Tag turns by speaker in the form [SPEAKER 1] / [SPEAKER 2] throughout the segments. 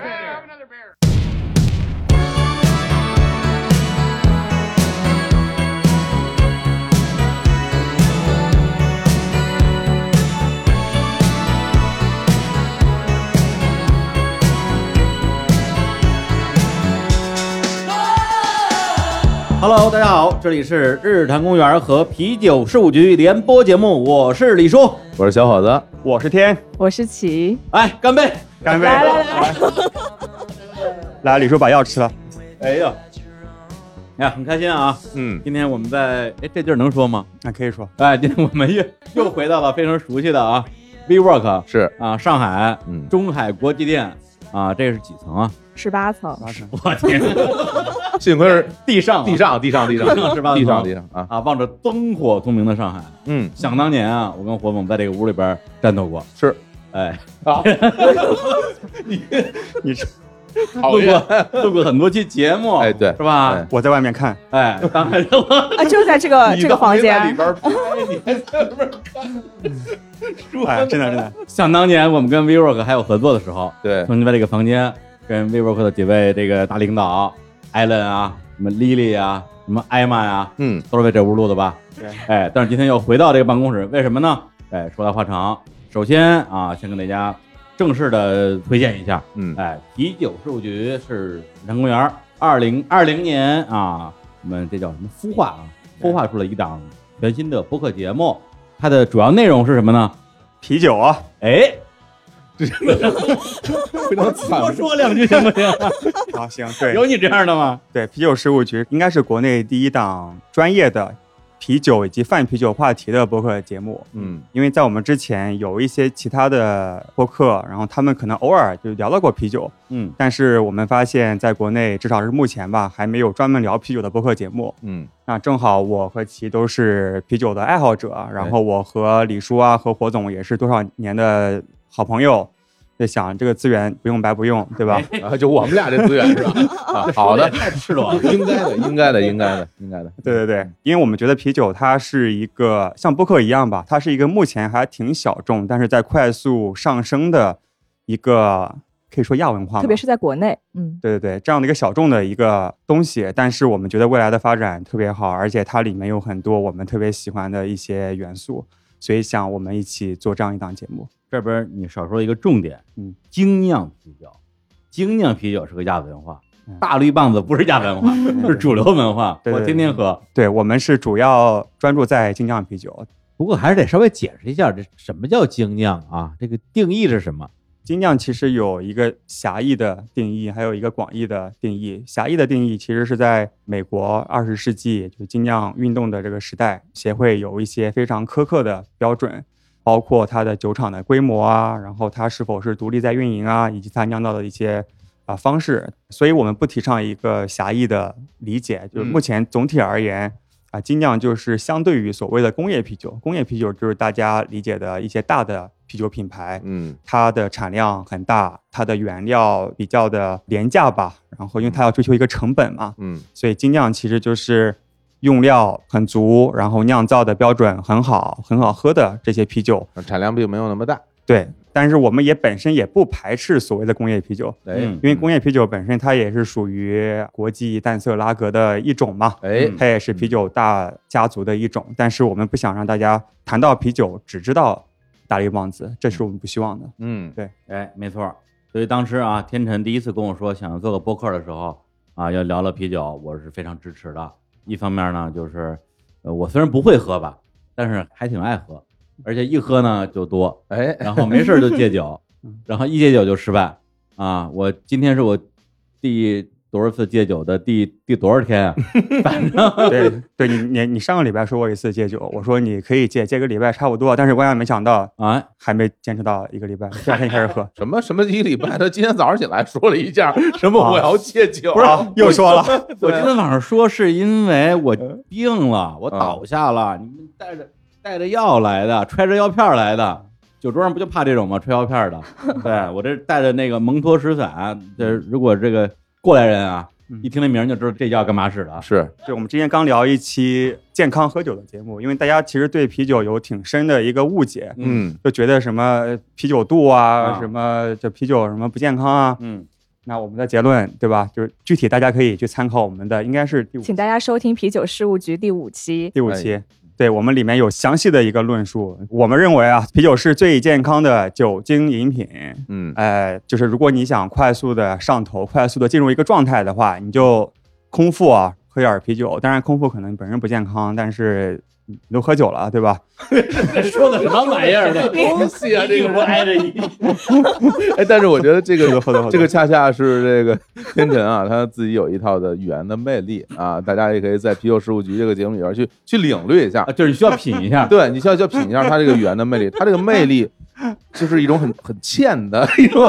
[SPEAKER 1] Brother Bear.
[SPEAKER 2] Hello，大家好，这里是日坛公园和啤酒事务局联播节目，我是李叔，
[SPEAKER 3] 我是小伙子，
[SPEAKER 4] 我是天，
[SPEAKER 5] 我是齐，
[SPEAKER 2] 哎，干杯！
[SPEAKER 4] 干杯！
[SPEAKER 5] 来来来，
[SPEAKER 4] 来，李叔把药吃了。
[SPEAKER 2] 哎呀，哎呀，很开心啊！
[SPEAKER 3] 嗯，
[SPEAKER 2] 今天我们在哎这地儿能说吗？
[SPEAKER 3] 啊
[SPEAKER 4] 那可以说，
[SPEAKER 2] 哎，今天我们 又又回到了非常熟悉的啊，WeWork
[SPEAKER 3] 是，
[SPEAKER 2] 啊，上海
[SPEAKER 3] 嗯，
[SPEAKER 2] 中海国际店啊，这是几 层啊？
[SPEAKER 5] 十八层，
[SPEAKER 2] 我天，
[SPEAKER 3] 幸亏是
[SPEAKER 2] 地上啊
[SPEAKER 3] 地上，地上，地上，
[SPEAKER 2] 是吧
[SPEAKER 3] 地上，地上啊，
[SPEAKER 2] 啊，望着灯火通明的上海，
[SPEAKER 3] 嗯，
[SPEAKER 2] 想当年啊，我跟火总在这个屋里边战斗过，
[SPEAKER 3] 是
[SPEAKER 2] 哎，
[SPEAKER 3] 啊，
[SPEAKER 4] 你这
[SPEAKER 3] 好
[SPEAKER 2] 录过 录过很多期节目，
[SPEAKER 3] 哎对
[SPEAKER 2] 是吧
[SPEAKER 3] 哎？
[SPEAKER 4] 我在外面看，
[SPEAKER 2] 哎，当然
[SPEAKER 5] 啊，就在这 个这个房间，啊
[SPEAKER 3] 边拍，你还在里边
[SPEAKER 4] 哎，真的真的，
[SPEAKER 2] 想当年我们跟 WeWork 还有合作的时候，
[SPEAKER 3] 对，
[SPEAKER 2] 曾经在这个房间跟 WeWork 的几位这个大领导艾伦啊，什么 Lily 啊，什么艾玛呀，
[SPEAKER 3] 嗯，
[SPEAKER 2] 都是在这屋录的吧？
[SPEAKER 4] 对
[SPEAKER 2] 哎，但是今天又回到这个办公室，为什么呢？哎，说来话长，首先啊，先跟大家正式的推荐一下，
[SPEAKER 3] 嗯，
[SPEAKER 2] 哎，啤酒事务局是日坛公园二零二零年啊，我们这叫什么孵化啊？孵化出了一档全新的播客节目，它的主要内容是什么呢？
[SPEAKER 4] 啤酒啊，
[SPEAKER 2] 哎，
[SPEAKER 3] 非常
[SPEAKER 2] 多
[SPEAKER 3] 惨，
[SPEAKER 2] 说两句行不行？
[SPEAKER 4] 好啊行， 对
[SPEAKER 2] 有你这样的吗？
[SPEAKER 4] 对，啤酒事务局应该是国内第一档专业的啤酒以及泛啤酒话题的播客节目。
[SPEAKER 3] 嗯，
[SPEAKER 4] 因为在我们之前有一些其他的播客，然后他们可能偶尔就聊到过啤酒，
[SPEAKER 2] 嗯
[SPEAKER 4] 但是我们发现，在国内至少是目前吧，还没有专门聊啤酒的播客节目。
[SPEAKER 3] 嗯，
[SPEAKER 4] 那正好我和齐都是啤酒的爱好者，然后我和李叔啊和火总也是多少年的好朋友，就想这个资源不用白不用，对吧？
[SPEAKER 3] 啊，就我们俩这资源是 吧？啊，好的，
[SPEAKER 2] 太赤 裸了。
[SPEAKER 3] 应该的，应该的，应该的，应该的，
[SPEAKER 4] 对对对，因为我们觉得啤酒它是一个像播客一样吧，它是一个目前还挺小众，但是在快速上升的一个可以说亚文化嘛，
[SPEAKER 5] 特别是在国内，嗯，
[SPEAKER 4] 对对对，这样的一个小众的一个东西，但是我们觉得未来的发展特别好，而且它里面有很多我们特别喜欢的一些元素，所以想我们一起做这样一档节目。
[SPEAKER 2] 这边你少说一个重点，
[SPEAKER 4] 嗯，
[SPEAKER 2] 精酿啤酒，精酿啤酒是个亚文化
[SPEAKER 4] 嗯，
[SPEAKER 2] 大绿棒子不是亚文 化，是主流文化。
[SPEAKER 4] 对对
[SPEAKER 2] 我
[SPEAKER 4] 对
[SPEAKER 2] 天天喝，
[SPEAKER 4] 对我们是主要专注在精酿啤酒，
[SPEAKER 6] 不过还是得稍微解释一下，这什么叫精酿啊？这个定义是什么？
[SPEAKER 4] 精酿其实有一个狭义的定义，还有一个广义的定义。狭义的定义其实是在美国二十世纪就是精酿运动的这个时代，协会有一些非常苛刻的标准，包括它的酒厂的规模啊，然后它是否是独立在运营啊，以及它酿造的一些啊、方式。所以我们不提倡一个狭义的理解，就是目前总体而言。啊，精酿就是相对于所谓的工业啤酒，工业啤酒就是大家理解的一些大的啤酒品牌，
[SPEAKER 3] 嗯，
[SPEAKER 4] 它的产量很大，它的原料比较的廉价吧，然后因为它要追求一个成本嘛，
[SPEAKER 3] 嗯，
[SPEAKER 4] 所以精酿其实就是用料很足，然后酿造的标准很好，很好喝的这些啤酒。
[SPEAKER 3] 产量并没有那么大，
[SPEAKER 4] 对，但是我们也本身也不排斥所谓的工业啤酒，
[SPEAKER 3] 哎，
[SPEAKER 2] 嗯
[SPEAKER 4] 因为工业啤酒本身它也是属于国际淡色拉格的一种嘛，
[SPEAKER 3] 哎，
[SPEAKER 4] 它也是啤酒大家族的一种。但是我们不想让大家谈到啤酒只知道大力棒子，这是我们不希望的。
[SPEAKER 3] 嗯，
[SPEAKER 2] 哎，没错儿。所以当时啊，天辰第一次跟我说想要做个播客的时候啊，要聊聊啤酒，我是非常支持的。一方面呢，就是呃，我虽然不会喝吧，但是还挺爱喝，而且一喝呢就多，
[SPEAKER 3] 哎，，
[SPEAKER 2] 然后没事儿就 戒酒
[SPEAKER 4] 嗯，
[SPEAKER 2] 然后一戒酒就失败啊！我今天是我第多少次戒酒的第第多少天啊？
[SPEAKER 4] 对，对你你你上个礼拜说过一次戒酒，我说你可以戒，戒个礼拜差不多，但是万万没想到
[SPEAKER 2] 啊，
[SPEAKER 4] 还没坚持到一个礼拜，第二天开始 喝
[SPEAKER 3] 什么什么一礼拜，他今天早上起来说了一下什么我要戒酒，啊
[SPEAKER 4] 不是、又 说了，
[SPEAKER 2] 我今天晚上说是因为我病了，我倒下了，你们带着带着药来的，揣着药片儿来的。酒桌上不就怕这种吗？揣药片儿的，对我这带着那个蒙脱石散，这如果这个过来人啊，
[SPEAKER 4] 嗯
[SPEAKER 2] 一听这名儿就知道这药干嘛使的啊。
[SPEAKER 3] 是，
[SPEAKER 4] 对，我们之前刚聊一期健康喝酒的节目，因为大家其实对啤酒有挺深的一个误解，
[SPEAKER 2] 嗯
[SPEAKER 3] 嗯，
[SPEAKER 4] 就觉得什么啤酒肚啊，
[SPEAKER 2] 啊
[SPEAKER 4] 什么这啤酒什么不健康啊，
[SPEAKER 2] 嗯，
[SPEAKER 4] 那我们的结论对吧？就是具体大家可以去参考我们的，应该是第五
[SPEAKER 5] 请大家收听啤酒事务局第五期。
[SPEAKER 4] 第五期。对我们里面有详细的一个论述，我们认为啊，啤酒是最健康的酒精饮品。
[SPEAKER 3] 嗯，
[SPEAKER 4] 呃，就是如果你想快速的上头、快速的进入一个状态的话，你就空腹啊喝点儿啤酒。当然，空腹可能本身不健康，但是你都喝酒了，对吧？
[SPEAKER 2] 说的什么玩意儿呢？
[SPEAKER 3] 东西啊，这个
[SPEAKER 2] 不挨着一，
[SPEAKER 3] 哎，但是我觉得这
[SPEAKER 4] 喝
[SPEAKER 3] 个
[SPEAKER 4] 酒喝酒喝
[SPEAKER 3] 这
[SPEAKER 4] 酒
[SPEAKER 3] 个恰恰是这个天辰啊，他自己有一套的语言的魅力啊，大家也可以在啤酒事务局这个节目里边去去领略一下
[SPEAKER 2] 啊，。就是你需要品一下。
[SPEAKER 3] 对你需要需要品一下他这个语言的魅力，他这个魅力就是一种很很欠的一种，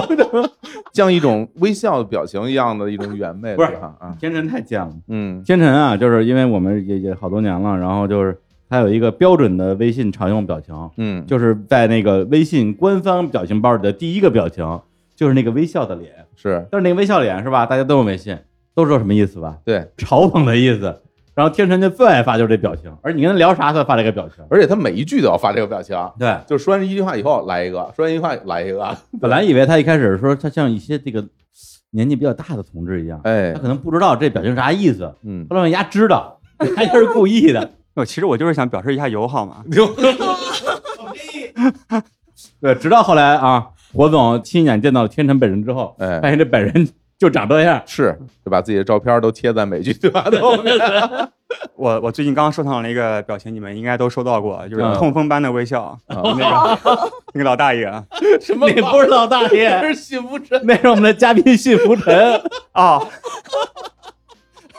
[SPEAKER 3] 像一种微笑的表情一样的一种语言魅力
[SPEAKER 2] 不是
[SPEAKER 3] 啊啊，
[SPEAKER 2] 天辰太贱了。
[SPEAKER 3] 嗯
[SPEAKER 2] 天辰啊，就是因为我们也也好多年了，然后就是他有一个标准的微信常用表情，
[SPEAKER 3] 嗯，
[SPEAKER 2] 就是在那个微信官方表情包里的第一个表情，就是那个微笑的脸。
[SPEAKER 3] 是
[SPEAKER 2] 但是那个微笑脸是吧？大家都用微信，都知道什么意思吧？
[SPEAKER 3] 对，
[SPEAKER 2] 嘲讽的意思。然后天辰就最爱发就是这表情，而你跟他聊啥，他就发这个表情。
[SPEAKER 3] 而且他每一句都要发这个表情，啊
[SPEAKER 2] 对，
[SPEAKER 3] 就说完一句话以后来一个，说完一句话来一个，
[SPEAKER 2] 本来以为他一开始说他像一些这个年纪比较大的同志一样，
[SPEAKER 3] 哎
[SPEAKER 2] 他，可能不知道这表情啥意思，
[SPEAKER 3] 嗯，
[SPEAKER 2] 后来人家知道，他就是故意的。
[SPEAKER 4] 呃，其实我就是想表示一下友好嘛。
[SPEAKER 2] 对，直到后来啊，火总亲眼见到了天辰本人之后，
[SPEAKER 3] 哎
[SPEAKER 2] 发现这本人就长这样。
[SPEAKER 3] 是就把自己的照片都贴在每句对话的后面，
[SPEAKER 4] 我我最近刚收藏了一个表情，你们应该都收到过，就是
[SPEAKER 2] 嗯
[SPEAKER 4] 痛风般的微笑，
[SPEAKER 3] 啊
[SPEAKER 4] 那个那个老大爷啊
[SPEAKER 3] 什么
[SPEAKER 2] 你不是老大爷，
[SPEAKER 3] 是信不真，
[SPEAKER 2] 那是我们的嘉宾信福 臣，
[SPEAKER 4] 哦，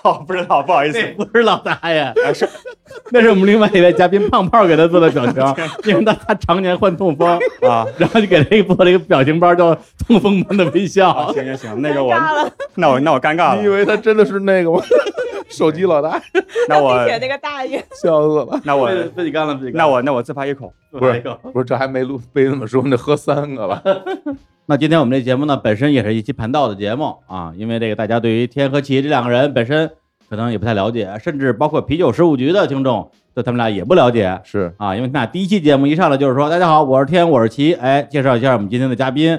[SPEAKER 4] 哦，不知道，不好意思，
[SPEAKER 2] 那不是老大爷，
[SPEAKER 4] 啊是
[SPEAKER 2] 那是我们另外一位嘉宾胖胖给他做的表 情，因为他他常年患痛风，
[SPEAKER 4] 啊。
[SPEAKER 2] 然后就给他做了一个表情包，叫“痛风般的微
[SPEAKER 4] 啊，
[SPEAKER 2] 笑
[SPEAKER 4] 行行行，那个我
[SPEAKER 5] 尴尬了，
[SPEAKER 4] 那我那我尴尬
[SPEAKER 3] 你以
[SPEAKER 4] 了，
[SPEAKER 3] 为他真的是那个吗？手机老大，
[SPEAKER 4] 那我
[SPEAKER 5] 并且那个大爷，
[SPEAKER 3] 笑死了。哎
[SPEAKER 4] 那”。我
[SPEAKER 2] 自己干了，自哎己
[SPEAKER 4] 那我那我自拍一口，
[SPEAKER 2] 不是。
[SPEAKER 3] 不是，这还没录，被那么说，那喝三个了。
[SPEAKER 2] 那今天我们这节目呢，本身也是一期盘道的节目啊，因为这个大家对于天和奇这两个人本身可能也不太了解，甚至包括啤酒事务局的听众对他们俩也不了解
[SPEAKER 3] 是，
[SPEAKER 2] 啊，因为他们俩第一期节目一上来就是说，大家好，我是天，我是奇，哎，介绍一下我们今天的嘉宾，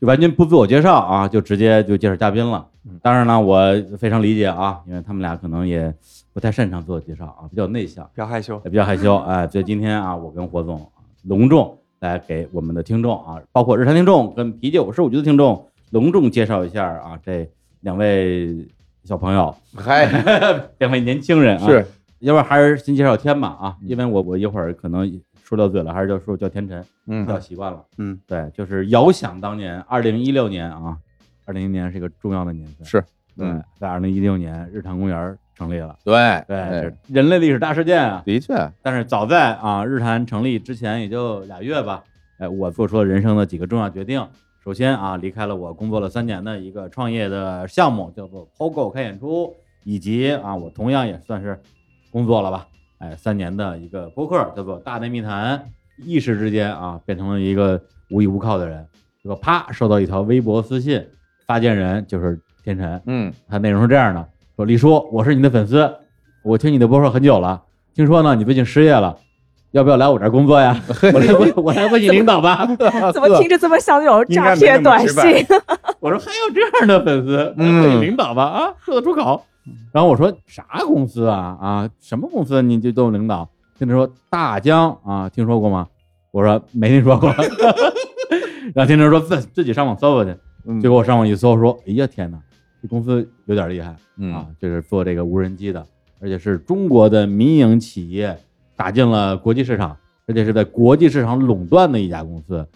[SPEAKER 2] 就完全不自我介绍啊，就直接就介绍嘉宾了。当然呢，我非常理解啊，因为他们俩可能也不太擅长自我介绍啊，比较内向。
[SPEAKER 4] 不要害羞。
[SPEAKER 2] 也比较害羞，哎，所以今天啊，我跟火总啊隆重来给我们的听众啊，包括日常听众跟啤酒十五局的听众，隆重介绍一下啊，这两位小朋友，
[SPEAKER 3] 嗨，
[SPEAKER 2] 两位年轻人啊，
[SPEAKER 3] 哎是，
[SPEAKER 2] 要不然还是先介绍天吧啊，
[SPEAKER 3] 嗯
[SPEAKER 2] 因为我我一会儿可能说到嘴了，还是叫说叫天辰，比较
[SPEAKER 3] 嗯，
[SPEAKER 2] 习惯了，
[SPEAKER 4] 嗯，
[SPEAKER 2] 对，就是遥想当年，二零一六年啊，二零一年是一个重要的年份，
[SPEAKER 3] 是，
[SPEAKER 2] 对
[SPEAKER 3] 嗯，
[SPEAKER 2] 在二零一六年，日坛公园成立了，
[SPEAKER 3] 对，
[SPEAKER 2] 对，
[SPEAKER 3] 哎
[SPEAKER 2] 这是人类历史大事件啊，
[SPEAKER 3] 的确，
[SPEAKER 2] 但是早在啊日坛成立之前也就俩月吧，哎，我做出了人生的几个重要决定。首先啊，离开了我工作了三年的一个创业的项目，叫做 POGO 开演出，以及啊，我同样也算是工作了吧，哎，三年的一个播客，叫做《大内密谈》，一时之间啊，变成了一个无依无靠的人。结果啪，收到一条微博私信，发件人就是天辰，
[SPEAKER 3] 嗯，
[SPEAKER 2] 它内容是这样的：说李叔，我是你的粉丝，我听你的播客很久了，听说呢你最近失业了，要不要来我这儿工作 呀？我来问，我来问你领导吧。
[SPEAKER 5] 怎么听着这么像那种
[SPEAKER 4] 应该
[SPEAKER 5] 诈
[SPEAKER 4] 没那
[SPEAKER 5] 骗
[SPEAKER 4] 么
[SPEAKER 5] 短
[SPEAKER 4] 直白
[SPEAKER 5] 信？
[SPEAKER 2] 我说还有这样的粉丝，
[SPEAKER 3] 嗯
[SPEAKER 2] 问你领导吧啊，说得出口。然后我说啥公司啊啊，什么公司你就都有领导？跟他说大疆啊，听说过吗？我说没听说过。 然后天成说自自己上网搜搜去，
[SPEAKER 3] 嗯
[SPEAKER 2] 结果我上网一搜说，哎呀天哪，这公司有点厉害。啊
[SPEAKER 3] 嗯，，
[SPEAKER 2] 就是做这个无人机的，而且是中国的民营企业打进了国际市场，而且是在国际市场垄断的一家公司。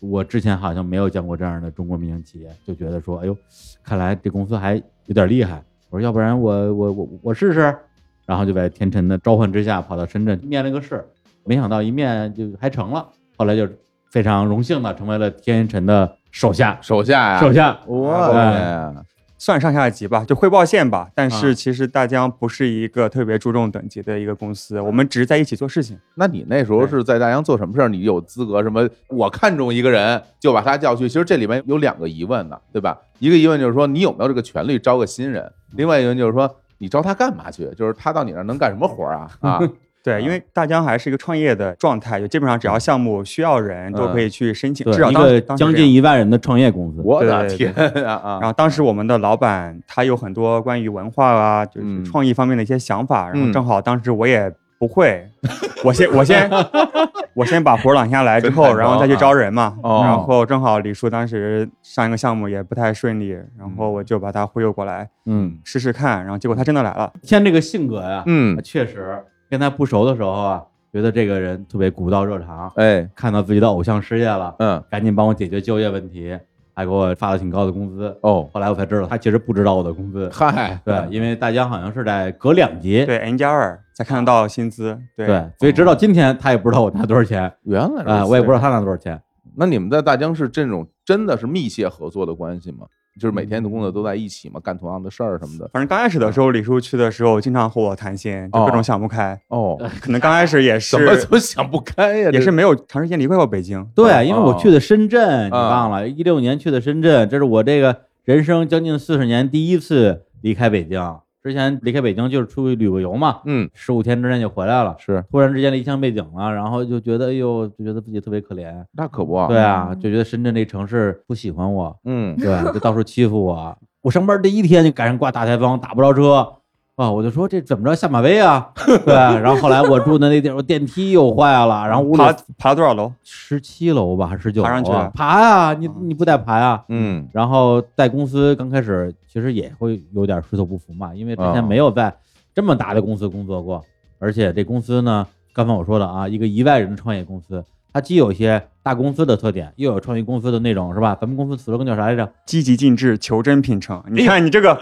[SPEAKER 2] 我之前好像没有见过这样的中国民营企业，就觉得说，哎呦，看来这公司还有点厉害。我说，要不然我我我我试试，然后就在天辰的召唤之下跑到深圳面了个试，没想到一面就还成了，后来就非常荣幸的成为了天辰的手下，
[SPEAKER 3] 手下呀，哎
[SPEAKER 2] 手，下
[SPEAKER 3] 哇，
[SPEAKER 4] 算上下级吧，就汇报线吧。但
[SPEAKER 2] 啊
[SPEAKER 4] 是其实大疆不是一个特别注重等级的一个公司，我们只是在一起做事情。
[SPEAKER 3] 那你那时候是在大洋做什么事儿？你有资格什么？我看中一个人就把他叫去，其实这里面有两个疑问呢，对吧？一个疑问就是说你有没有这个权 利招个新人，另外一个就是说你招他干嘛去？就是他到你那儿能干什么活儿啊？啊，
[SPEAKER 4] 对，因为
[SPEAKER 2] 嗯
[SPEAKER 4] 大疆还是一个创业的状态，就基本上只要项目需要人都可以去申请，
[SPEAKER 2] 嗯对
[SPEAKER 4] 至少
[SPEAKER 2] 一
[SPEAKER 4] 当
[SPEAKER 2] 个
[SPEAKER 4] 当
[SPEAKER 2] 将
[SPEAKER 4] 时这样
[SPEAKER 2] 近一万人的创业公司，
[SPEAKER 3] 我的
[SPEAKER 4] 对
[SPEAKER 3] 天
[SPEAKER 4] 对
[SPEAKER 3] 啊
[SPEAKER 4] 然
[SPEAKER 3] 啊！
[SPEAKER 4] 后当时我们的老板他有很多关于文化啊，就是
[SPEAKER 3] 嗯
[SPEAKER 4] 创意方面的一些想法，然
[SPEAKER 3] 嗯
[SPEAKER 4] 后正好当时我也不会， 我先我先 我先把活儿揽下来之后，
[SPEAKER 3] 真太
[SPEAKER 4] 然后再去
[SPEAKER 3] 棒啊
[SPEAKER 4] 招人嘛。
[SPEAKER 3] 哦
[SPEAKER 4] 然后正好李叔当时上一个项目也不太顺利，然后我就把他忽悠过来
[SPEAKER 3] 嗯
[SPEAKER 4] 试试看，然后结果他真的来了。
[SPEAKER 2] 天这个性格呀，
[SPEAKER 3] 嗯，
[SPEAKER 2] 确实跟他不熟的时候啊，觉得这个人特别古道热肠，
[SPEAKER 3] 哎
[SPEAKER 2] 看到自己的偶像失业了，
[SPEAKER 3] 嗯
[SPEAKER 2] 赶紧帮我解决就业问题，还给我发了挺高的工资。
[SPEAKER 3] 哦
[SPEAKER 2] 后来我才知道，他其实不知道我的工资。
[SPEAKER 3] 嗨
[SPEAKER 2] 对，因为大疆好像是在隔两级，
[SPEAKER 4] 对 N 加二才看得
[SPEAKER 3] 啊
[SPEAKER 4] 到薪资，对
[SPEAKER 2] 对，所以直到今天他也不知道我拿多少钱
[SPEAKER 3] 原来如此
[SPEAKER 2] 啊，我也不知道。他拿多少钱。
[SPEAKER 3] 那你们在大疆是这种真的是密切合作的关系吗？就是每天的工作都在一起吗？干同样的事儿什么的？
[SPEAKER 2] 嗯
[SPEAKER 4] 反正刚开始的时候，李叔去的时候经常和我谈心，就各
[SPEAKER 3] 哦
[SPEAKER 4] 种想不开，
[SPEAKER 3] 哦，
[SPEAKER 4] 可能刚开始也
[SPEAKER 3] 怎么
[SPEAKER 4] 是
[SPEAKER 3] 怎么想不开呀？
[SPEAKER 4] 也
[SPEAKER 3] 这
[SPEAKER 4] 是没有长时间离开过北京，
[SPEAKER 2] 对，因为我
[SPEAKER 3] 哦
[SPEAKER 2] 去的深圳，你
[SPEAKER 3] 啊
[SPEAKER 2] 忘了，一六年去的深圳，这是我这个人生将近四十年第一次离开北京。之前离开北京就是出去旅个游嘛，
[SPEAKER 3] 嗯
[SPEAKER 2] 十五天之内就回来了。
[SPEAKER 3] 是
[SPEAKER 2] 突然之间离乡背井了，然后就觉得，哎呦，就觉得自己特别可怜。
[SPEAKER 3] 那可不啊
[SPEAKER 2] 对啊，
[SPEAKER 5] 嗯
[SPEAKER 2] 就觉得深圳这城市不喜欢我，
[SPEAKER 3] 嗯
[SPEAKER 2] 对，就到处欺负我。我上班第一天就赶上刮大台风，打不着车啊，我就说这怎么着下马威啊？对，然后后来我住的那地儿，我电梯又坏了，然后屋里
[SPEAKER 4] 爬爬了多少楼？
[SPEAKER 2] 十七楼吧，还是十九楼
[SPEAKER 4] 爬上去
[SPEAKER 2] 啊
[SPEAKER 4] 了？
[SPEAKER 2] 爬啊，你
[SPEAKER 4] 啊
[SPEAKER 2] 你不得爬啊？
[SPEAKER 3] 嗯
[SPEAKER 2] 然后在公司刚开始，其实也会有点水土不服嘛，因为之
[SPEAKER 3] 啊
[SPEAKER 4] 哦
[SPEAKER 2] 前没有在这么大的公司工作过，而且这公司呢，刚才我说的啊，一个一万人的创业公司，它既有一些大公司的特点，又有创业公司的那种是吧？咱们公司 slogan 叫啥来着？
[SPEAKER 4] 积极进制，求真品诚。你看你这个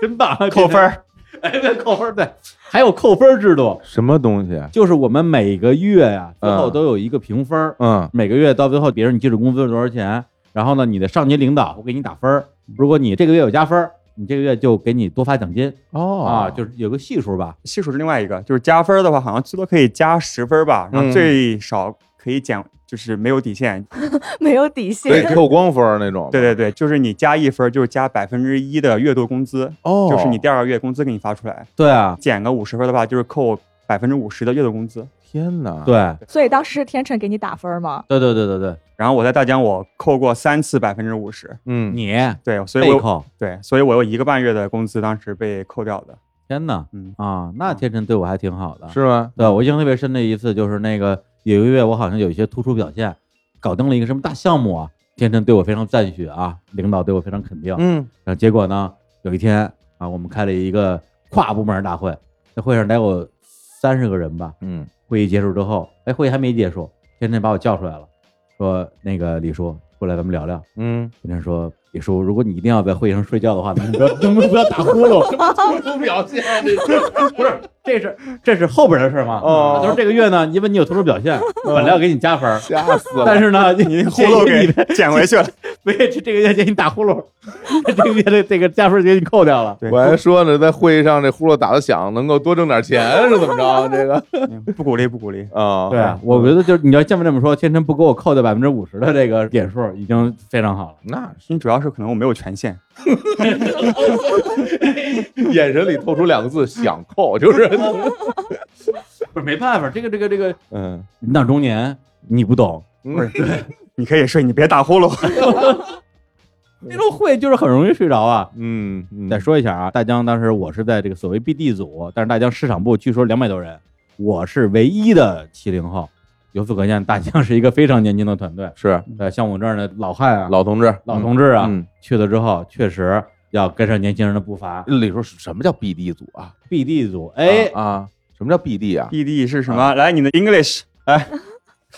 [SPEAKER 2] 真棒，
[SPEAKER 4] 扣分，儿，
[SPEAKER 2] 哎，对，扣分儿，对，还有扣分儿制度，
[SPEAKER 3] 什么东西啊？
[SPEAKER 2] 就是我们每个月呀、最后
[SPEAKER 3] 嗯
[SPEAKER 2] 都有一个评分儿，
[SPEAKER 3] 嗯
[SPEAKER 2] 每个月到最后，比如你基础工资是多少钱，然后呢，你的上级领导会给你打分儿，如果你这个月有加分儿，你这个月就给你多发奖金
[SPEAKER 3] 哦
[SPEAKER 2] 啊，就是有个系数吧。
[SPEAKER 4] 系数是另外一个，就是加分儿的话，好像最多可以加十分儿吧，然
[SPEAKER 3] 嗯
[SPEAKER 4] 后最少可以减，就是没有底线。
[SPEAKER 5] 没有底
[SPEAKER 3] 可以
[SPEAKER 5] 线，
[SPEAKER 3] 扣光分儿那种。
[SPEAKER 4] 对对对，就是你加一分儿就是加百分之一的月度工资，
[SPEAKER 3] 哦，
[SPEAKER 4] 就是你第二个月工资给你发出来。
[SPEAKER 2] 对啊，
[SPEAKER 4] 减个五十分儿的话，就是扣百分之五十的月度工资。
[SPEAKER 3] 天哪！
[SPEAKER 2] 对，
[SPEAKER 5] 所以当时是天成给你打分吗？
[SPEAKER 2] 啊对对对对对，
[SPEAKER 4] 然后我在大疆我扣过三次百分之五十，
[SPEAKER 3] 嗯，
[SPEAKER 2] 你
[SPEAKER 4] 对，所以
[SPEAKER 2] 被
[SPEAKER 4] 我
[SPEAKER 2] 扣，
[SPEAKER 4] 对，所以我有一个半月的工资当时被扣掉的。
[SPEAKER 2] 天哪
[SPEAKER 4] 嗯，
[SPEAKER 2] 啊！那天辰对我还挺好的，
[SPEAKER 3] 是吗？
[SPEAKER 2] 对我印象特别深的一次就是那个有一个月我好像有一些突出表现，搞定了一个什么大项目啊，天辰对我非常赞许啊，领导对我非常肯定，
[SPEAKER 3] 嗯
[SPEAKER 2] 然后结果呢，有一天啊，我们开了一个跨部门大会，那会上得有三十个人吧。
[SPEAKER 3] 嗯
[SPEAKER 2] 会议结束之后，哎，会议还没结束，天天把我叫出来了，说那个李叔过来咱们聊聊。
[SPEAKER 3] 嗯，
[SPEAKER 2] 天天说，李叔，如果你一定要在会议上睡觉的话，能不能能不能不要打 呼噜？
[SPEAKER 3] 突出表现这
[SPEAKER 2] 不是，这是这是后边的事儿嘛。
[SPEAKER 3] 哦
[SPEAKER 2] 他说这个月呢，因为你有突出表现，本来要给你加分儿，
[SPEAKER 3] 吓死了。
[SPEAKER 2] 但是呢，哦你
[SPEAKER 4] 呼噜
[SPEAKER 2] 建议你
[SPEAKER 4] 给捡回去了。
[SPEAKER 2] 没这这个月建议你打呼噜，这个月的这个加分儿给你扣掉了。
[SPEAKER 4] 对
[SPEAKER 3] 我还说呢，在会议上这呼噜打的响，能够多挣点钱是怎么着？啊这个
[SPEAKER 4] 嗯不鼓励，不鼓励。
[SPEAKER 3] 啊，
[SPEAKER 2] 对，我觉得就是你要这么这么说，天辰不给我扣的百分之五十的这个点数，已经非常好了。
[SPEAKER 3] 那
[SPEAKER 4] 因为主要是可能我没有权限，
[SPEAKER 3] 眼神里透出两个字“想扣”，就是
[SPEAKER 2] 不是没办法，这个这个这个
[SPEAKER 3] 嗯，
[SPEAKER 2] 人到中年你不懂，
[SPEAKER 4] 不是，你可以睡，你别打呼噜。
[SPEAKER 2] 那种会就是很容易睡着啊。
[SPEAKER 3] 嗯嗯，
[SPEAKER 2] 再说一下啊，大疆当时我是在这个所谓 BD 组，但是大疆市场部据说两百多人，我是唯一的七零后。由此可见，大疆是一个非常年轻的团队。
[SPEAKER 3] 是
[SPEAKER 2] 呃，像我这样的老汉啊、
[SPEAKER 3] 嗯老同志，
[SPEAKER 2] 老同志啊，
[SPEAKER 3] 嗯
[SPEAKER 2] 去了之后确实要跟上年轻人的步伐。
[SPEAKER 3] 嗯，李叔什么叫 BD 组啊？
[SPEAKER 2] BD 组，哎，
[SPEAKER 3] 啊啊，什么叫 BD 啊？
[SPEAKER 4] BD 是什么？来，你的 English，哎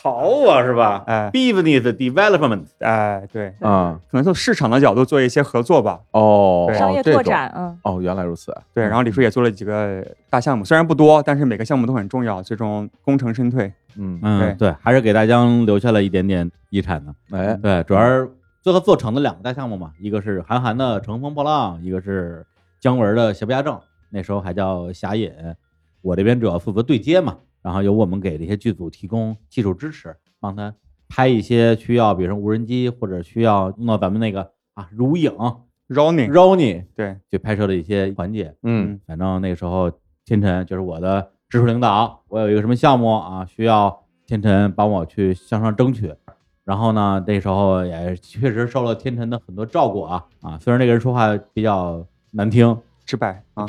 [SPEAKER 2] 考我啊是吧
[SPEAKER 4] 哎
[SPEAKER 2] Business Development。
[SPEAKER 4] 哎，对，
[SPEAKER 3] 啊，
[SPEAKER 4] 可能从市场的角度做一些合作吧。
[SPEAKER 3] 哦，
[SPEAKER 4] 对
[SPEAKER 5] 商业
[SPEAKER 3] 这
[SPEAKER 5] 拓
[SPEAKER 3] 种
[SPEAKER 5] 展，嗯，
[SPEAKER 3] 哦，原来如此，
[SPEAKER 4] 对，然后李叔也做了几个大项目，虽然不多，但是每个项目都很重要，最终功成身退。
[SPEAKER 3] 嗯，
[SPEAKER 2] 嗯，对，还是给大疆留下了一点点遗产的。
[SPEAKER 3] 哎，
[SPEAKER 2] 对，主要是最后做成的两个大项目嘛，一个是韩寒的《乘风破浪》，一个是姜文的《邪不压正》，那时候还叫《侠隐》。我这边主要负责对接嘛，然后由我们给这些剧组提供技术支持，帮他拍一些需要，比如说无人机或者需要弄到咱们那个啊如影
[SPEAKER 4] Running，
[SPEAKER 2] r o n i e
[SPEAKER 4] 对，
[SPEAKER 2] 去拍摄的一些环节。
[SPEAKER 3] 嗯
[SPEAKER 2] 反正那时候天辰就是我的直属领导，我有一个什么项目啊，需要天辰帮我去向上争取。然后呢，那时候也确实受了天辰的很多照顾啊啊，虽然这个人说话比较难听，
[SPEAKER 4] 直白啊，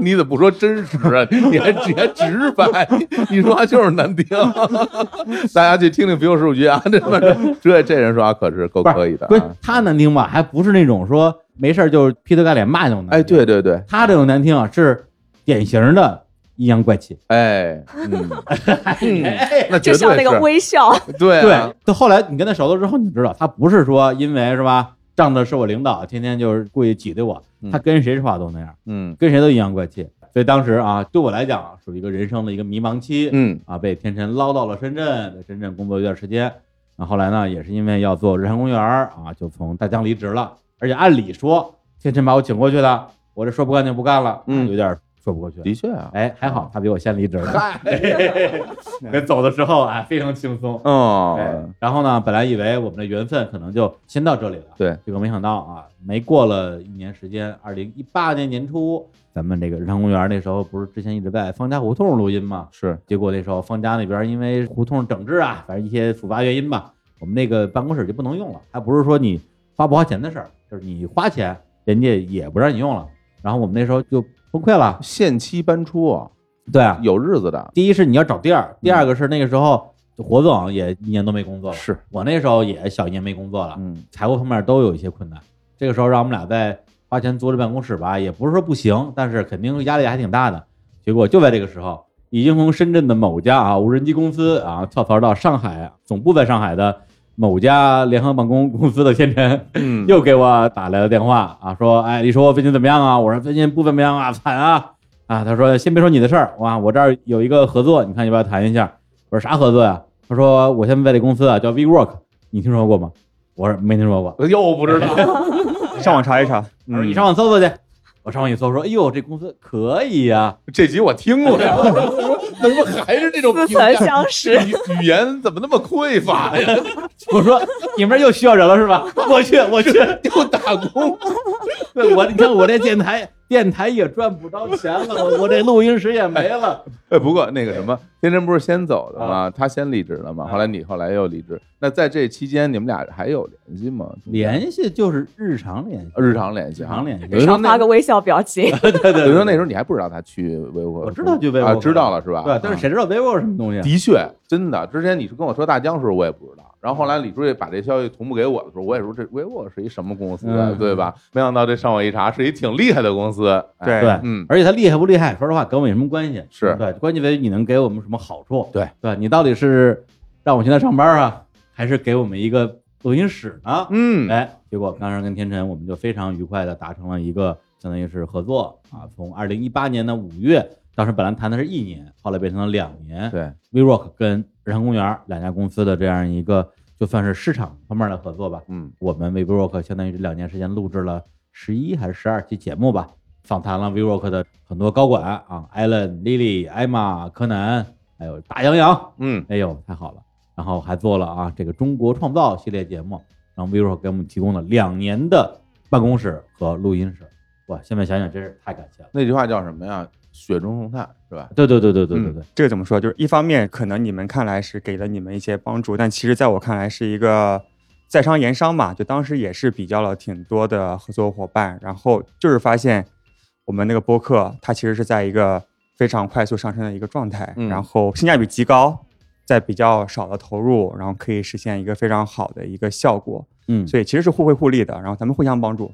[SPEAKER 3] 你怎么不说真实啊？你还你还直白，你说话就是难听。 大家去听听 biu 数据啊，这这这人说话可是够
[SPEAKER 2] 不是
[SPEAKER 3] 可以的、
[SPEAKER 2] 不是
[SPEAKER 3] 啊。
[SPEAKER 2] 他难听吧，还不是那种说没事儿就劈头盖脸骂那种难听。
[SPEAKER 3] 哎，对，对对，
[SPEAKER 2] 他这种难听啊，是典型的阴阳怪气。
[SPEAKER 3] 哎， 嗯，
[SPEAKER 2] 哎
[SPEAKER 3] 那
[SPEAKER 5] 就
[SPEAKER 3] 绝
[SPEAKER 5] 像
[SPEAKER 3] 对
[SPEAKER 5] 那个
[SPEAKER 3] 是，
[SPEAKER 5] 微笑，
[SPEAKER 3] 对啊
[SPEAKER 2] 对，到后来你跟他熟了之后，你知道他不是说因为是吧，仗着是我领导，天天就是故意挤兑我
[SPEAKER 3] 嗯，
[SPEAKER 2] 他跟谁说话都那样，
[SPEAKER 3] 嗯
[SPEAKER 2] 跟谁都阴阳怪气。所以当时啊，对我来讲啊属于一个人生的一个迷茫期，
[SPEAKER 3] 嗯
[SPEAKER 2] 啊，被天辰捞到了深圳，在深圳工作一段时间。然后后来呢，也是因为要做日坛公园儿啊，就从大疆离职了。而且按理说，天辰把我请过去的，我这说不干就不干了，
[SPEAKER 3] 嗯
[SPEAKER 2] 有点说不过去。
[SPEAKER 3] 的确啊，
[SPEAKER 2] 哎，还好他比我先离职 了。跟走的时候啊，非常轻松。哎
[SPEAKER 3] 哦，，
[SPEAKER 2] 然后呢，本来以为我们的缘分可能就先到这里了，
[SPEAKER 3] 对，
[SPEAKER 2] 结果没想到啊，没过了一年时间，二零一八年年初，咱们这个日常公园那时候不是之前一直在方家胡同录音吗？
[SPEAKER 3] 是，
[SPEAKER 2] 结果那时候方家那边因为胡同整治啊，反正一些复杂原因吧，我们那个办公室就不能用了。还不是说你花不花钱的事儿，就是你花钱，人家也不让你用了。然后我们那时候就崩溃了。
[SPEAKER 3] 限期搬出啊，
[SPEAKER 2] 对啊，
[SPEAKER 3] 有日子的，
[SPEAKER 2] 第一是你要找地儿，第二个是那个时候火总也一年都没工作了，
[SPEAKER 3] 是，
[SPEAKER 2] 我那时候也小一年没工作了，
[SPEAKER 3] 嗯
[SPEAKER 2] 财务方面都有一些困难。这个时候让我们俩在花钱租了办公室吧，也不是说不行，但是肯定压力还挺大的。结果就在这个时候，已经从深圳的某家啊无人机公司啊跳槽到上海总部在上海的某家联合办公公司的天辰，
[SPEAKER 3] 嗯，
[SPEAKER 2] 又给我打来了电话啊，说，哎，你说我最近怎么样啊？我说最近不怎么样啊，惨啊啊！他说先别说你的事儿，哇，我这儿有一个合作，你看要不要谈一下？我说啥合作呀、他说我现在在这公司啊叫 VWork，你听说过吗？我说没听说过。
[SPEAKER 3] 又不知道，
[SPEAKER 4] 上网查一查。
[SPEAKER 2] 他说
[SPEAKER 4] 嗯
[SPEAKER 2] 你上网搜搜去。我上网一搜说，哎呦，这公司可以呀、
[SPEAKER 3] 这集我听过呀， 怎么还是这种
[SPEAKER 5] 似
[SPEAKER 3] 评价
[SPEAKER 5] 曾相识。
[SPEAKER 3] 语语言怎么那么匮乏呀？
[SPEAKER 2] 我说你们这儿又需要人了是吧？我去，我去，
[SPEAKER 3] 又打工，
[SPEAKER 2] 对我你看我这电台电台也赚不着钱了，我我这录音室也没 了。
[SPEAKER 3] 哎，不过那个什么，天真不是先走的吗？他先离职了吗？
[SPEAKER 2] 啊
[SPEAKER 3] 后来你后来又离职，那在这期间你们俩还有联系吗？
[SPEAKER 2] 联系就是日常联系，
[SPEAKER 3] 日常联系
[SPEAKER 2] 日
[SPEAKER 3] 啊，
[SPEAKER 2] 常联系。
[SPEAKER 3] 有人说
[SPEAKER 5] 常
[SPEAKER 3] 那
[SPEAKER 5] 发个微笑表情，
[SPEAKER 2] 对对
[SPEAKER 3] 有人说那时候你还不知道他去维吾尔，
[SPEAKER 2] 我知道去维吾尔
[SPEAKER 3] 啊，知道了是吧？
[SPEAKER 2] 对，但是谁知道 vivo 是什么东西啊？
[SPEAKER 3] 的确，真的，之前你是跟我说大疆时候，我也不知道。然后后来李书记把这消息同步给我的时候，我也说这维沃是一什么公司啊，
[SPEAKER 2] 嗯
[SPEAKER 3] 对吧？没想到这上网一查，是一挺厉害的公司。哎
[SPEAKER 4] 对
[SPEAKER 2] 对，
[SPEAKER 3] 嗯，
[SPEAKER 2] 而且它厉害不厉害，说实话跟我没什么关系。
[SPEAKER 3] 是
[SPEAKER 2] 对，关键在于你能给我们什么好处。
[SPEAKER 3] 对，
[SPEAKER 2] 对你到底是让我现在上班啊，还是给我们一个录音室呢？
[SPEAKER 3] 嗯，
[SPEAKER 2] 哎，结果当时跟天辰，我们就非常愉快的达成了一个相当于是合作啊，从二零一八年的五月，当时本来谈的是一年，后来变成了两年。
[SPEAKER 3] 对，
[SPEAKER 2] ，WeWork 跟日常公园两家公司的这样一个就算是市场方面的合作吧。
[SPEAKER 3] 嗯，
[SPEAKER 2] 我们为 WeWork 相当于这两年时间录制了十一还是十二期节目吧，访谈了 WeWork 的很多高管啊，Allen、Lily、Emma、柯南，还有大洋洋，
[SPEAKER 3] 嗯，
[SPEAKER 2] 哎呦，太好了！然后还做了啊这个中国创造系列节目，然后 WeWork 给我们提供了两年的办公室和录音室，哇，现在想想真是太感谢了。
[SPEAKER 3] 那句话叫什么呀？雪中送炭是吧？
[SPEAKER 2] 对对对对对对对，
[SPEAKER 4] 嗯这个怎么说？就是一方面，可能你们看来是给了你们一些帮助，但其实在我看来是一个在商言商嘛。就当时也是比较了挺多的合作伙伴，然后就是发现我们那个播客它其实是在一个非常快速上升的一个状态，
[SPEAKER 3] 嗯
[SPEAKER 4] 然后性价比极高，在比较少的投入，然后可以实现一个非常好的一个效果，
[SPEAKER 2] 嗯，
[SPEAKER 4] 所以其实是互惠互利的，然后咱们互相帮助。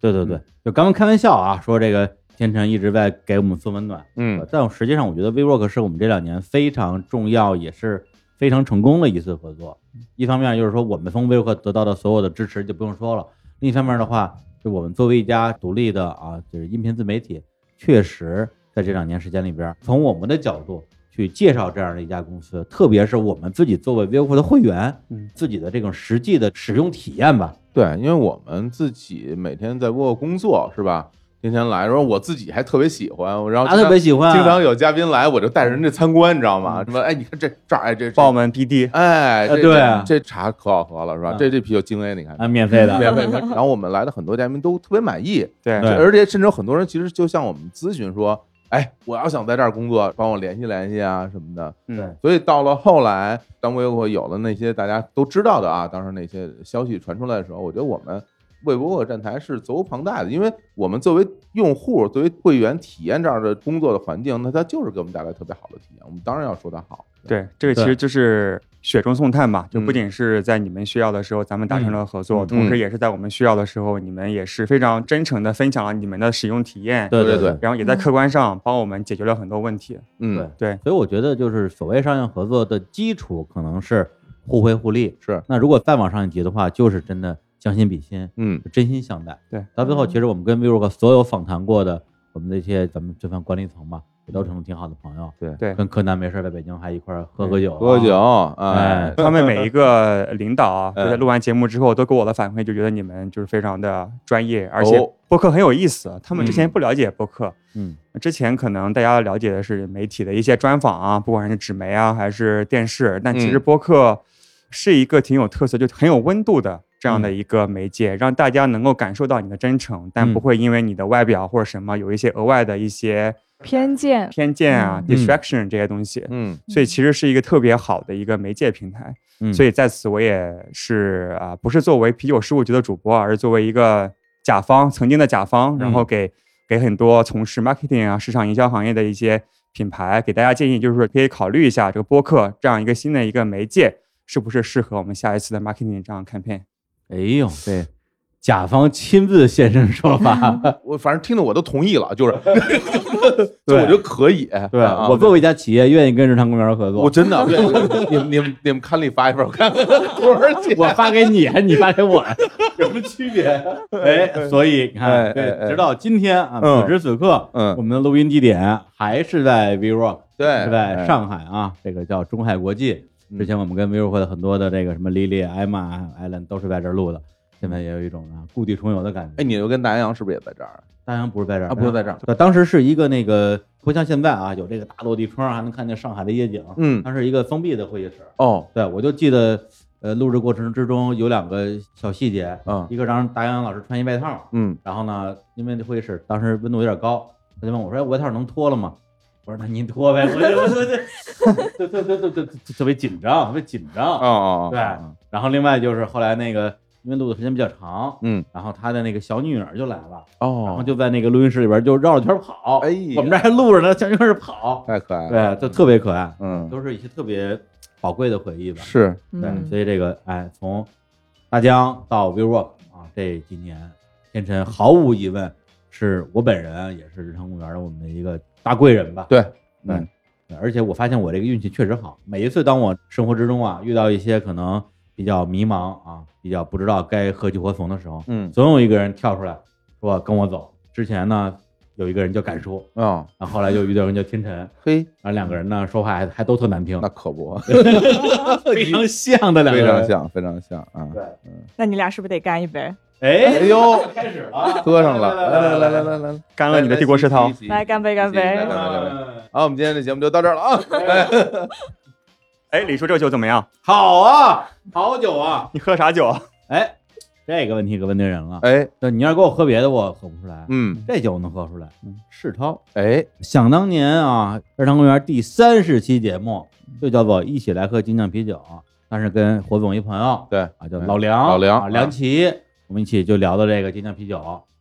[SPEAKER 2] 对对对，就刚刚开玩笑啊，说这个天成一直在给我们送温暖，
[SPEAKER 3] 嗯，
[SPEAKER 2] 但实际上，我觉得 WeWork 是我们这两年非常重要，也是非常成功的一次合作。一方面就是说，我们从 WeWork 得到的所有的支持就不用说了；另一方面的话，就我们作为一家独立的啊，就是音频自媒体，确实在这两年时间里边，从我们的角度去介绍这样的一家公司，特别是我们自己作为 WeWork 的会员，
[SPEAKER 4] 嗯
[SPEAKER 2] 自己的这种实际的使用体验吧。
[SPEAKER 3] 对，因为我们自己每天在播工作是吧？天天来，然后我自己还特别喜欢，然后
[SPEAKER 2] 他特别喜欢啊、嗯
[SPEAKER 3] 经常有嘉宾来，我就带着人家参观，你知道吗？什么？哎，你看这这儿，哎这
[SPEAKER 4] 帮我
[SPEAKER 3] 这，
[SPEAKER 4] 们 BD，
[SPEAKER 3] 哎，这
[SPEAKER 2] 呃对啊
[SPEAKER 3] 这这茶可好喝了是吧？
[SPEAKER 2] 嗯
[SPEAKER 3] 这这啤酒精 A，你看
[SPEAKER 2] 啊，免费的，
[SPEAKER 3] 免费。然后我们来的很多嘉宾都特别满意，
[SPEAKER 4] 对
[SPEAKER 2] 对
[SPEAKER 3] 而且甚至有很多人其实就向我们咨询说，哎，我要想在这儿工作，帮我联系联系啊什么的。
[SPEAKER 4] 嗯，
[SPEAKER 3] 所以到了后来，当微博有了那些大家都知道的啊，当时那些消息传出来的时候，我觉得我们微博客站台是责无旁贷的，因为我们作为用户、作为会员体验这样的工作的环境，那它就是给我们带来特别好的体验，我们当然要说它好。
[SPEAKER 4] 对，这个其
[SPEAKER 7] 对
[SPEAKER 4] 实就是雪中送炭吧，就
[SPEAKER 3] 嗯
[SPEAKER 4] 不仅是在你们需要的时候咱们达成了合作，
[SPEAKER 7] 嗯
[SPEAKER 4] 同时也是在我们需要的时候，你们也是非常真诚的分享了你们的使用体验，
[SPEAKER 7] 对
[SPEAKER 3] 对
[SPEAKER 7] 对，
[SPEAKER 4] 然后也在
[SPEAKER 5] 嗯
[SPEAKER 4] 客观上帮我们解决了很多问题。
[SPEAKER 3] 嗯，
[SPEAKER 7] 对
[SPEAKER 4] 对，
[SPEAKER 2] 所以我觉得就是所谓商业合作的基础可能是互惠互利。
[SPEAKER 3] 是，
[SPEAKER 2] 那如果再往上一级的话，就是真的将心比心，
[SPEAKER 3] 嗯，
[SPEAKER 2] 真心相待。
[SPEAKER 4] 对，
[SPEAKER 2] 到最后
[SPEAKER 5] 嗯
[SPEAKER 2] 其实我们跟 Vivo 所有访谈过的，我们那些咱们这番管理层嘛，也都成了挺好的朋友。
[SPEAKER 3] 对
[SPEAKER 4] 对
[SPEAKER 2] 跟柯南没事儿在北京还一块儿喝喝酒、
[SPEAKER 3] 喝喝。酒，
[SPEAKER 2] 哎
[SPEAKER 3] 哎，
[SPEAKER 4] 他们每一个领导啊，
[SPEAKER 3] 嗯
[SPEAKER 4] 就在录完节目之后，都给我的反馈就觉得你们就是非常的专业，而且播客很有意思。他们之前不了解播客，
[SPEAKER 2] 哦嗯，
[SPEAKER 4] 之前可能大家了解的是媒体的一些专访啊，不管是纸媒啊还是电视，但其实
[SPEAKER 3] 嗯
[SPEAKER 4] 播客是一个挺有特色，就很有温度的。这样的一个媒介，让大家能够感受到你的真诚，但
[SPEAKER 2] 嗯
[SPEAKER 4] 不会因为你的外表或者什么有一些额外的一些
[SPEAKER 5] 偏见，
[SPEAKER 4] 偏见啊、
[SPEAKER 2] 嗯
[SPEAKER 4] distraction 这些东西。
[SPEAKER 3] 嗯，
[SPEAKER 4] 所以其实是一个特别好的一个媒介平台。
[SPEAKER 2] 嗯
[SPEAKER 4] 所以在此我也是啊、不是作为啤酒事务局的主播，而是作为一个甲方，曾经的甲方，然后给、给很多从事 marketing 啊、市场营销行业的一些品牌给大家建议，就是说可以考虑一下这个播客这样一个新的一个媒介。是不是适合我们下一次的 marketing 这样 campaign？
[SPEAKER 2] 哎呦，对，甲方亲自现身说法。
[SPEAKER 3] 我反正听得我都同意了，就是，就我觉得可以。
[SPEAKER 2] 对、
[SPEAKER 3] 啊
[SPEAKER 2] 我作为一家企业，愿意跟日常公园合作，
[SPEAKER 3] 我真的，你们你们你们刊例发一份，我看看多少 钱。
[SPEAKER 2] 我发给你，还是你发给 我，有什么区别？ 哎，所以你
[SPEAKER 3] 哎
[SPEAKER 2] 看，
[SPEAKER 3] 哎哎
[SPEAKER 2] 对，直到今天啊，
[SPEAKER 3] 嗯
[SPEAKER 2] 此时此刻，
[SPEAKER 3] 嗯
[SPEAKER 2] 我们的录音地点还是在 V Rock，
[SPEAKER 3] 对
[SPEAKER 2] 是在上海啊，这个叫中海国际。
[SPEAKER 3] 哎嗯
[SPEAKER 2] 之前我们跟 V Rock 的很多的这个什么 Lily、艾玛、艾伦都是在这儿录的，现在也有一种啊故地重游的感
[SPEAKER 3] 哎，
[SPEAKER 2] 觉。
[SPEAKER 3] 你又跟南阳是不是也在这儿？
[SPEAKER 2] 当然不是在这儿，
[SPEAKER 3] 啊，不是在这儿。
[SPEAKER 2] 对，当时是一个那个不像现在啊，有这个大落地窗，还能看见上海的夜景。
[SPEAKER 3] 嗯，
[SPEAKER 2] 它是一个封闭的会议室，
[SPEAKER 3] 哦，
[SPEAKER 2] 对，我就记得，呃，录制过程之中有两个小细节，
[SPEAKER 3] 嗯
[SPEAKER 2] 一个让达阳老师穿一外套，
[SPEAKER 3] 嗯，
[SPEAKER 2] 然后呢，因为那会议室当时温度有点高，他就问我说：“哎，外套能脱了吗？”我说：“那您脱呗。”我就我就就就就就就就特别紧张，特别紧
[SPEAKER 3] 哦
[SPEAKER 2] 张。
[SPEAKER 3] 哦，哦
[SPEAKER 2] 对，然后另外就是后来那个，因为录的时间比较长，
[SPEAKER 3] 嗯，
[SPEAKER 2] 然后他的那个小女儿就来了，然后
[SPEAKER 3] 哦，
[SPEAKER 2] 就在那个录音室里边就绕着圈跑，
[SPEAKER 3] 哎呀
[SPEAKER 2] 我们这儿还录着呢，小女儿跑，
[SPEAKER 3] 太可爱了。
[SPEAKER 2] 对，就特别可爱，
[SPEAKER 3] 嗯，
[SPEAKER 2] 都是一些特别宝贵的回忆吧。
[SPEAKER 3] 是，
[SPEAKER 2] 对，
[SPEAKER 5] 嗯
[SPEAKER 2] 所以这个哎，从大疆到 v i v o k 啊，这几年天辰毫无疑问是我本人也是日常公园的我们的一个大贵人吧。
[SPEAKER 3] 对，
[SPEAKER 2] 对
[SPEAKER 3] 嗯
[SPEAKER 2] 对而且我发现我这个运气确实好，每一次当我生活之中啊遇到一些可能比较迷茫啊，比较不知道该何去何从的时候，
[SPEAKER 3] 嗯，
[SPEAKER 2] 总有一个人跳出来说跟我走。之前呢有一个人叫敢叔，
[SPEAKER 3] 哦，
[SPEAKER 2] 然后后来又遇到人叫天辰，然
[SPEAKER 3] 嘿，
[SPEAKER 2] 后两个人呢说话还还都特难听
[SPEAKER 3] 那，可不，
[SPEAKER 2] 非常像的两个
[SPEAKER 3] 非
[SPEAKER 2] 人，
[SPEAKER 3] 常像，非常像啊。
[SPEAKER 5] 那你俩是不是得干一杯？
[SPEAKER 3] 哎
[SPEAKER 2] 哎，
[SPEAKER 3] 呦，
[SPEAKER 2] 开始啊了，
[SPEAKER 3] 喝上了，来来来来
[SPEAKER 2] 来，
[SPEAKER 3] 来来，
[SPEAKER 4] 干了你的帝国食堂，
[SPEAKER 5] 来干杯，干杯！
[SPEAKER 3] 来来来好，我们今天这节目就到这儿了啊。
[SPEAKER 4] 哎，李叔这个酒怎么样？
[SPEAKER 2] 好啊，好酒啊，
[SPEAKER 4] 你喝啥酒？
[SPEAKER 2] 哎，这个问题可问对人了，
[SPEAKER 3] 哎，
[SPEAKER 2] 对，你要是给我喝别的，我喝不出来，
[SPEAKER 3] 嗯，
[SPEAKER 2] 这酒我能喝出来
[SPEAKER 4] 嗯，
[SPEAKER 2] 世涛，
[SPEAKER 3] 哎，
[SPEAKER 2] 想当年啊，日常公园第三十期节目就叫做一起来喝精酿啤酒，但是跟火总一朋友，
[SPEAKER 3] 对，
[SPEAKER 2] 啊，叫
[SPEAKER 3] 嗯
[SPEAKER 2] 老梁，
[SPEAKER 3] 老梁
[SPEAKER 2] 啊
[SPEAKER 3] 啊
[SPEAKER 2] 梁琦，我们一起就聊到这个精酿啤酒，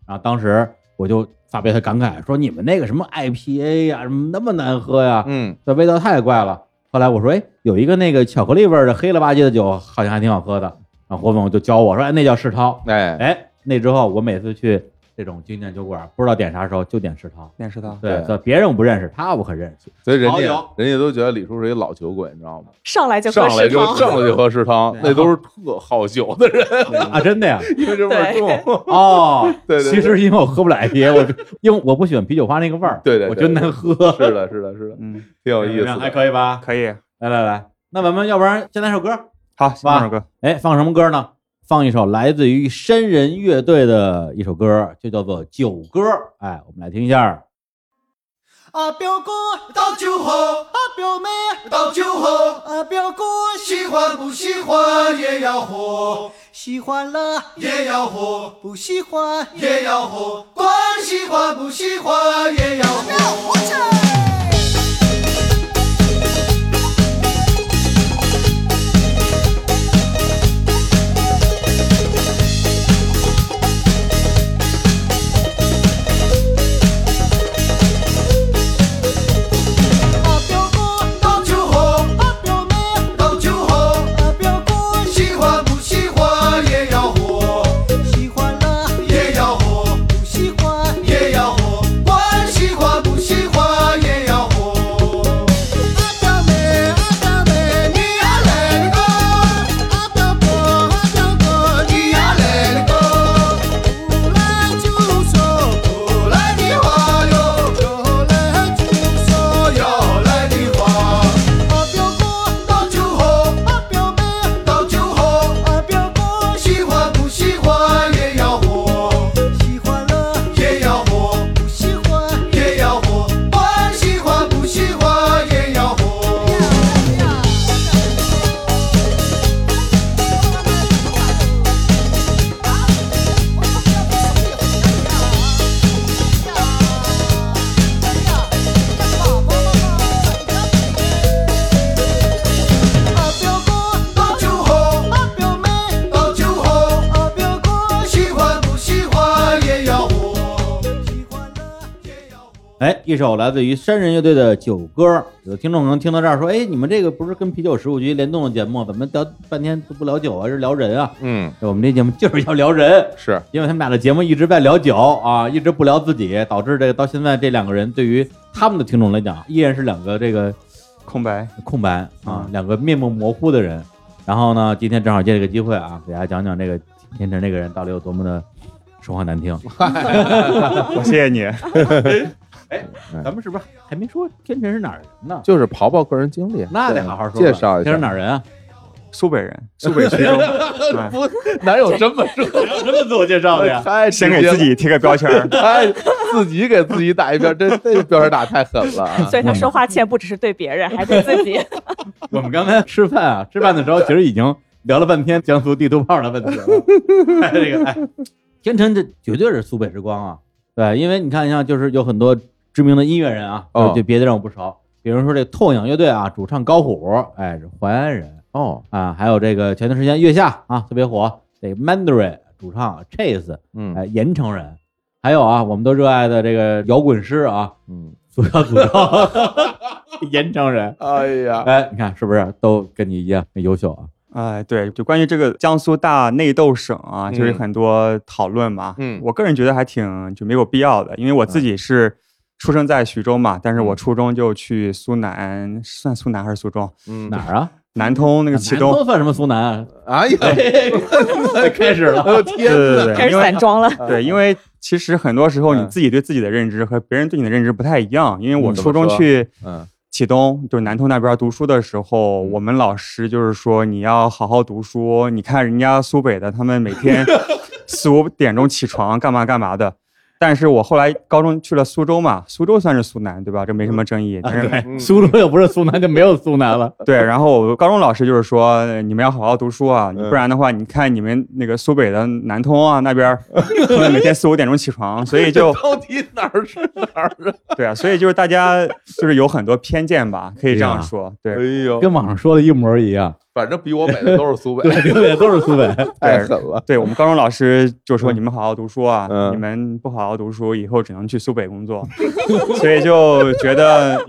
[SPEAKER 2] 然后当时我就发表他感慨说，你们那个什么 IPA 呀、什么那么难喝呀，
[SPEAKER 3] 嗯，
[SPEAKER 2] 这味道太怪了。后来我说，哎，有一个那个巧克力味儿的黑了吧唧的酒，好像还挺好喝的。然后火总就教我说，哎，那叫世涛。
[SPEAKER 3] 哎，
[SPEAKER 2] 哎，那之后我每次去这种精酿酒馆，不知道点啥时候就点世涛。
[SPEAKER 4] 面食堂。
[SPEAKER 2] 对
[SPEAKER 3] 对，
[SPEAKER 2] 所以别人我不认识，他我可认识。
[SPEAKER 3] 所以人家
[SPEAKER 2] 好友
[SPEAKER 3] 人家都觉得李叔是一老酒鬼，你知道吗？
[SPEAKER 5] 上来就喝
[SPEAKER 3] 上来
[SPEAKER 5] 食
[SPEAKER 3] 就
[SPEAKER 5] 堂，
[SPEAKER 3] 上来就喝食堂，
[SPEAKER 4] 对
[SPEAKER 3] 那都是特好酒的 人，
[SPEAKER 2] 啊，真的呀？
[SPEAKER 3] 因为这味儿重。
[SPEAKER 2] 哦，
[SPEAKER 3] 对对对
[SPEAKER 2] 其实因为我喝不来啤，我因为我不喜欢啤酒花那个味儿，
[SPEAKER 3] 对对对
[SPEAKER 2] 我觉得难喝。
[SPEAKER 3] 是的，是的，是的，
[SPEAKER 4] 嗯，
[SPEAKER 3] 挺 有意
[SPEAKER 2] 怎
[SPEAKER 3] 思
[SPEAKER 2] 么样还
[SPEAKER 3] 的。
[SPEAKER 2] 可以吧？
[SPEAKER 4] 可以。
[SPEAKER 2] 来来来，那咱们要不然先来首歌。
[SPEAKER 4] 好，放首歌。
[SPEAKER 2] 哎，放什么歌呢？放一首来自于山人乐队的一首歌，就叫做《酒歌》。哎，我们来听一下。
[SPEAKER 8] 啊，表哥倒酒喝，啊，表妹倒酒喝，啊，表哥喜欢不喜欢也要喝，喜欢了也要喝，不喜欢也要喝，管喜欢不喜欢也要喝。啊，表哥倒酒喝，啊，表妹倒酒喝，啊，表哥喜欢不喜欢也要喝，喜欢了也要喝，不喜欢也要喝，管喜欢不喜欢也要喝。啊，表妹啊，表妹你呀来了个，啊，表哥啊，表哥你呀来了个。不来就说不来的话哟，要来就说要来的话。啊，表哥倒酒喝，啊，表妹倒酒喝，啊，表哥喜欢不喜欢也要喝，喜欢了也要喝，不喜欢也要喝，管喜欢不喜欢也要喝。啊，表哥倒酒喝，啊，表妹倒酒喝，啊，表哥喜欢不喜欢也要喝，喜欢了也要喝。
[SPEAKER 2] 哎，一首来自于山人乐队的《酒歌》，有的听众可能听到这儿说：“哎，你们这个不是跟啤酒十五局联动的节目，怎么聊半天都不聊酒啊？是聊人啊
[SPEAKER 3] 嗯，？”
[SPEAKER 2] 我们这节目就是要聊人，
[SPEAKER 3] 是
[SPEAKER 2] 因为他们俩的节目一直在聊酒啊，一直不聊自己，导致这个到现在这两个人对于他们的听众来讲，依然是两个这个
[SPEAKER 4] 空白。
[SPEAKER 2] 空白啊，两个面目模糊的人。然后呢，今天正好借这个机会啊，给大家讲讲这个天成这个人到底有多么的说话难听。
[SPEAKER 4] 我谢谢你。
[SPEAKER 2] 咱们是不是还没说天成是哪儿人呢？
[SPEAKER 3] 就是刨刨个人经历，
[SPEAKER 2] 那得
[SPEAKER 3] 对
[SPEAKER 2] 好好说。
[SPEAKER 3] 介绍一
[SPEAKER 2] 天
[SPEAKER 3] 下
[SPEAKER 2] 成哪儿人啊？
[SPEAKER 4] 苏北人，苏 北区中。对
[SPEAKER 3] 不， 哪有这么 说的？？
[SPEAKER 2] 什么自我介绍
[SPEAKER 3] 太直
[SPEAKER 4] 先给
[SPEAKER 3] 接
[SPEAKER 4] 自己贴个标签儿
[SPEAKER 3] 了，，太自己给自己打一标，这这标签打太狠了啊。
[SPEAKER 5] 所以他说话欠不只是对别 人，还对自己。
[SPEAKER 2] 我们刚才吃饭啊，吃饭的时候其实已经聊了半天江苏地图炮的问 题了。哎这个哎，天成这绝对是苏北之光啊！对，因为你看，像就是有很多知名的音乐人啊，
[SPEAKER 3] 哦
[SPEAKER 2] 就别的人我不熟，比如说这痛仰乐队啊，主唱高虎，哎，是淮安人
[SPEAKER 3] 哦，
[SPEAKER 2] 啊，还有这个前段时间月下啊特别火，这 Mandarin 主唱 Chase，
[SPEAKER 3] 嗯
[SPEAKER 2] 哎，盐城人，还有啊，我们都热爱的这个摇滚师啊，
[SPEAKER 3] 嗯，
[SPEAKER 2] 祖高祖高， 盐城人。
[SPEAKER 3] 哎呀，
[SPEAKER 2] 哎，你看是不是都跟你一样优秀啊？
[SPEAKER 4] 哎，对，就关于这个江苏大内斗省啊，就是
[SPEAKER 3] 嗯
[SPEAKER 4] 很多讨论嘛。
[SPEAKER 3] 嗯
[SPEAKER 4] 我个人觉得还挺就没有必要的，因为我自己是出生在徐州嘛，但
[SPEAKER 3] 嗯
[SPEAKER 4] 是我初中就去苏南，算苏南还是苏中？
[SPEAKER 3] 嗯，
[SPEAKER 2] 哪儿 啊？
[SPEAKER 4] 南通那个启
[SPEAKER 2] 南
[SPEAKER 4] 东。
[SPEAKER 2] 通算什么苏南啊？
[SPEAKER 3] 哎呀，
[SPEAKER 2] 开始了，
[SPEAKER 3] 哎呦天
[SPEAKER 4] 对
[SPEAKER 3] 哪！
[SPEAKER 4] 对
[SPEAKER 5] 开
[SPEAKER 4] 对，
[SPEAKER 5] 始
[SPEAKER 4] 因为
[SPEAKER 5] 散装了，
[SPEAKER 4] 对，因为其实很多时候你
[SPEAKER 3] 嗯
[SPEAKER 4] 自己对自己的认知和别人对你的认知不太一样。因为我
[SPEAKER 3] 嗯怎
[SPEAKER 4] 初
[SPEAKER 3] 么
[SPEAKER 4] 中
[SPEAKER 3] 说
[SPEAKER 4] 去
[SPEAKER 2] 呃
[SPEAKER 3] 嗯
[SPEAKER 4] 启东，就是南通那边读书的时候，我们老师就是说你要好好读书。你看人家苏北的，他们每 天四五点钟起床，干嘛干嘛的。但是我后来高中去了苏州嘛，苏州算是苏南对吧？这没什么争议。但是
[SPEAKER 3] 嗯
[SPEAKER 2] 苏州又不是苏南，就没有苏南了。
[SPEAKER 4] 对，然后我高中老师就是说呃你们要好好读书啊，你
[SPEAKER 3] 嗯
[SPEAKER 4] 不然的话，你看你们那个苏北的南通啊那 边儿，他们每天四五点钟起床，所以就
[SPEAKER 3] 到底哪儿是哪儿啊？
[SPEAKER 4] 对啊，所以就是大家就是有很多偏见吧，可以这样
[SPEAKER 2] 对啊
[SPEAKER 4] 说。
[SPEAKER 3] 哎
[SPEAKER 4] 对，
[SPEAKER 3] 呦，
[SPEAKER 2] 跟网上说的一模一 样，
[SPEAKER 3] 反正比我美的都是苏北，
[SPEAKER 2] 对对，都是苏北。
[SPEAKER 3] 太狠了。
[SPEAKER 4] 对我们高中老师就说：“你们好好读书啊，
[SPEAKER 3] 嗯
[SPEAKER 4] 你们不好好读书，以后只能去苏北工作。” 所以就觉得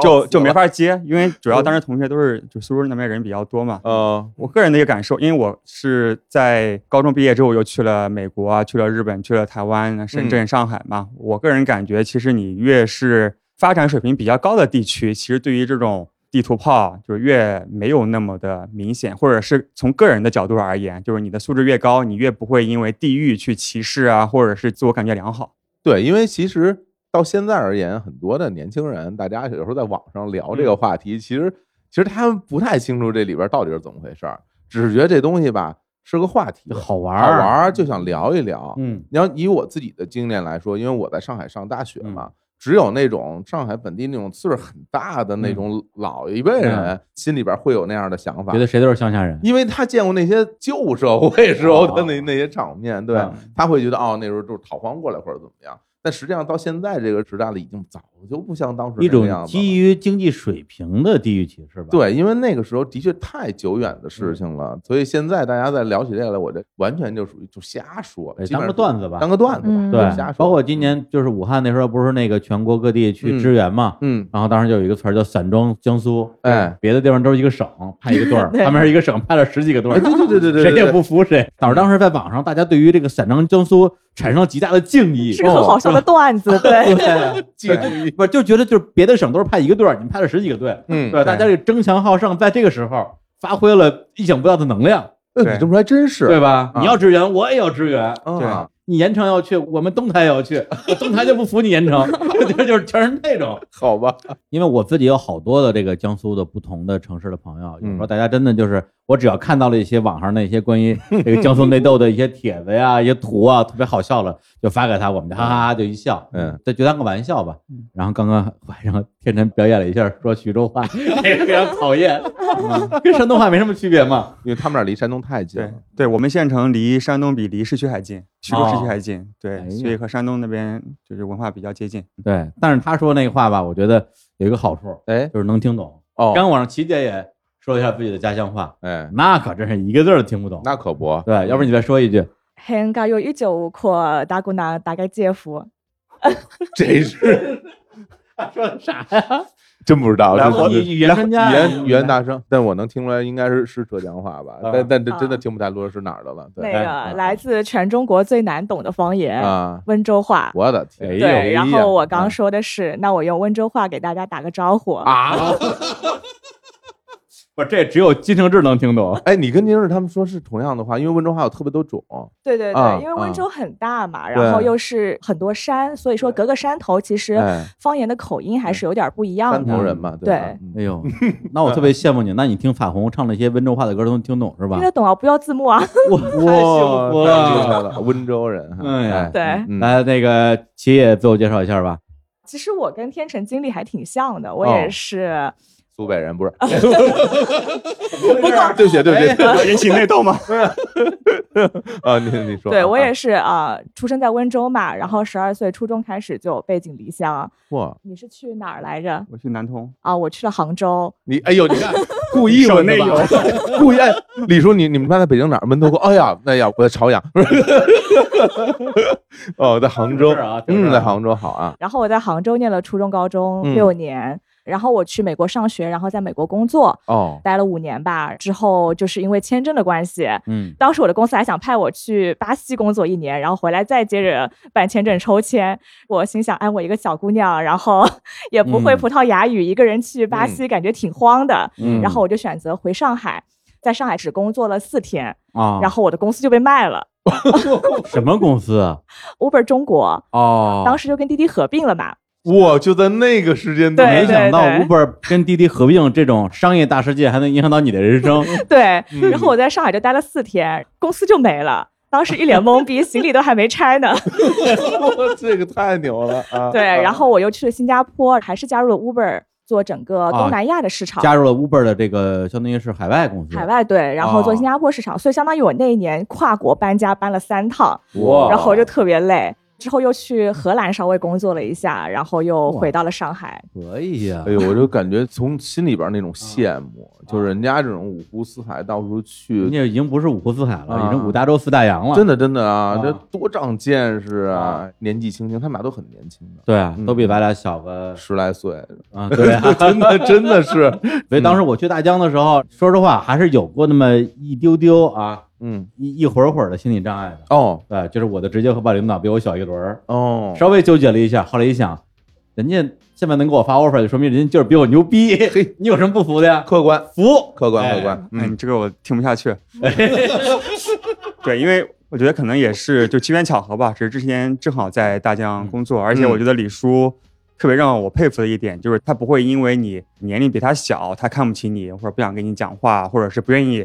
[SPEAKER 4] 就就没法接，因为主要当时同学都是就苏州那边人比较多嘛。
[SPEAKER 3] 嗯
[SPEAKER 4] 我个人的一个感受，因为我是在高中毕业之后，我又去了美国啊，去了日本，去了台湾、
[SPEAKER 2] 嗯
[SPEAKER 4] 深圳、上海嘛。我个人感觉，其实你越是发展水平比较高的地区，其实对于这种地图炮啊就是越没有那么的明显，或者是从个人的角度而言，就是你的素质越高，你越不会因为地域去歧视啊，或者是自我感觉良好。
[SPEAKER 3] 对，因为其实到现在而言，很多的年轻人，大家有时候在网上聊
[SPEAKER 2] 嗯
[SPEAKER 3] 这个话题，其实其实他们不太清楚这里边到底是怎么回事儿，只是觉得这东西吧是个话题，
[SPEAKER 2] 好玩
[SPEAKER 3] 好
[SPEAKER 2] 儿
[SPEAKER 3] 玩儿就想聊一聊。
[SPEAKER 2] 嗯嗯
[SPEAKER 3] 你要以我自己的经验来说，因为我在上海上大学嘛，只有那种上海本地那种岁数很大的
[SPEAKER 2] 嗯
[SPEAKER 3] 那种老一辈人，心里边会有那样的想法
[SPEAKER 2] 觉，得谁都是乡下人，
[SPEAKER 3] 因为他见过那些旧社会时候的那
[SPEAKER 2] 哦
[SPEAKER 3] 那些场面，对
[SPEAKER 2] 嗯
[SPEAKER 3] 他会觉得哦，那时候就是逃荒过来或者怎么样。但实际上到现在这个时代了，已经早就不像当时
[SPEAKER 2] 一
[SPEAKER 3] 那个
[SPEAKER 2] 种
[SPEAKER 3] 样子了
[SPEAKER 2] 基于经济水平的地域歧视吧。，
[SPEAKER 3] 对，因为那个时候的确太久远的
[SPEAKER 2] 嗯
[SPEAKER 3] 事情了，所以现在大家在聊起这个来，我这完全就属于就瞎说，基
[SPEAKER 2] 哎当
[SPEAKER 3] 本上
[SPEAKER 2] 个段子吧
[SPEAKER 3] 当。个段子吧，
[SPEAKER 5] 嗯
[SPEAKER 3] 就
[SPEAKER 2] 对
[SPEAKER 3] 瞎说。，
[SPEAKER 2] 包括今年就是武汉那时候不是那个全国各地去
[SPEAKER 3] 嗯
[SPEAKER 2] 支援嘛，
[SPEAKER 3] 嗯，
[SPEAKER 2] 然后当时就有一个词儿叫“散装江苏”，
[SPEAKER 3] 哎，
[SPEAKER 2] 别的地方都是一个省派一个 队儿，
[SPEAKER 5] 对
[SPEAKER 2] 他们是一个省派了十几个队
[SPEAKER 3] 哎，
[SPEAKER 2] 儿，
[SPEAKER 3] 对对对对对，
[SPEAKER 2] 谁也
[SPEAKER 3] 对
[SPEAKER 2] 不服谁，导致当时在网上大家对于这个“散装江苏”产生了极大的敬意
[SPEAKER 5] 是。
[SPEAKER 3] 啊
[SPEAKER 5] 个很好笑的段 子，对，
[SPEAKER 2] 对，
[SPEAKER 3] 对对
[SPEAKER 2] 不是就觉得就是别的省都是派一个队儿，你们派了十几个队，
[SPEAKER 3] 嗯，
[SPEAKER 2] 对，大家这个争强好胜，在这个时候发挥了意想不到的能量，
[SPEAKER 3] 哎你这么说还真是，
[SPEAKER 2] 对吧？
[SPEAKER 3] 啊
[SPEAKER 2] 你要支援，我也要支援。
[SPEAKER 3] 啊，
[SPEAKER 2] 你盐城要去，我们东台也要 去，我东台就不服你盐城，就就是全是那种。
[SPEAKER 3] 好吧，
[SPEAKER 2] 因为我自己有好多的这个江苏的不同的城市的朋友，有时候
[SPEAKER 3] 嗯
[SPEAKER 2] 大家真的就是，我只要看到了一些网上那些关于这个江苏内斗的一些帖子呀、一些图啊，特别好笑了，就发给他，我们就哈哈哈就一笑，
[SPEAKER 3] 嗯，
[SPEAKER 2] 这就当个玩笑吧。然后刚刚晚上天辰表演了一下说徐州话， 这哎个非常讨厌， 跟山东话没什么区别嘛。
[SPEAKER 3] 因为他们俩离山东太近
[SPEAKER 4] 对
[SPEAKER 3] 了，
[SPEAKER 4] 对，我们县城离山东比离市区还近，徐州市
[SPEAKER 2] 哦
[SPEAKER 4] 区还近，对，
[SPEAKER 2] 哎呀
[SPEAKER 4] 所以和山东那边就是文化比较 接近。
[SPEAKER 2] 对，但是他说那个话吧，我觉得有一个好处，
[SPEAKER 3] 哎，
[SPEAKER 2] 就是能听懂。
[SPEAKER 3] 哦，
[SPEAKER 2] 刚网上琪姐也说了一下自己的家乡话，
[SPEAKER 3] 哎，
[SPEAKER 2] 那可真是一个字儿都听不懂。
[SPEAKER 3] 那可不，
[SPEAKER 2] 对，要不然你再说一句，
[SPEAKER 5] 很高有一九可打工那大概姐夫，
[SPEAKER 3] 这是
[SPEAKER 2] 说的啥呀？
[SPEAKER 3] 真不知道，
[SPEAKER 2] 然
[SPEAKER 3] 这
[SPEAKER 2] 后
[SPEAKER 3] 这
[SPEAKER 2] 语言专家，
[SPEAKER 3] 语言语言大声，但我能听出来应该是是浙江话吧，
[SPEAKER 2] 啊哎
[SPEAKER 3] 但但这真的
[SPEAKER 5] 啊
[SPEAKER 3] 听不太出来是哪儿的了。
[SPEAKER 5] 那
[SPEAKER 3] 对哎
[SPEAKER 5] 个来自全中国最难懂的方言
[SPEAKER 3] 啊，
[SPEAKER 5] 温州话。
[SPEAKER 3] 我的天
[SPEAKER 2] 哎呦
[SPEAKER 5] 对，然后我刚
[SPEAKER 3] 嗯
[SPEAKER 5] 说的是，那我用温州话给大家打个招呼。
[SPEAKER 3] 啊！
[SPEAKER 2] 不，这只有金承志能听懂。
[SPEAKER 3] 哎，你跟金日他们说是同样的话，因为温州话有特别多种。
[SPEAKER 5] 对对
[SPEAKER 3] 啊
[SPEAKER 5] 对，因为
[SPEAKER 3] 啊
[SPEAKER 5] 温州很大嘛，然后
[SPEAKER 3] 对
[SPEAKER 5] 又是很多山，所以说隔个山头，其实
[SPEAKER 3] 哎，
[SPEAKER 5] 方言的口音还是有点不一
[SPEAKER 3] 山
[SPEAKER 5] 样
[SPEAKER 3] 头
[SPEAKER 5] 的。
[SPEAKER 3] 人嘛，吧
[SPEAKER 5] 对？
[SPEAKER 3] 嗯
[SPEAKER 2] 哎呦，那我特别羡慕你。那你听法红唱那些温州话的歌都能听懂是吧
[SPEAKER 5] 听？得懂啊，不要字幕啊。
[SPEAKER 2] 哇， 太幸福
[SPEAKER 3] 太厉害
[SPEAKER 2] 了！
[SPEAKER 3] 了，温州人哈。
[SPEAKER 2] 哎呀
[SPEAKER 5] 对
[SPEAKER 3] 嗯
[SPEAKER 2] 来，那个琪也自我介绍一下吧。
[SPEAKER 5] 其实我跟天成经历还挺像的，我也
[SPEAKER 3] 哦
[SPEAKER 5] 是
[SPEAKER 3] 苏北人不是？
[SPEAKER 2] 不是，
[SPEAKER 3] 对不起，对不起
[SPEAKER 4] 引起内斗吗？
[SPEAKER 3] 啊！你你说，
[SPEAKER 5] 对我也
[SPEAKER 3] 是
[SPEAKER 5] 是啊、呃出生在温州嘛，然后十二岁初中开始就背井离乡。
[SPEAKER 3] 哇！
[SPEAKER 5] 你是去哪儿来着？
[SPEAKER 4] 我去南通，
[SPEAKER 5] 啊，我去了杭州，
[SPEAKER 3] 你哎呦，你 看故意
[SPEAKER 4] 省
[SPEAKER 3] 问的
[SPEAKER 4] 内
[SPEAKER 3] 吧？ 故意哎，李叔，你你们家在北京哪儿？门头沟？哎呀，哎呀，我在朝阳， 不是？哦，在杭州
[SPEAKER 2] 是啊就是啊
[SPEAKER 3] 嗯，在杭州好啊。
[SPEAKER 5] 然后我在杭州念了初中、高中
[SPEAKER 3] 嗯
[SPEAKER 5] 六年，然后我去美国上学，然后在美国工作，
[SPEAKER 3] 哦，
[SPEAKER 5] 待了五年吧。之后就是因为签证的关系，
[SPEAKER 2] 嗯，
[SPEAKER 5] 当时我的公司还想派我去巴西工作一年，然后回来再接着办签证抽签。我心想，哎，我一个小姑娘，然后 也不会
[SPEAKER 2] 嗯
[SPEAKER 5] 葡萄牙语，一个人去巴西感觉挺慌的。
[SPEAKER 2] 嗯
[SPEAKER 5] 然后我就选择回上海，在上海只工作了四天，
[SPEAKER 2] 啊，
[SPEAKER 5] 然后我的公司就被卖了
[SPEAKER 2] 什么公司啊？
[SPEAKER 5] ，Uber 中国，
[SPEAKER 2] 哦，
[SPEAKER 5] 当时就跟滴滴合并了嘛。
[SPEAKER 3] 哇，就在那个时间段，
[SPEAKER 5] 对
[SPEAKER 2] 没
[SPEAKER 5] 对
[SPEAKER 2] 想到
[SPEAKER 5] 对
[SPEAKER 2] Uber 跟滴滴合并这种商业大世界，还能影响到你的人 生。
[SPEAKER 5] 对，
[SPEAKER 3] 嗯
[SPEAKER 5] 然后我在上海就待了四天，公司就没了。当时一脸懵逼，行李都还没拆 呢。
[SPEAKER 3] 哇这个太牛了啊！
[SPEAKER 5] 对，
[SPEAKER 3] 啊
[SPEAKER 5] 然后我又去了新加坡，还是加入了 Uber，做整个
[SPEAKER 2] 啊
[SPEAKER 5] 东南亚的市场。
[SPEAKER 2] 加入了 Uber 的这个，相当于是海外公司。
[SPEAKER 5] 海外队，然后做
[SPEAKER 2] 哦
[SPEAKER 5] 新加坡市场，所以相当于我那一年跨国搬家搬了三趟，
[SPEAKER 2] 哇，
[SPEAKER 5] 然后我就特别累。之后又去荷兰稍微工作了一下，然后又回到了上海。
[SPEAKER 2] 可以呀
[SPEAKER 3] 哎。呦，我就感觉从心里边
[SPEAKER 2] 嗯
[SPEAKER 3] 那种羡慕，就是人家这种五湖四海到处
[SPEAKER 2] 人
[SPEAKER 3] 去，
[SPEAKER 2] 家已经不是五湖四海了，
[SPEAKER 3] 啊
[SPEAKER 2] 已经五大洲四大洋了。
[SPEAKER 3] 真的真的啊
[SPEAKER 2] 啊，
[SPEAKER 3] 这多长见识
[SPEAKER 2] 嗯
[SPEAKER 3] 啊！年纪轻轻，他们俩都很年轻的，
[SPEAKER 2] 对啊，
[SPEAKER 3] 嗯
[SPEAKER 2] 都比咱俩小个
[SPEAKER 3] 十来岁，
[SPEAKER 2] 啊，对啊。
[SPEAKER 3] 真的真的是，
[SPEAKER 2] 所以当时
[SPEAKER 3] 嗯
[SPEAKER 2] 我去大疆的时候，说实话还是有过那么一丢丢啊，
[SPEAKER 3] 嗯，
[SPEAKER 2] 一一会儿会儿的心理障碍的。
[SPEAKER 3] 哦
[SPEAKER 2] 对，就是我的直接汇报领导比我小一轮儿，
[SPEAKER 3] 哦，
[SPEAKER 2] 稍微纠结了一下，后来一想，人家现在能给我发 offer，就说明人家就是比我牛逼。 嘿，你有什么不服的呀？
[SPEAKER 3] 客观
[SPEAKER 2] 服，
[SPEAKER 3] 客观
[SPEAKER 2] 哎
[SPEAKER 3] 客观，
[SPEAKER 4] 哎，
[SPEAKER 3] 嗯
[SPEAKER 4] 你这个我听不下去。 对，因为我觉得可能也是就机缘巧合吧，只是之前正好在大疆工作，而且我觉得李叔特别让我佩服的一点就是他不会因为你年龄比他小，他看不起你，或者不想跟你讲话，或者是不愿意，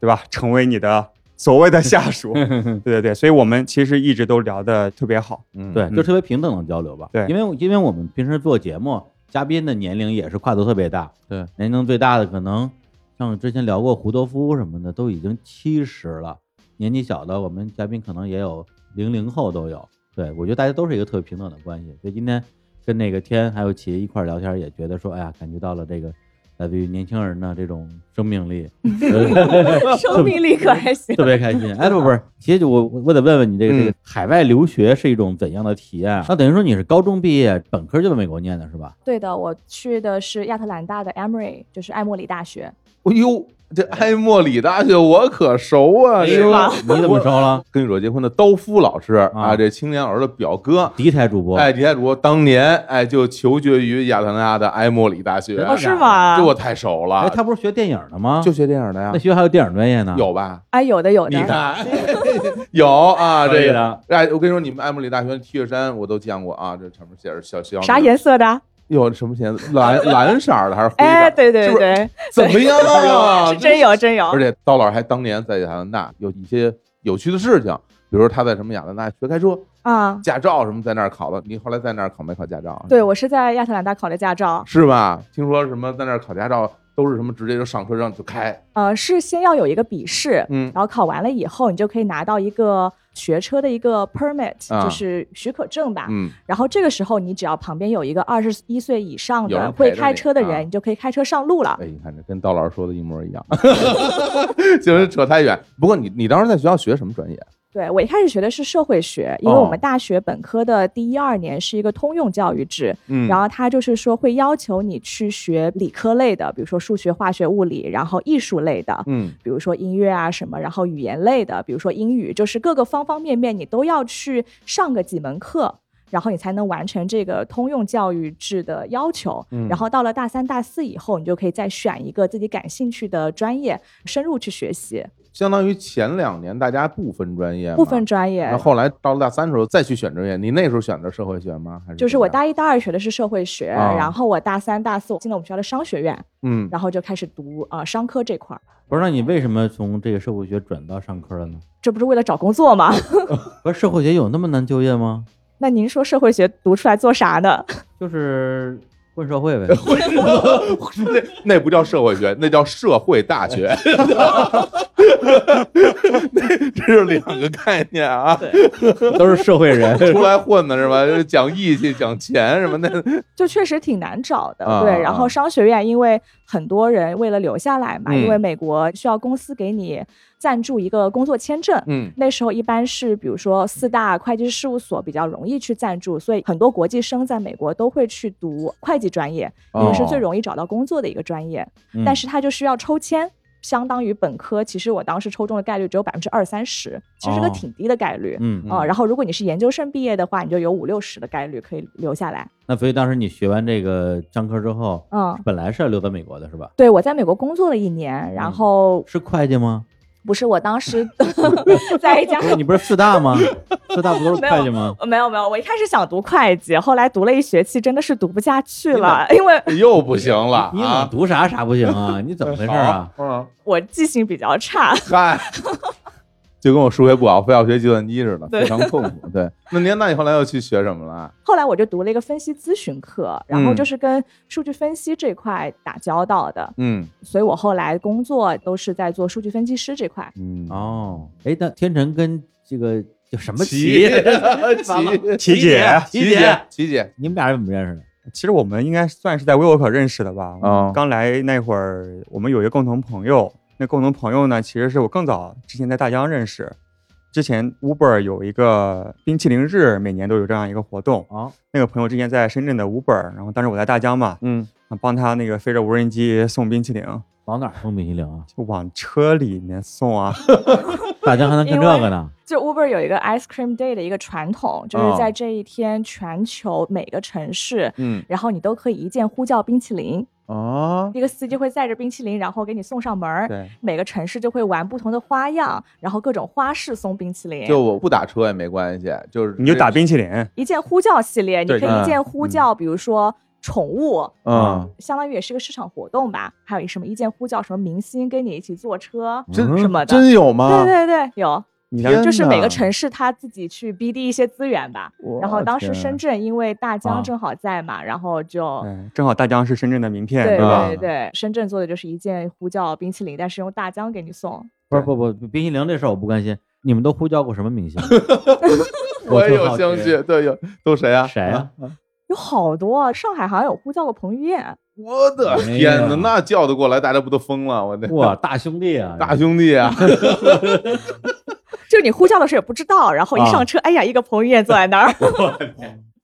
[SPEAKER 4] 对吧？成为你的所谓的下属。 对对对，所以我们其实一直都聊得特别好。
[SPEAKER 3] 嗯，
[SPEAKER 2] 对，
[SPEAKER 4] 嗯
[SPEAKER 2] 就特别平等的交流吧。
[SPEAKER 4] 对
[SPEAKER 2] 因为因为我们平时做节目，嘉宾的年龄也是跨度特别大。
[SPEAKER 3] 对，
[SPEAKER 2] 年龄最大的可能像之前聊过胡多夫什么的，都已经七十了。年纪小的，我们嘉宾可能也有零零后都有。对，我觉得大家都是一个特别平等的关系。所以今天跟那个天还有琪一块儿聊天，也觉得说，哎呀，感觉到了这个来自于年轻人的这种生命 力，
[SPEAKER 5] 生命力可还行
[SPEAKER 2] 特。别开心。哎，不不是，其实我我我得问问你，这个、这
[SPEAKER 3] 嗯
[SPEAKER 2] 个海外留学是一种怎样的体验？啊那等于说你是高中毕业，本科就在美国念的是吧？
[SPEAKER 5] 对的，我去的是亚特兰大的 Emory，就是艾默里大学。
[SPEAKER 3] 哎呦，这埃默里大学我可熟啊！
[SPEAKER 2] 哎
[SPEAKER 3] 这
[SPEAKER 2] 呦
[SPEAKER 3] 个，
[SPEAKER 2] 你怎么着了？
[SPEAKER 3] 跟你说结婚的刀夫老师
[SPEAKER 2] 啊
[SPEAKER 3] 啊，这青年老师的表哥，
[SPEAKER 2] 第一台主播，
[SPEAKER 3] 哎，李台主当年哎就求学于亚特兰大的埃默里大学，
[SPEAKER 5] 哦，是吗
[SPEAKER 3] 这？啊我太熟
[SPEAKER 2] 哎，
[SPEAKER 3] 了，
[SPEAKER 2] 他不是学电影的吗？
[SPEAKER 3] 就学电影的呀
[SPEAKER 2] 那，学校还有电影专业呢，
[SPEAKER 3] 有吧？
[SPEAKER 5] 啊，有的有
[SPEAKER 3] 你
[SPEAKER 5] 的，
[SPEAKER 3] 看，有啊，
[SPEAKER 2] 可以
[SPEAKER 3] 这个。
[SPEAKER 2] 的。
[SPEAKER 3] 哎，我跟你说，你们埃默里大学的 T 恤衫我都见过啊，这上面写着小肖。
[SPEAKER 5] 啥？颜色的？
[SPEAKER 3] 有什么颜色？蓝蓝色儿的还是灰色？
[SPEAKER 5] 哎，，对对
[SPEAKER 3] 是不是
[SPEAKER 5] 对，
[SPEAKER 3] 怎么样啊？
[SPEAKER 5] 是真有真有
[SPEAKER 3] 而。且刀老师还当年在亚特兰大有一些有趣的事情，比如说他在什么亚特兰大学开车，
[SPEAKER 5] 啊，
[SPEAKER 3] 驾照什么在那儿考了。你后来在那儿考没考驾照？啊
[SPEAKER 5] 对，我是在亚特兰大考的驾照，
[SPEAKER 3] 是吧？听说什么在那儿考驾照都是什么直接就上车让就开，
[SPEAKER 5] 呃，是先要有一个笔试，
[SPEAKER 3] 嗯
[SPEAKER 5] 然后考完了以后，你就可以拿到一个学车的一个 permit，、
[SPEAKER 3] 啊
[SPEAKER 5] 就是许可证吧。
[SPEAKER 3] 嗯，
[SPEAKER 5] 然后这个时候，你只要旁边有一个二十一岁以上
[SPEAKER 3] 有人
[SPEAKER 5] 的
[SPEAKER 3] 陪着
[SPEAKER 5] 会开
[SPEAKER 3] 你
[SPEAKER 5] 车的人，
[SPEAKER 3] 啊
[SPEAKER 5] 你就可以开车上路了。
[SPEAKER 3] 哎，你看这跟刀老师说的一模一样， 就是扯太远。不过你你当时在学校学什么专业？
[SPEAKER 5] 对我一开始学的是社会学，因为
[SPEAKER 3] 哦
[SPEAKER 5] 我们大学本科的第一二年是一个通用教育制，
[SPEAKER 3] 嗯
[SPEAKER 5] 然后他就是说会要求你去学理科类的，比如说数学、化学、物理，然后艺术类的，
[SPEAKER 3] 嗯
[SPEAKER 5] 比如说音乐啊什么，然后语言类的，比如说英语，就是各个方方面面你都要去上个几门课。然后你才能完成这个通用教育制的要求，
[SPEAKER 3] 嗯
[SPEAKER 5] 然后到了大三、大四以后，你就可以再选一个自己感兴趣的专业，深入去学习
[SPEAKER 3] 相当于前两年大家不分专业嘛，
[SPEAKER 5] 部分专业
[SPEAKER 3] 那。后来到了大三的时候再去选专业，你那时候选的社会学吗？还是
[SPEAKER 5] 就是我
[SPEAKER 3] 怎么样
[SPEAKER 5] 大一、大二学的是社会学，
[SPEAKER 3] 嗯啊
[SPEAKER 5] 然后我大三、大四我进了我们学校的商学院，
[SPEAKER 3] 嗯，
[SPEAKER 5] 然后就开始读啊、呃商科这块儿。
[SPEAKER 2] 不是，那你为什么从这个社会学转到上科了呢？
[SPEAKER 5] 这不是为了找工作吗？
[SPEAKER 2] 不是社会学有那么难就业吗？
[SPEAKER 5] 那您说社会学读出来做啥呢？
[SPEAKER 2] 就是混社 会呗。
[SPEAKER 3] 那那不叫社会学，那叫社会大学， 那这是两个概念啊。
[SPEAKER 2] 都是社会 人。
[SPEAKER 3] 出来混的是吧？讲义气、讲钱什么的，
[SPEAKER 5] 就确实挺难找的，
[SPEAKER 3] 啊
[SPEAKER 5] 对。然
[SPEAKER 3] 啊
[SPEAKER 5] 后商学院，因为很多人为了留下来嘛，
[SPEAKER 3] 嗯
[SPEAKER 5] 因为美国需要公司给你赞助一个工作签证。
[SPEAKER 3] 嗯
[SPEAKER 5] 那时候一般是，比如说四大会计事务所比较容易去赞助，所以很多国际生在美国都会去读会计专业，也是
[SPEAKER 3] 哦
[SPEAKER 5] 最容易找到工作的一个专业。
[SPEAKER 2] 嗯
[SPEAKER 5] 但是它就需要抽签，相当于本科，其实我当时抽中的概率只有百分之二三十，其实是个
[SPEAKER 2] 哦
[SPEAKER 5] 挺低的概率。
[SPEAKER 2] 嗯，
[SPEAKER 5] 哦，然后如果你是研究生毕业的话，你就有五六十的概率可以留下来。
[SPEAKER 2] 那所以当时你学完这个商科之后，
[SPEAKER 5] 嗯，
[SPEAKER 2] 本来是要留在美国的是吧？
[SPEAKER 5] 对我在美国工作了一年，
[SPEAKER 2] 嗯
[SPEAKER 5] 然后
[SPEAKER 2] 是会计吗？
[SPEAKER 5] 不是我当 时在一家
[SPEAKER 2] 不是，你不是四大吗？四大不都是会计吗？
[SPEAKER 5] 没有没有，我一开始想读会计，后来读了一学期，真的是读不下去了，因为
[SPEAKER 3] 哦又不行了
[SPEAKER 2] 你老
[SPEAKER 3] 啊！
[SPEAKER 2] 读啥啥不行啊？你怎么回事啊？
[SPEAKER 3] 好？嗯，
[SPEAKER 5] 我记性比较差。
[SPEAKER 3] 嗨，就跟我数学不好，非要学计算机似的，
[SPEAKER 5] 对
[SPEAKER 3] 非常痛苦。对，那您那你后来又去学什么了？啊
[SPEAKER 5] 后来我就读了一个分析咨询课，然后
[SPEAKER 3] 嗯
[SPEAKER 5] 就是跟数据分析这块打交道的，
[SPEAKER 3] 嗯
[SPEAKER 5] 所以我后来工作都是在做数据分析师这块。
[SPEAKER 3] 嗯，
[SPEAKER 2] 哦，哎，那天辰跟这个叫什么
[SPEAKER 3] 琪
[SPEAKER 2] 琪？
[SPEAKER 3] 琪
[SPEAKER 4] 琪姐，
[SPEAKER 2] 琪姐，，
[SPEAKER 3] 琪姐
[SPEAKER 2] 你们俩是怎么认识的？
[SPEAKER 4] 其实我们应该算是在 WeWork 认识的吧。
[SPEAKER 3] 哦
[SPEAKER 4] 刚来那会儿，我们有一个共同朋友，那共同朋友呢，其实是我更早之前在大疆认识。之前 Uber 有一个冰淇淋日，每年都有这样一个活动。
[SPEAKER 2] 哦，
[SPEAKER 4] 那个朋友之前在深圳的 Uber，然后当时我在大疆嘛，
[SPEAKER 3] 嗯，
[SPEAKER 4] 啊帮他那个飞着无人机送冰淇淋，
[SPEAKER 2] 往哪儿送冰淇淋啊？
[SPEAKER 4] 就往车里面送啊。
[SPEAKER 2] 大家还能干这个呢？
[SPEAKER 5] 就 Uber 有一个 Ice Cream Day 的一个传统，就是在这一天，全球每个城市，
[SPEAKER 3] 嗯
[SPEAKER 5] 然后你都可以一键呼叫冰淇淋，
[SPEAKER 3] 啊，
[SPEAKER 5] 一个司机会载着冰淇淋，然后给你送上门儿。
[SPEAKER 4] 对，
[SPEAKER 5] 每个城市就会玩不同的花样，然后各种花式送冰淇淋。
[SPEAKER 3] 就我不打车也没关系，就是
[SPEAKER 4] 你就打冰淇淋，
[SPEAKER 5] 一键呼叫系列，你
[SPEAKER 4] 对
[SPEAKER 5] 可以一键呼叫，比如说。宠物，啊
[SPEAKER 3] 嗯，
[SPEAKER 5] 相当于也是个市场活动吧。还有一什么意见呼叫，什么明星跟你一起坐车
[SPEAKER 2] 嗯
[SPEAKER 3] 真
[SPEAKER 5] 什么的。
[SPEAKER 3] 真有吗？
[SPEAKER 5] 对对对，有，
[SPEAKER 3] 啊你
[SPEAKER 5] 就是每个城市他自己去 BD 一些资源吧。然后当时深圳因为大
[SPEAKER 4] 啊
[SPEAKER 5] 疆正好在嘛，然后就
[SPEAKER 4] 对，哎正好大疆是深圳的名片，
[SPEAKER 5] 对
[SPEAKER 4] 对吧？
[SPEAKER 5] 对对，深圳做的就是一件呼叫冰淇淋，但是用大疆给你送。
[SPEAKER 2] 不是不不，冰淇淋这事儿我不关心。你们都呼叫过什么明 星？啊
[SPEAKER 3] 我也
[SPEAKER 2] 特
[SPEAKER 3] 有
[SPEAKER 2] 好
[SPEAKER 3] 兴
[SPEAKER 2] 奇
[SPEAKER 3] 趣，对，有都谁啊？
[SPEAKER 2] 谁啊？
[SPEAKER 5] 有好多啊，上海好像有呼叫过彭于晏，
[SPEAKER 3] 我的
[SPEAKER 2] 哎
[SPEAKER 3] 天哪，
[SPEAKER 2] 呀
[SPEAKER 3] 那叫得过来，大家不都疯了？我的
[SPEAKER 2] 哇，大兄弟啊！
[SPEAKER 3] 大兄弟 啊！
[SPEAKER 5] 就是你呼叫的时候也不知道，然后一上车，哎呀，一个彭于晏坐在那儿，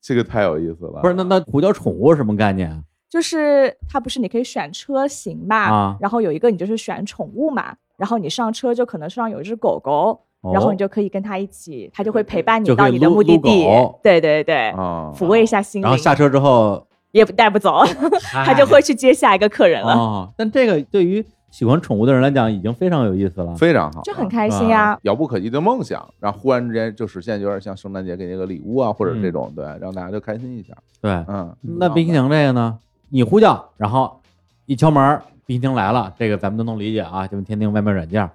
[SPEAKER 3] 这个太有意思了。
[SPEAKER 2] 不是那那呼叫宠物什么概念啊？
[SPEAKER 5] 就是它不是你可以选车型嘛，
[SPEAKER 2] 啊
[SPEAKER 5] 然后有一个你就是选宠物嘛，然后你上车就可能上有一只狗狗，
[SPEAKER 2] 哦
[SPEAKER 5] 然后你就可以跟它一起，它就会陪伴你
[SPEAKER 2] 就可
[SPEAKER 5] 到
[SPEAKER 2] 以
[SPEAKER 5] 你的
[SPEAKER 2] 撸
[SPEAKER 5] 目的
[SPEAKER 2] 撸
[SPEAKER 5] 地
[SPEAKER 2] 狗。
[SPEAKER 5] 对对对，
[SPEAKER 3] 啊，
[SPEAKER 5] 抚慰一下心灵，
[SPEAKER 2] 然后下车之后，
[SPEAKER 5] 也不带不走，它
[SPEAKER 2] 他
[SPEAKER 5] 就会去接下一个客人了。
[SPEAKER 2] 哦。但这个对于喜欢宠物的人来讲，已经非常有意思了。
[SPEAKER 3] 非常好，啊
[SPEAKER 5] 就很开心啊呀、
[SPEAKER 3] 遥不可及的梦想，然后忽然之间就实现，有点像圣诞节给那个礼物啊，或者这种，对，让大家就开心一下。
[SPEAKER 2] 对，
[SPEAKER 3] 嗯，
[SPEAKER 2] 嗯那冰淇淋这个呢？你呼叫，然后一敲门，冰淇淋来了，这个咱们都能理解啊，就是天津外卖软件。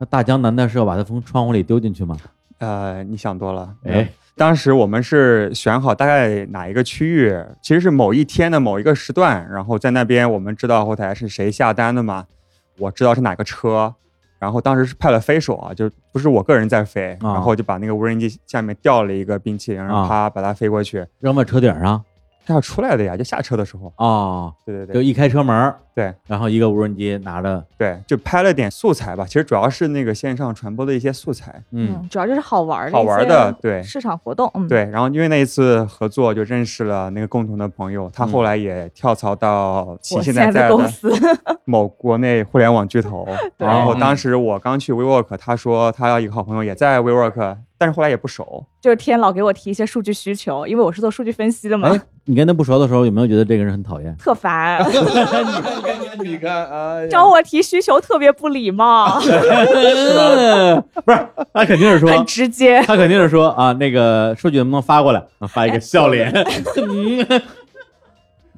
[SPEAKER 2] 那大江难道是要把它从窗户里丢进去吗？
[SPEAKER 4] 呃，你想多了。
[SPEAKER 2] 哎，
[SPEAKER 4] 当时我们是选好大概哪一个区域，其实是某一天的某一个时段，然后在那边我们知道后台是谁下单的嘛，我知道是哪个车，然后当时是派了飞手啊，就不是我个人在飞，
[SPEAKER 2] 啊
[SPEAKER 4] 然后就把那个无人机下面吊了一个冰淇淋，然后
[SPEAKER 2] 啊
[SPEAKER 4] 啪把它飞过去，
[SPEAKER 2] 扔在车顶上
[SPEAKER 4] 它要出来的呀，就下车的时候，
[SPEAKER 2] 哦，
[SPEAKER 4] 对对对，
[SPEAKER 2] 就一开车门，
[SPEAKER 4] 对，
[SPEAKER 2] 然后一个无人机拿着，
[SPEAKER 4] 对，就拍了点素材吧。其实主要是那个线上传播的一些素材。
[SPEAKER 2] 嗯，
[SPEAKER 5] 主要就是好玩儿的
[SPEAKER 4] 好
[SPEAKER 5] 一
[SPEAKER 4] 玩
[SPEAKER 5] 些
[SPEAKER 4] 的对
[SPEAKER 5] 市场活动，嗯，
[SPEAKER 4] 对，然后因为那一次合作，就认识了那个共同的朋友，
[SPEAKER 2] 嗯
[SPEAKER 4] 他后来也跳槽到其
[SPEAKER 5] 我
[SPEAKER 4] 现
[SPEAKER 5] 现
[SPEAKER 4] 在在
[SPEAKER 5] 的公
[SPEAKER 4] 的
[SPEAKER 5] 司，
[SPEAKER 4] 某国内互联网巨头。
[SPEAKER 5] 对
[SPEAKER 4] 然后当时我刚去 WeWork，他说他要一个好朋友也在 WeWork，但是后来也不熟。
[SPEAKER 5] 就是天老给我提一些数据需求，因为我是做数据分析的嘛，
[SPEAKER 2] 哎你跟他不熟的时候，有没有觉得这个人很讨厌？
[SPEAKER 5] 特烦，
[SPEAKER 3] 你看，哎呀，
[SPEAKER 5] 找我提需求特别不礼 貌，
[SPEAKER 2] 不是，他肯定是说，
[SPEAKER 5] 很直 接。
[SPEAKER 2] 他肯定是说啊，那个数据能不能发过来？啊发一个笑脸，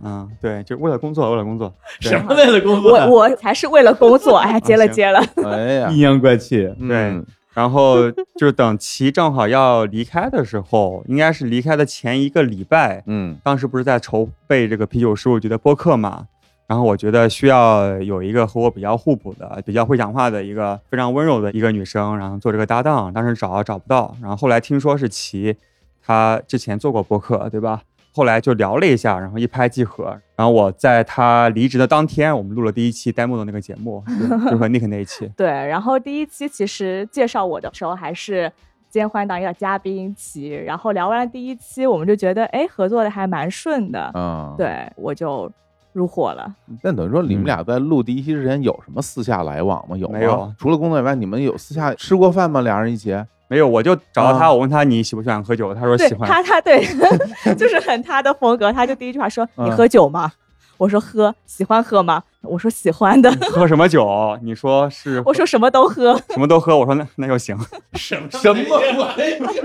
[SPEAKER 4] 嗯，对，就为了工作，为了工作。对
[SPEAKER 2] 什么类的工作
[SPEAKER 5] 我
[SPEAKER 2] 呀？
[SPEAKER 5] 我才是为了工作，哎，接了接了，
[SPEAKER 3] 哎呀，
[SPEAKER 2] 阴阳怪气，
[SPEAKER 3] 嗯，
[SPEAKER 4] 然后就是等齐正好要离开的时候，应该是离开的前一个礼拜，
[SPEAKER 3] 嗯，
[SPEAKER 4] 当时不是在筹备这个啤酒十五局的播客嘛，然后我觉得需要有一个和我比较互补的、比较会讲话的一个非常温柔的一个女生，然后做这个搭档。当时找啊找不到，然后后来听说是齐，她之前做过播客，对吧？后来就聊了一下，然后一拍即合。然后我在她离职的当天，我们录了第一期 demo 的那个节目，就就和 Nick 那一期。
[SPEAKER 5] 对。然后第一期其实介绍我的时候还是。今天欢迎到一个嘉宾齐，然后聊完了第一期，我们就觉得哎，合作的还蛮顺的，
[SPEAKER 4] 嗯
[SPEAKER 3] 啊，。
[SPEAKER 5] 对我就入伙了。
[SPEAKER 3] 但等于说，你们俩在录第一期之前有什么私下来往吗？有吗
[SPEAKER 4] 没有
[SPEAKER 3] 除了工作以外，你们有私下吃过饭吗？俩人一起？
[SPEAKER 4] 没有，我就找到她，
[SPEAKER 3] 啊
[SPEAKER 4] 我问她你喜不喜欢喝酒，她说
[SPEAKER 5] 哦对
[SPEAKER 4] 喜欢。
[SPEAKER 5] 他，他对， 就是很他的风格。他就第一句话说：“
[SPEAKER 3] 嗯
[SPEAKER 5] 你喝酒吗？”我说：“喝。”喜欢喝吗？我说：“喜欢 的。
[SPEAKER 4] 喝什么酒？你说是？
[SPEAKER 5] 我说：“什么都喝。
[SPEAKER 4] 什么都喝。我说那那就行。
[SPEAKER 3] 什么玩意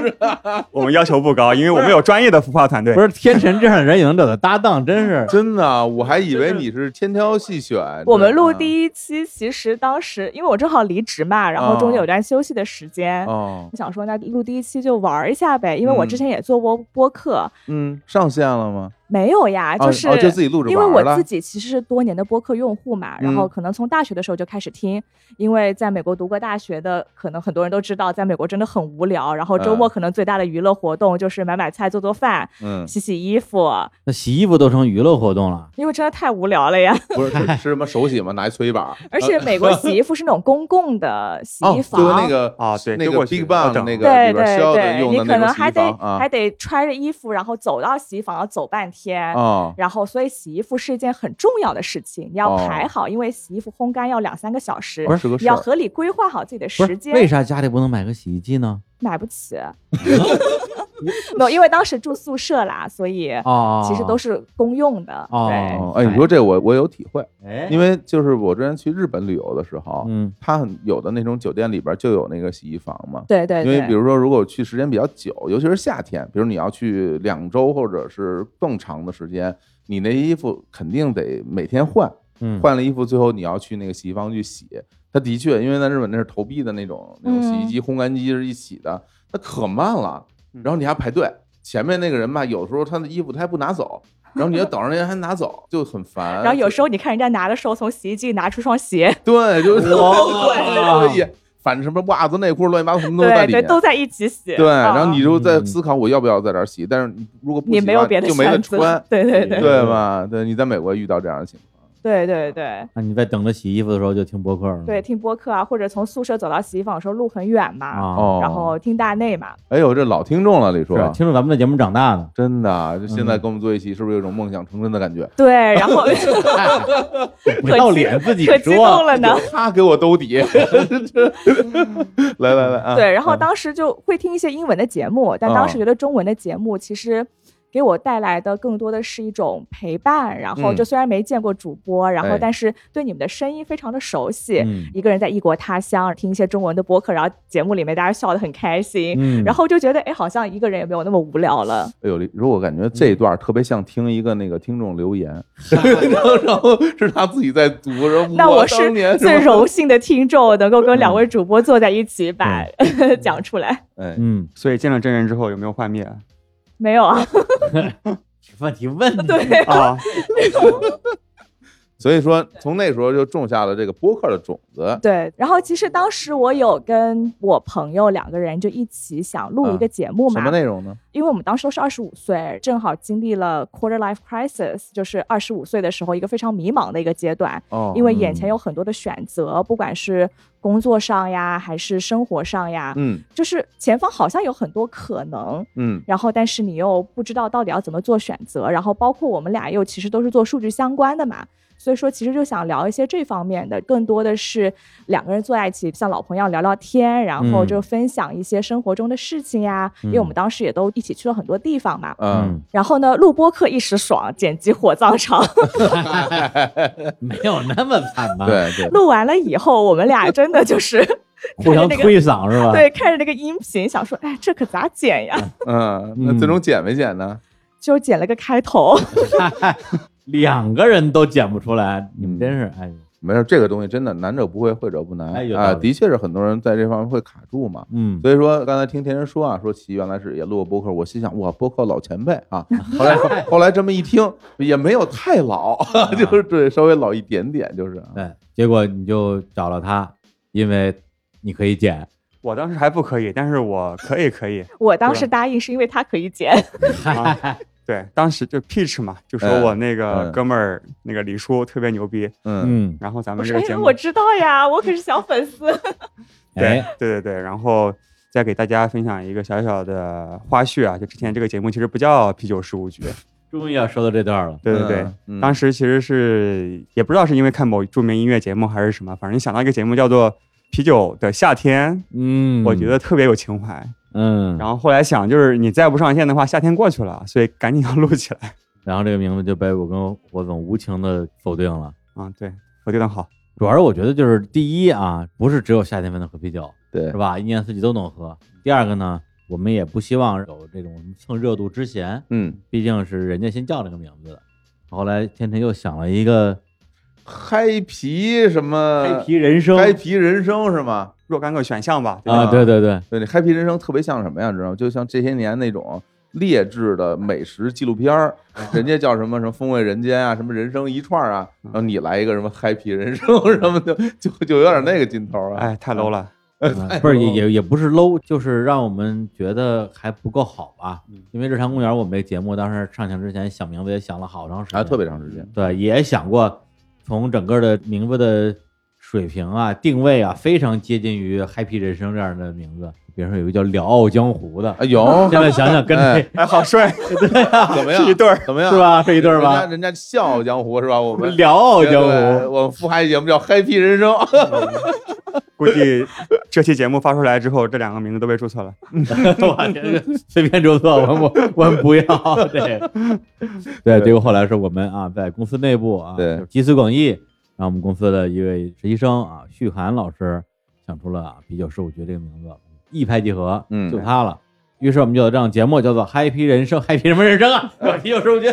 [SPEAKER 3] 儿？
[SPEAKER 4] 我们要求不高，因为我们有专业的孵化团队。
[SPEAKER 2] 不是天神这样的人也能找到搭档，真是
[SPEAKER 3] 真的啊，我还以为你是千挑细选。”
[SPEAKER 5] 我们
[SPEAKER 4] 嗯
[SPEAKER 5] 录
[SPEAKER 3] 一
[SPEAKER 5] 第一期，其实当时因为我正好离职嘛，然后中
[SPEAKER 4] 嗯
[SPEAKER 5] 间有段休息的时间。
[SPEAKER 3] 哦
[SPEAKER 5] 我，想说，那录第一期就玩一下呗，因为
[SPEAKER 4] 嗯
[SPEAKER 5] 我之前也做过播客，
[SPEAKER 3] 嗯，上线了吗？
[SPEAKER 5] 没有呀，
[SPEAKER 3] 啊
[SPEAKER 5] 哎是、
[SPEAKER 3] 哦就自己录着
[SPEAKER 5] 因为
[SPEAKER 3] 玩儿
[SPEAKER 5] 我
[SPEAKER 3] 了
[SPEAKER 5] 自己其实是多年的播客用户嘛，然后
[SPEAKER 3] 嗯
[SPEAKER 5] 可能从大学的时候就开始听，因为在美国读过大学的，可能很多人都知道，在美国真的很无聊，然后周
[SPEAKER 3] 嗯
[SPEAKER 5] 末可能最大的娱乐活动就是买买菜、做做饭、
[SPEAKER 3] 嗯，
[SPEAKER 5] 洗洗衣服，
[SPEAKER 2] 那洗衣服都成娱乐活动了。
[SPEAKER 5] 因为真的太无聊了呀。
[SPEAKER 3] 不是是是什么手洗吗？拿一搓衣板儿。
[SPEAKER 5] 而且美国 洗衣服是那种公共的洗
[SPEAKER 3] 哦，
[SPEAKER 5] 衣
[SPEAKER 3] 就跟
[SPEAKER 5] 房。
[SPEAKER 3] 那个
[SPEAKER 4] 啊对
[SPEAKER 3] 那
[SPEAKER 4] 丢
[SPEAKER 3] 个
[SPEAKER 4] 过去
[SPEAKER 3] Big
[SPEAKER 4] 我
[SPEAKER 3] Bang
[SPEAKER 4] 懂
[SPEAKER 3] 那个
[SPEAKER 5] 对
[SPEAKER 3] 里边
[SPEAKER 5] 对
[SPEAKER 3] 削的
[SPEAKER 5] 对，
[SPEAKER 3] 用
[SPEAKER 5] 你
[SPEAKER 3] 的
[SPEAKER 5] 可
[SPEAKER 3] 那
[SPEAKER 5] 能
[SPEAKER 3] 种洗
[SPEAKER 5] 还
[SPEAKER 3] 衣
[SPEAKER 5] 得、
[SPEAKER 3] 房啊
[SPEAKER 5] 还得揣着衣服，然后走到洗衣房要走半天，
[SPEAKER 3] 啊，
[SPEAKER 5] 然后所以洗衣服是一件很重要的事情，你要排好，因为洗衣服烘干要两三个小时，
[SPEAKER 3] 哦不是是个
[SPEAKER 5] 你
[SPEAKER 3] 事
[SPEAKER 5] 要
[SPEAKER 3] 儿。
[SPEAKER 5] 合理规划好自己的
[SPEAKER 2] 不
[SPEAKER 5] 时
[SPEAKER 2] 是
[SPEAKER 5] 间。
[SPEAKER 2] 为啥家里不能买个洗衣机呢？
[SPEAKER 5] 买不起？没有，因为当时住宿舍啦，所以
[SPEAKER 2] 哦
[SPEAKER 5] 其实都是公用的。
[SPEAKER 2] 哦
[SPEAKER 5] 对，
[SPEAKER 3] 哦，哎，你说这我我有体会，
[SPEAKER 2] 哎，
[SPEAKER 3] 因为就是我之前去日本旅游的时候，
[SPEAKER 2] 嗯
[SPEAKER 3] 它很有的那种酒店里边就有那个洗衣房嘛。
[SPEAKER 5] 对对
[SPEAKER 3] 因为比
[SPEAKER 5] 对，
[SPEAKER 3] 如说，如果去时间比较久，尤其是夏天，比如你要去两周或者是更长的时间，你那衣服肯定得每天换，
[SPEAKER 2] 嗯
[SPEAKER 3] 换了衣服最后你要去那个洗衣房去洗。它的确，因为在日本那是投币的那种
[SPEAKER 5] 嗯
[SPEAKER 3] 那种洗衣机、烘干机是一起的，它可慢了，然后你还排队。前面那个人吧，有时候他的衣服他还不拿走，然后你要等着人家还拿走，就很烦。
[SPEAKER 5] 然后有时候你看人家拿的时候，从洗衣机拿出双鞋，
[SPEAKER 3] 对，就是
[SPEAKER 2] 哇
[SPEAKER 3] 可以，反正什么袜子、内裤、乱七八糟什么都在
[SPEAKER 5] 对
[SPEAKER 3] 里
[SPEAKER 5] 对，
[SPEAKER 3] 面。
[SPEAKER 5] 都在一起洗。
[SPEAKER 3] 对，然后
[SPEAKER 5] 啊
[SPEAKER 3] 你就在思考我要不要在这儿洗，但是你如果不
[SPEAKER 5] 你
[SPEAKER 3] 洗的
[SPEAKER 5] 没有
[SPEAKER 3] 话
[SPEAKER 5] 别的
[SPEAKER 3] 就没得
[SPEAKER 5] 选择
[SPEAKER 3] 穿，
[SPEAKER 5] 对 对对
[SPEAKER 3] 对吧？对，你在美国遇到这样的情况，
[SPEAKER 5] 对对对
[SPEAKER 2] 那你在等着洗衣服的时候就听播客了。
[SPEAKER 5] 对，听播客啊，或者从宿舍走到洗衣房的时候路很远嘛，
[SPEAKER 2] 啊，
[SPEAKER 3] 哦，
[SPEAKER 5] 然后听大内嘛，
[SPEAKER 3] 哎呦，这老听众了，李叔，
[SPEAKER 5] 啊
[SPEAKER 2] 是听着咱们的节目长大的，
[SPEAKER 3] 真的，就现在跟我们坐一起，是不是有种梦想成真的感觉？
[SPEAKER 5] 对，然后
[SPEAKER 2] 不要嗯脸自己
[SPEAKER 5] 可激动
[SPEAKER 2] 说。
[SPEAKER 5] 了呢。
[SPEAKER 3] 他给我 兜底，这来来来啊！
[SPEAKER 5] 对，然后当时就会听一些英文的节目，但当时
[SPEAKER 3] 啊
[SPEAKER 5] 觉得中文的节目其实给我带来的更多的是一种陪伴。然后
[SPEAKER 3] 嗯
[SPEAKER 5] 就虽然没见过主播，然后
[SPEAKER 3] 哎
[SPEAKER 5] 但是对你们的声音非常的熟悉。
[SPEAKER 2] 嗯
[SPEAKER 5] 一个人在异国他乡听一些中文的播客，然后节目里面大家笑得很开心，
[SPEAKER 2] 嗯，
[SPEAKER 5] 然后就觉得哎，好像一个人也没有那么无聊了。
[SPEAKER 3] 哎呦，李如果感觉这一段特别像听一个那个听众留言， 然后然后是他自己在读，然后
[SPEAKER 5] 那我
[SPEAKER 3] 当年
[SPEAKER 5] 是
[SPEAKER 3] 什么
[SPEAKER 5] 最荣幸的听众，能够跟两位主播坐在一起把 讲出来。
[SPEAKER 3] 哎，
[SPEAKER 2] 嗯，
[SPEAKER 4] 所以见了真人之后有没有幻灭
[SPEAKER 5] 没有啊，
[SPEAKER 2] 问题问你
[SPEAKER 5] 对
[SPEAKER 3] 嗯
[SPEAKER 4] 啊？
[SPEAKER 3] 所以说从那时候就种下了这个播客的种子。
[SPEAKER 5] 对，然后其实当时我有跟我朋友两个人就一起想录一个节目
[SPEAKER 3] 嗯什
[SPEAKER 5] 嘛，
[SPEAKER 3] 么内容呢？
[SPEAKER 5] 因为我们当时都是二十五岁，正好经历了 quarter life crisis，就是二十五岁的时候一个非常迷茫的一个阶段，
[SPEAKER 3] 哦，
[SPEAKER 5] 因为眼前有很多的选择，不管是工作上呀，还是生活上呀，
[SPEAKER 3] 嗯
[SPEAKER 5] 就是前方好像有很多可能，
[SPEAKER 3] 嗯
[SPEAKER 5] 然后但是你又不知道到底要怎么做选择，然后包括我们俩又其实都是做数据相关的嘛，所以说其实就想聊一些这方面的，更多的是两个人坐在一起像老朋友聊聊天，然后就分享一些生活中的事情呀，因为我们当时也都一起去了很多地方嘛。
[SPEAKER 3] 嗯，
[SPEAKER 5] 然后呢，录播课一时爽，剪辑火葬场。
[SPEAKER 2] 没有那么惨吧？，
[SPEAKER 3] 对 对，
[SPEAKER 5] 录完了以后，我们俩真的就是
[SPEAKER 2] 互相推搡是吧？，
[SPEAKER 5] 对看着那个音频，想说，哎，这可咋剪呀？
[SPEAKER 3] 嗯，那最终剪没剪呢？
[SPEAKER 5] 就剪了个开头。
[SPEAKER 2] 两个人都剪不出来，你们
[SPEAKER 3] 嗯
[SPEAKER 2] 真是哎呦，
[SPEAKER 3] 没事，这个东西真的难者不会，会者不难
[SPEAKER 2] 哎有道
[SPEAKER 3] 啊，
[SPEAKER 2] 理
[SPEAKER 3] 的确是很多人在这方面会卡住嘛。
[SPEAKER 2] 嗯，
[SPEAKER 3] 所以说，刚才听天人说啊，说齐原来是也录过播客，我心想哇，播客老前辈啊。后来后来这么一听，也没有太老， 就是对，稍微老一点点，就是啊
[SPEAKER 2] 对，结果你就找了他，因为你可以剪，
[SPEAKER 4] 我当时还不可以，但是我可以可以。
[SPEAKER 5] 我当时答应是因为他可以剪。
[SPEAKER 4] 啊、对，当时就 Peach 嘛，就说
[SPEAKER 3] 嗯
[SPEAKER 4] 我那个
[SPEAKER 3] 嗯
[SPEAKER 4] 哥们儿、那个李叔特别牛逼，
[SPEAKER 3] 嗯
[SPEAKER 2] 嗯，
[SPEAKER 4] 然后咱
[SPEAKER 5] 我
[SPEAKER 4] 们这
[SPEAKER 5] 说
[SPEAKER 4] 个
[SPEAKER 5] 哎
[SPEAKER 4] 节
[SPEAKER 5] 呦，
[SPEAKER 4] 目，
[SPEAKER 5] 我知道呀，我可是小粉丝。
[SPEAKER 4] 对
[SPEAKER 2] 哎，
[SPEAKER 4] 对对对，然后再给大家分享一个小小的花絮啊，就之前这个节目其实不叫啤酒事务局，
[SPEAKER 2] 终于要说到这段了，
[SPEAKER 4] 对对对。
[SPEAKER 3] 嗯，
[SPEAKER 4] 当
[SPEAKER 3] 时
[SPEAKER 4] 时其实是也不知道是因为看某著名音乐节目还是什么，反正想到一个节目叫做《啤酒的夏天》，
[SPEAKER 2] 嗯，
[SPEAKER 4] 我觉得，特别有情怀。
[SPEAKER 2] 嗯，
[SPEAKER 4] 然后后来想，就是你再不上线的话，夏天过去了，所以赶紧要录起来
[SPEAKER 2] 然后这个名字就被我跟火总无情的否定了。
[SPEAKER 4] 啊！对，我觉得好，
[SPEAKER 2] 主要是我觉得就是第一啊，不是只有夏天才能喝啤酒，
[SPEAKER 3] 对
[SPEAKER 2] 是吧？一年四季都能喝。第二个呢，我们也不希望有这种蹭热度之嫌，
[SPEAKER 3] 嗯，
[SPEAKER 2] 毕竟是人家先叫这个名字的。后来天辰又想了一个
[SPEAKER 3] 嗨皮什么
[SPEAKER 2] 开皮人生
[SPEAKER 3] 嗨皮人生是吗？
[SPEAKER 4] 若干个选项吧。对吧
[SPEAKER 2] 啊，对对对，
[SPEAKER 3] 对，那《嗨皮人生》特别像什么呀？知道吗？就像这些年那种劣质的美食纪录片儿，人家叫什么什么风味人间啊，什么人生一串儿啊，然后你来一个什么嗨皮人生什么的，就就有点那个劲头啊。
[SPEAKER 4] 哎，太 low 了。
[SPEAKER 3] 哎
[SPEAKER 2] 嗯不是也也也不是 low，就是让我们觉得还不够好吧？
[SPEAKER 3] 嗯
[SPEAKER 2] 因为日常公园我们这节目当时上墙之前想名字也想了好长时间，
[SPEAKER 3] 啊，特别长时间。
[SPEAKER 2] 对，也想过从整个的名字的水平啊、定位啊，非常接近于《Happy 人生》这样的名字。比如说有一个叫《聊傲江湖》的
[SPEAKER 3] 啊，， 有
[SPEAKER 2] 现在想想跟这
[SPEAKER 3] 哎
[SPEAKER 4] 哎，好 帅，
[SPEAKER 3] 怎么样？
[SPEAKER 4] 是一对儿。
[SPEAKER 3] 怎么样？
[SPEAKER 2] 是？吧？是一对儿
[SPEAKER 3] 人家
[SPEAKER 2] 吧？
[SPEAKER 3] 人家笑傲江湖是吧？我 们
[SPEAKER 2] 聊傲
[SPEAKER 3] 对
[SPEAKER 2] 江
[SPEAKER 3] 对
[SPEAKER 2] 湖，
[SPEAKER 3] 我们副嗨节目叫《嗨皮人生》，
[SPEAKER 4] 估计这期节目发出来之后，这两个名字都被注册了。
[SPEAKER 2] 我天，随便注册，我我我们不要。对， 对，结果后来是我们啊，在公司内部啊，
[SPEAKER 3] 对
[SPEAKER 2] 就集思广益，让我们公司的一位实习生啊，旭涵老师想出了啊“啤酒十五局”这个名字，一拍即合，
[SPEAKER 3] 嗯
[SPEAKER 2] 就他了。于是我们就让节目叫做《Happy 人生》，Happy 什么人生啊？ 啤酒十 五局，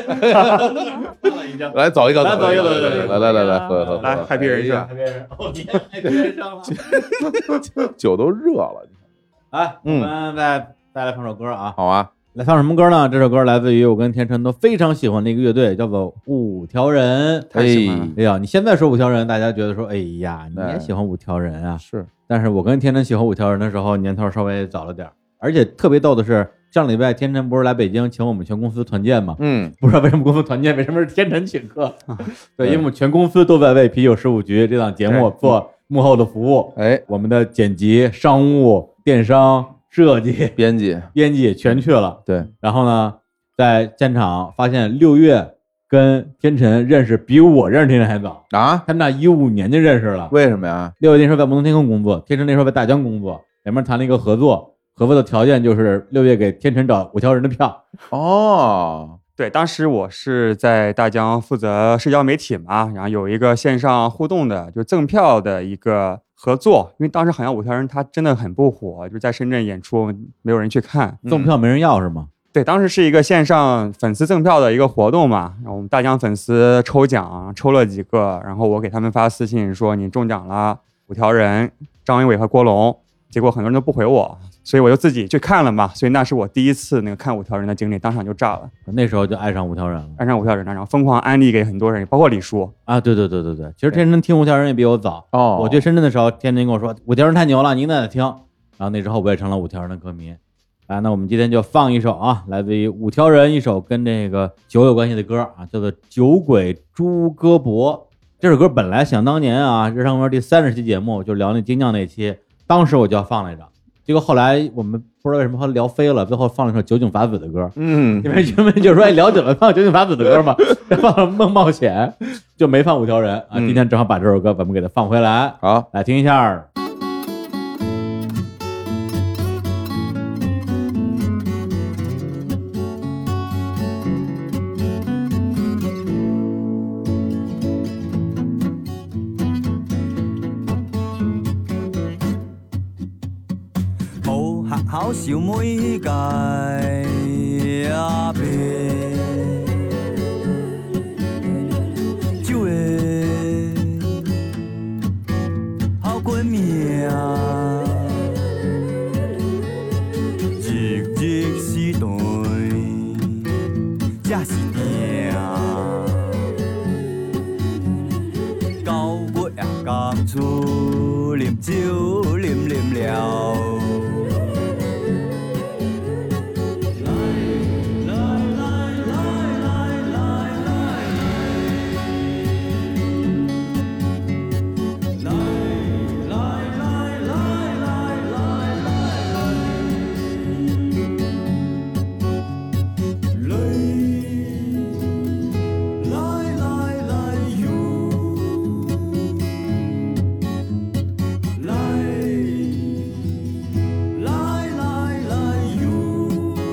[SPEAKER 2] 已经。
[SPEAKER 3] 来走一个，
[SPEAKER 2] 来
[SPEAKER 3] 走一
[SPEAKER 2] 走一个
[SPEAKER 3] 来来来来，喝喝喝
[SPEAKER 4] 来，Happy 人生
[SPEAKER 3] 哎呀
[SPEAKER 2] Happy 人生，哦，你 Happy 人生了。
[SPEAKER 3] 酒都热了，
[SPEAKER 2] 来，我
[SPEAKER 3] 嗯
[SPEAKER 2] 们再再来放首歌啊。
[SPEAKER 3] 好啊，
[SPEAKER 2] 来放什么歌呢？这首歌来自于我跟天成都非常喜欢的一个乐队，叫做五条人。
[SPEAKER 3] 太喜欢了
[SPEAKER 2] 哎呀，你现在说五条人，大家觉得说，哎呀，你
[SPEAKER 3] 哎
[SPEAKER 2] 也喜欢五条人啊？
[SPEAKER 3] 是
[SPEAKER 2] 但是我跟天成喜欢五条人的时候，年头稍微早了点儿而且特别逗的是，上礼拜天成不是来北京请我们全公司团建 嘛？
[SPEAKER 3] 嗯，
[SPEAKER 2] 不知道为什么公司团建，为什么是天成请客？对，
[SPEAKER 3] 对
[SPEAKER 2] 因为我们全公司都在为《啤酒十五局》这档节目做幕后的服务，
[SPEAKER 3] 哎，
[SPEAKER 2] 我们的剪辑、商务、电商、设计、
[SPEAKER 3] 编辑
[SPEAKER 2] 编辑全去了。
[SPEAKER 3] 对，
[SPEAKER 2] 然后呢，在现场发现六月跟天辰认识比我认识天辰还早，
[SPEAKER 3] 啊，
[SPEAKER 2] 他们俩一五年就认识了。
[SPEAKER 3] 为什么呀？
[SPEAKER 2] 六月那时候在摩登天空工作，天辰那时候在大疆工作，两边谈了一个合作，合作的条件就是六月给天辰找五条人的票。
[SPEAKER 3] 哦，
[SPEAKER 4] 对，当时我是在大疆负责社交媒体嘛，然后有一个线上互动的，就赠票的一个合作。因为当时好像五条人他真的很不火，就是在深圳演出没有人去看。
[SPEAKER 2] 赠票没人要是吗？
[SPEAKER 4] 对，当时是一个线上粉丝赠票的一个活动嘛，然后我们大疆粉丝抽奖，抽了几个，然后我给他们发私信说你中奖了，五条人、张云伟和郭龙，结果很多人都不回我，所以我就自己去看了嘛，所以那是我第一次那个看五条人的经历，当场就炸了，
[SPEAKER 2] 那时候就爱上五条人了
[SPEAKER 4] 爱上五条人了，然后疯狂安利给很多人，包括李叔，
[SPEAKER 2] 啊！对对对对对，其实天辰听五条人也比我早。
[SPEAKER 3] 哦，
[SPEAKER 2] 我去深圳的时候，天辰跟我说五条人太牛了，您得得听。然后那之后我也成了五条人的歌迷。啊，那我们今天就放一首啊，来自于五条人一首跟这个酒有关系的歌啊，叫做《酒鬼朱哥伯》。这首歌本来想当年啊，《日常公园》第三十期节目就聊那精酿那期，当时我就要放来着，结果后来我们不知道为什么后来聊飞了，最后放了一首酒井法子的歌。
[SPEAKER 3] 嗯
[SPEAKER 2] 因为因为就是说哎聊久了放酒井法子的歌嘛， 放了梦冒险，就没放五条人啊。
[SPEAKER 3] 嗯
[SPEAKER 2] 今天正好把这首歌咱们给它放回来，
[SPEAKER 3] 好，
[SPEAKER 2] 来听一下。
[SPEAKER 9] 好客口小妹介阿伯，酒诶好过命，日日是对，才是命。到尾也甘出啉酒，啉啉了。来来来哟，来来来来哟。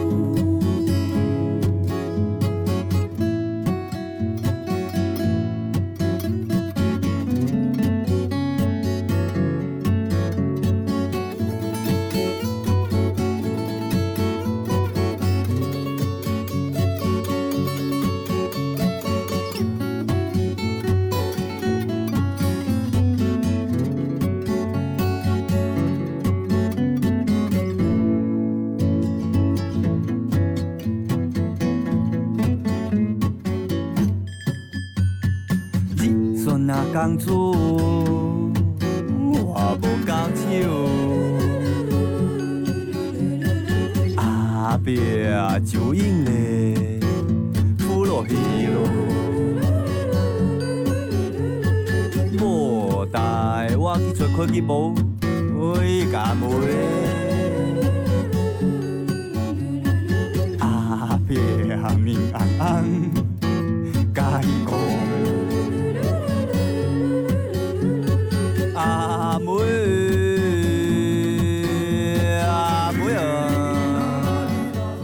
[SPEAKER 9] 日孙啊公主，我无交手。阿伯啊，酒饮嘞，呼落去咯。无带我去做会计部，哎，干妹。阿伯啊，面红红，甲伊讲。阿妹，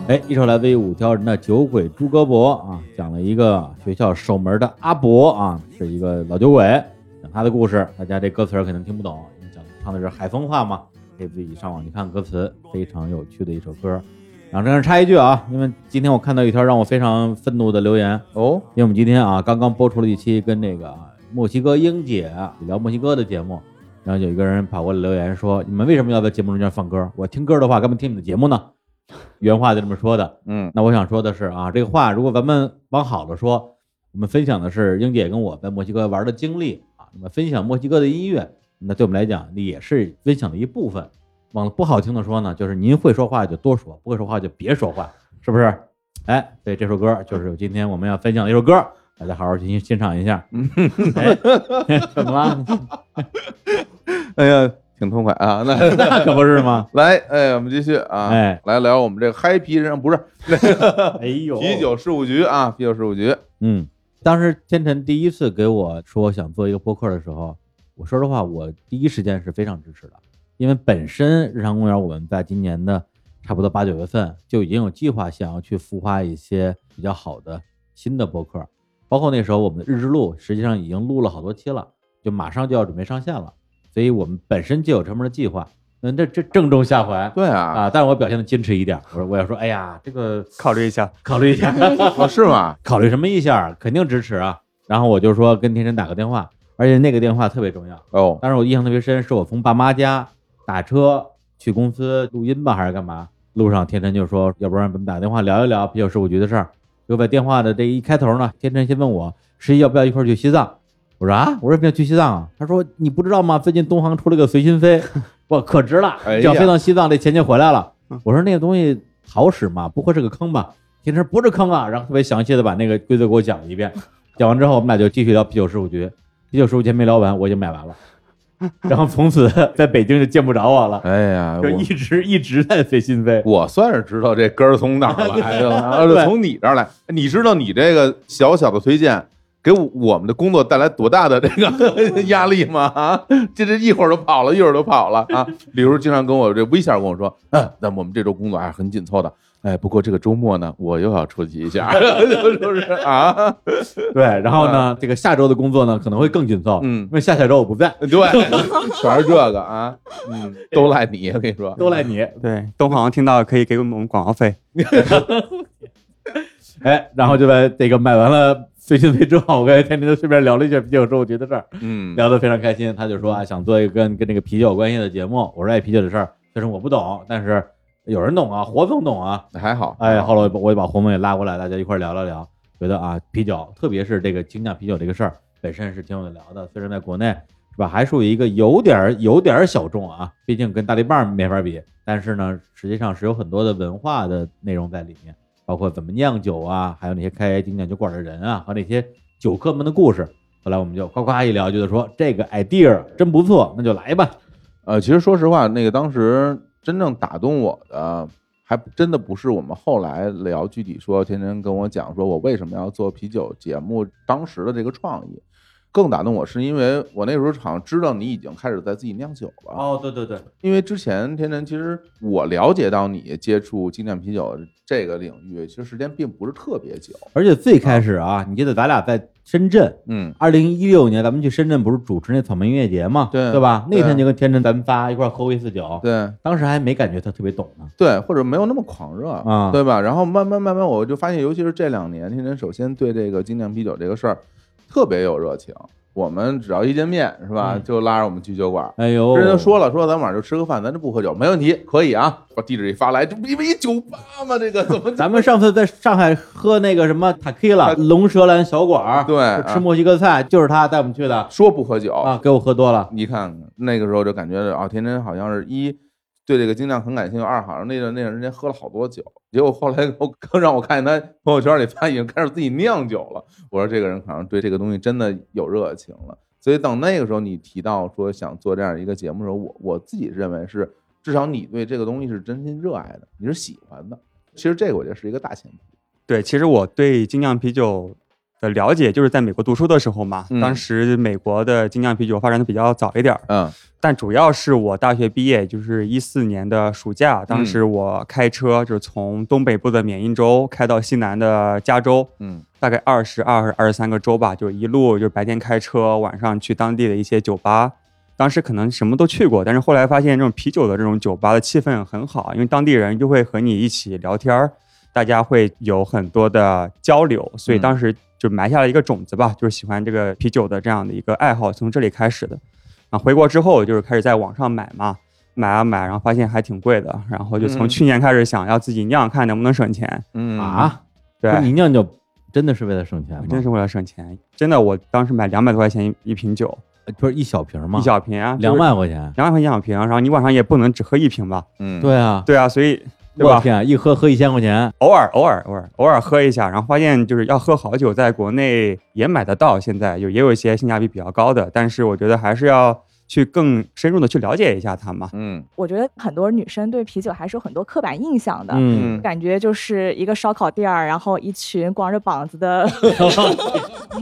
[SPEAKER 2] 哎，一手来威五挑人的酒鬼朱哥伯啊，讲了一个学校守门的阿伯啊，是一个老酒鬼，啊讲他的故事。大家这歌词儿可能听不懂，因为讲唱的是海风话嘛，可以自己上网去看歌词，非常有趣的一首歌。然后这儿插一句啊，因为今天我看到一条让我非常愤怒的留言，
[SPEAKER 3] 哦，
[SPEAKER 2] 因为我们今天啊刚刚播出了一期跟那个墨西哥英姐聊墨西哥的节目，然后有一个人跑过来留言说：“你们为什么要在节目中间放歌？我听歌的话，干嘛听你们的节目呢？”原话就这么说的。
[SPEAKER 3] 嗯，
[SPEAKER 2] 那我想说的是啊，这个话如果咱们往好了说，我们分享的是英姐跟我在墨西哥玩的经历啊，你们分享墨西哥的音乐，那对我们来讲也是分享的一部分。往不好听的说呢，就是您会说话就多说，不会说话就别说话，是不是？哎，对，这首歌就是今天我们要分享的一首歌，大家好好去欣欣赏一 下。哎， 怎么了？
[SPEAKER 3] 哎呀，挺痛快啊。那
[SPEAKER 2] 那可不是吗？
[SPEAKER 3] 来，哎，我们继续啊，
[SPEAKER 2] 哎，
[SPEAKER 3] 来聊我们这个嗨皮人，不是
[SPEAKER 2] 哎呦
[SPEAKER 3] 啤，酒事务局啊，啤酒事务局，
[SPEAKER 2] 嗯，当时天辰第一次给我说想做一个播客的时候，我说实话，我第一时间是非常支持的，因为本身日常公园我们在今年的差不多八九月份就已经有计划想要去孵化一些比较好的新的播客，包括那时候我们的日志录实际上已经录了好多期了，就马上就要准备上线了，所以我们本身就有这么的计划。嗯，这这正中下怀
[SPEAKER 3] 对啊，
[SPEAKER 2] 啊！但是我表现的矜持一点，我说我要说，哎呀，这个
[SPEAKER 4] 考虑一下。
[SPEAKER 2] 考虑一下，
[SPEAKER 3] 哦，是吗？
[SPEAKER 2] 考虑什么一下，肯定支持啊。然后我就说跟天神打个电话，而且那个电话特别重要。
[SPEAKER 3] 哦，
[SPEAKER 2] 当时我印象特别深，是我从爸妈家打车去公司录音吧，还是干嘛？路上天辰就说，要不然咱们打个电话聊一聊啤酒事务局的事儿。就在电话的这一开头呢，天辰先问我十一要不要一块儿去西藏。我说啊，我说为什么要去西藏啊？他说你不知道吗？最近东航出了个随心 飞，我可值了
[SPEAKER 3] 哎，呀
[SPEAKER 2] 只
[SPEAKER 3] 嗯
[SPEAKER 2] 要飞到西藏，这钱就回来了。我说那个东西好使吗？不会是个坑吧？天辰不是坑啊，然后特别详细的把那个规则给我讲了一 遍。讲完之后，我们俩就继续聊啤酒事务局。啤酒事务局还没聊完，我已经买 完了。然后从此在北京就见不着我了，
[SPEAKER 3] 哎呀，
[SPEAKER 2] 就一
[SPEAKER 3] 我
[SPEAKER 2] 直一直在随心飞。
[SPEAKER 3] 我算是知道这根儿从哪儿来的 了，而是从你这儿来。你知道你这个小小的推荐。给我们的工作带来多大的这个 压力吗？啊，这这一会儿就跑了，一会儿就跑了啊！李叔经常跟我这微笑跟我说，嗯，那我们这周工作还是很紧凑的，哎，不过这个周末呢，我又要出去一下， 就是啊，
[SPEAKER 2] 对，然后呢，这个下周的工作呢可能会更紧凑，
[SPEAKER 3] 嗯
[SPEAKER 2] 因为下下周我不在，
[SPEAKER 3] 对，全是这个啊，嗯，都赖你，我跟你说，
[SPEAKER 2] 都赖你。
[SPEAKER 4] 对，东航听到可以给我们广告费。
[SPEAKER 2] 哎，然后就在这个买完了随心飞之后，我跟天天就顺便聊了一下啤酒周我觉得事儿，
[SPEAKER 3] 嗯，
[SPEAKER 2] 聊得非常开心。他就说啊，想做一个跟跟这个啤酒有关系的节目。我说哎，啤酒的事儿虽然我不懂，但是有人懂啊，活总懂啊。
[SPEAKER 3] 还好，
[SPEAKER 2] 哎，后来我把我也把红梅也拉过来，大家一块儿聊了聊，觉得啊，啤酒，特别是这个精酿啤酒这个事儿，本身是挺有的聊的。虽然在国内是吧，还属于一个有点儿有点儿小众啊，毕竟跟大力棒没法比，但是呢，实际上是有很多的文化的内容在里面，包括怎么酿酒啊，还有那些开精酿酒馆的人啊，和那些酒客们的故事。后来我们就夸夸一聊，觉得说这个 idea 真不错，那就来吧。
[SPEAKER 3] 呃，其实说实话，那个当时真正打动我的，还真的不是我们后来聊具体说，天天跟我讲说我为什么要做啤酒节目当时的这个创意，更打动我是因为我那时候好像知道你已经开始在自己酿酒了。
[SPEAKER 2] 哦，对对对，
[SPEAKER 3] 因为之前天辰，其实我了解到你接触精酿啤酒这个领域，其实时间并不是特别久。
[SPEAKER 2] 而且最开始啊，你记得咱俩在深圳，
[SPEAKER 3] 嗯，
[SPEAKER 2] 二零一六年咱们去深圳不是主持那草莓音乐节嘛，
[SPEAKER 3] 对
[SPEAKER 2] 对吧？那
[SPEAKER 3] 对
[SPEAKER 2] 天就跟天真咱们仨一块儿喝过一次酒，
[SPEAKER 3] 对，
[SPEAKER 2] 当时还没感觉他特别懂呢。
[SPEAKER 3] 对，或者没有那么狂热
[SPEAKER 2] 啊
[SPEAKER 3] 对吧？然后慢慢慢慢，我就发现，尤其是这两年，天天首先对这个精酿啤酒这个事儿特别有热情。我们只要一见面，是吧，
[SPEAKER 2] 嗯
[SPEAKER 3] 就拉着我们去酒馆。
[SPEAKER 2] 哎呦，
[SPEAKER 3] 人家说了，说咱晚上就吃个饭，咱就不喝酒，没问题，可以啊。把地址一发来，这不因为一酒吧吗？这个 怎么
[SPEAKER 2] 咱们上次在上海喝那个什么塔 q 了，
[SPEAKER 3] 塔
[SPEAKER 2] 龙舌兰小馆儿，
[SPEAKER 3] 对哦啊
[SPEAKER 2] 就吃墨西哥菜，就是他带我们去的
[SPEAKER 3] 说不喝酒
[SPEAKER 2] 啊，给我喝多了。
[SPEAKER 3] 你看看那个时候就感觉啊，天真好像是一对这个精酿很感兴趣，二好像那个那个人家喝了好多酒，结果后来我刚让我看见他朋友圈里发现已经开始自己酿酒了，我说这个人好像对这个东西真的有热情了。所以等那个时候你提到说想做这样一个节目的时候，我我自己认为是至少你对这个东西是真心热爱的，你是喜欢的。其实这个我觉得是一个大前提。
[SPEAKER 4] 对，其实我对精酿啤酒的了解就是在美国读书的时候嘛，
[SPEAKER 3] 嗯
[SPEAKER 4] 当时美国的精酿啤酒发展的比较早一点儿，
[SPEAKER 3] 嗯
[SPEAKER 4] 但主要是我大学毕业，就是一四年的暑假，当时我开车就是从东北部的缅因州开到西南的加州，
[SPEAKER 3] 嗯
[SPEAKER 4] 大概二十二、二十三个州吧，就一路就白天开车，晚上去当地的一些酒吧。当时可能什么都去过，但是后来发现这种啤酒的这种酒吧的气氛很好，因为当地人就会和你一起聊天儿，大家会有很多的交流，所以
[SPEAKER 3] 嗯
[SPEAKER 4] 当时就埋下了一个种子吧，就是喜欢这个啤酒的这样的一个爱好，从这里开始的。啊，回国之后就是开始在网上买嘛，买啊买，然后发现还挺贵的，然后就
[SPEAKER 3] 嗯
[SPEAKER 4] 从去年开始想要自己酿，看能不能省钱。
[SPEAKER 3] 嗯
[SPEAKER 2] 啊，
[SPEAKER 4] 对，
[SPEAKER 2] 不是你酿酒真的是为了省钱
[SPEAKER 4] 我
[SPEAKER 2] 吗？
[SPEAKER 4] 真是为了省钱，真的，我当时买两百多块钱一一瓶酒，
[SPEAKER 2] 呃不是一小瓶吗？
[SPEAKER 4] 一小瓶啊，
[SPEAKER 2] 两万块钱？
[SPEAKER 4] 两万块钱一小瓶，然后你晚上也不能只喝一瓶吧？
[SPEAKER 3] 嗯，
[SPEAKER 2] 对啊，
[SPEAKER 4] 对啊，所以对
[SPEAKER 2] 我
[SPEAKER 4] 吧？
[SPEAKER 2] 天啊，一喝喝一千块钱，
[SPEAKER 4] 偶尔偶尔偶尔偶尔喝一下，然后发现就是要喝好酒，在国内也买得到，现在有也有一些性价比比较高的，但是我觉得还是要去更深入的去了解一下它嘛。
[SPEAKER 3] 嗯
[SPEAKER 5] 我觉得很多女生对啤酒还是有很多刻板印象的。
[SPEAKER 2] 嗯，
[SPEAKER 3] 嗯，
[SPEAKER 5] 感觉就是一个烧烤店儿，然后一群光着膀子的，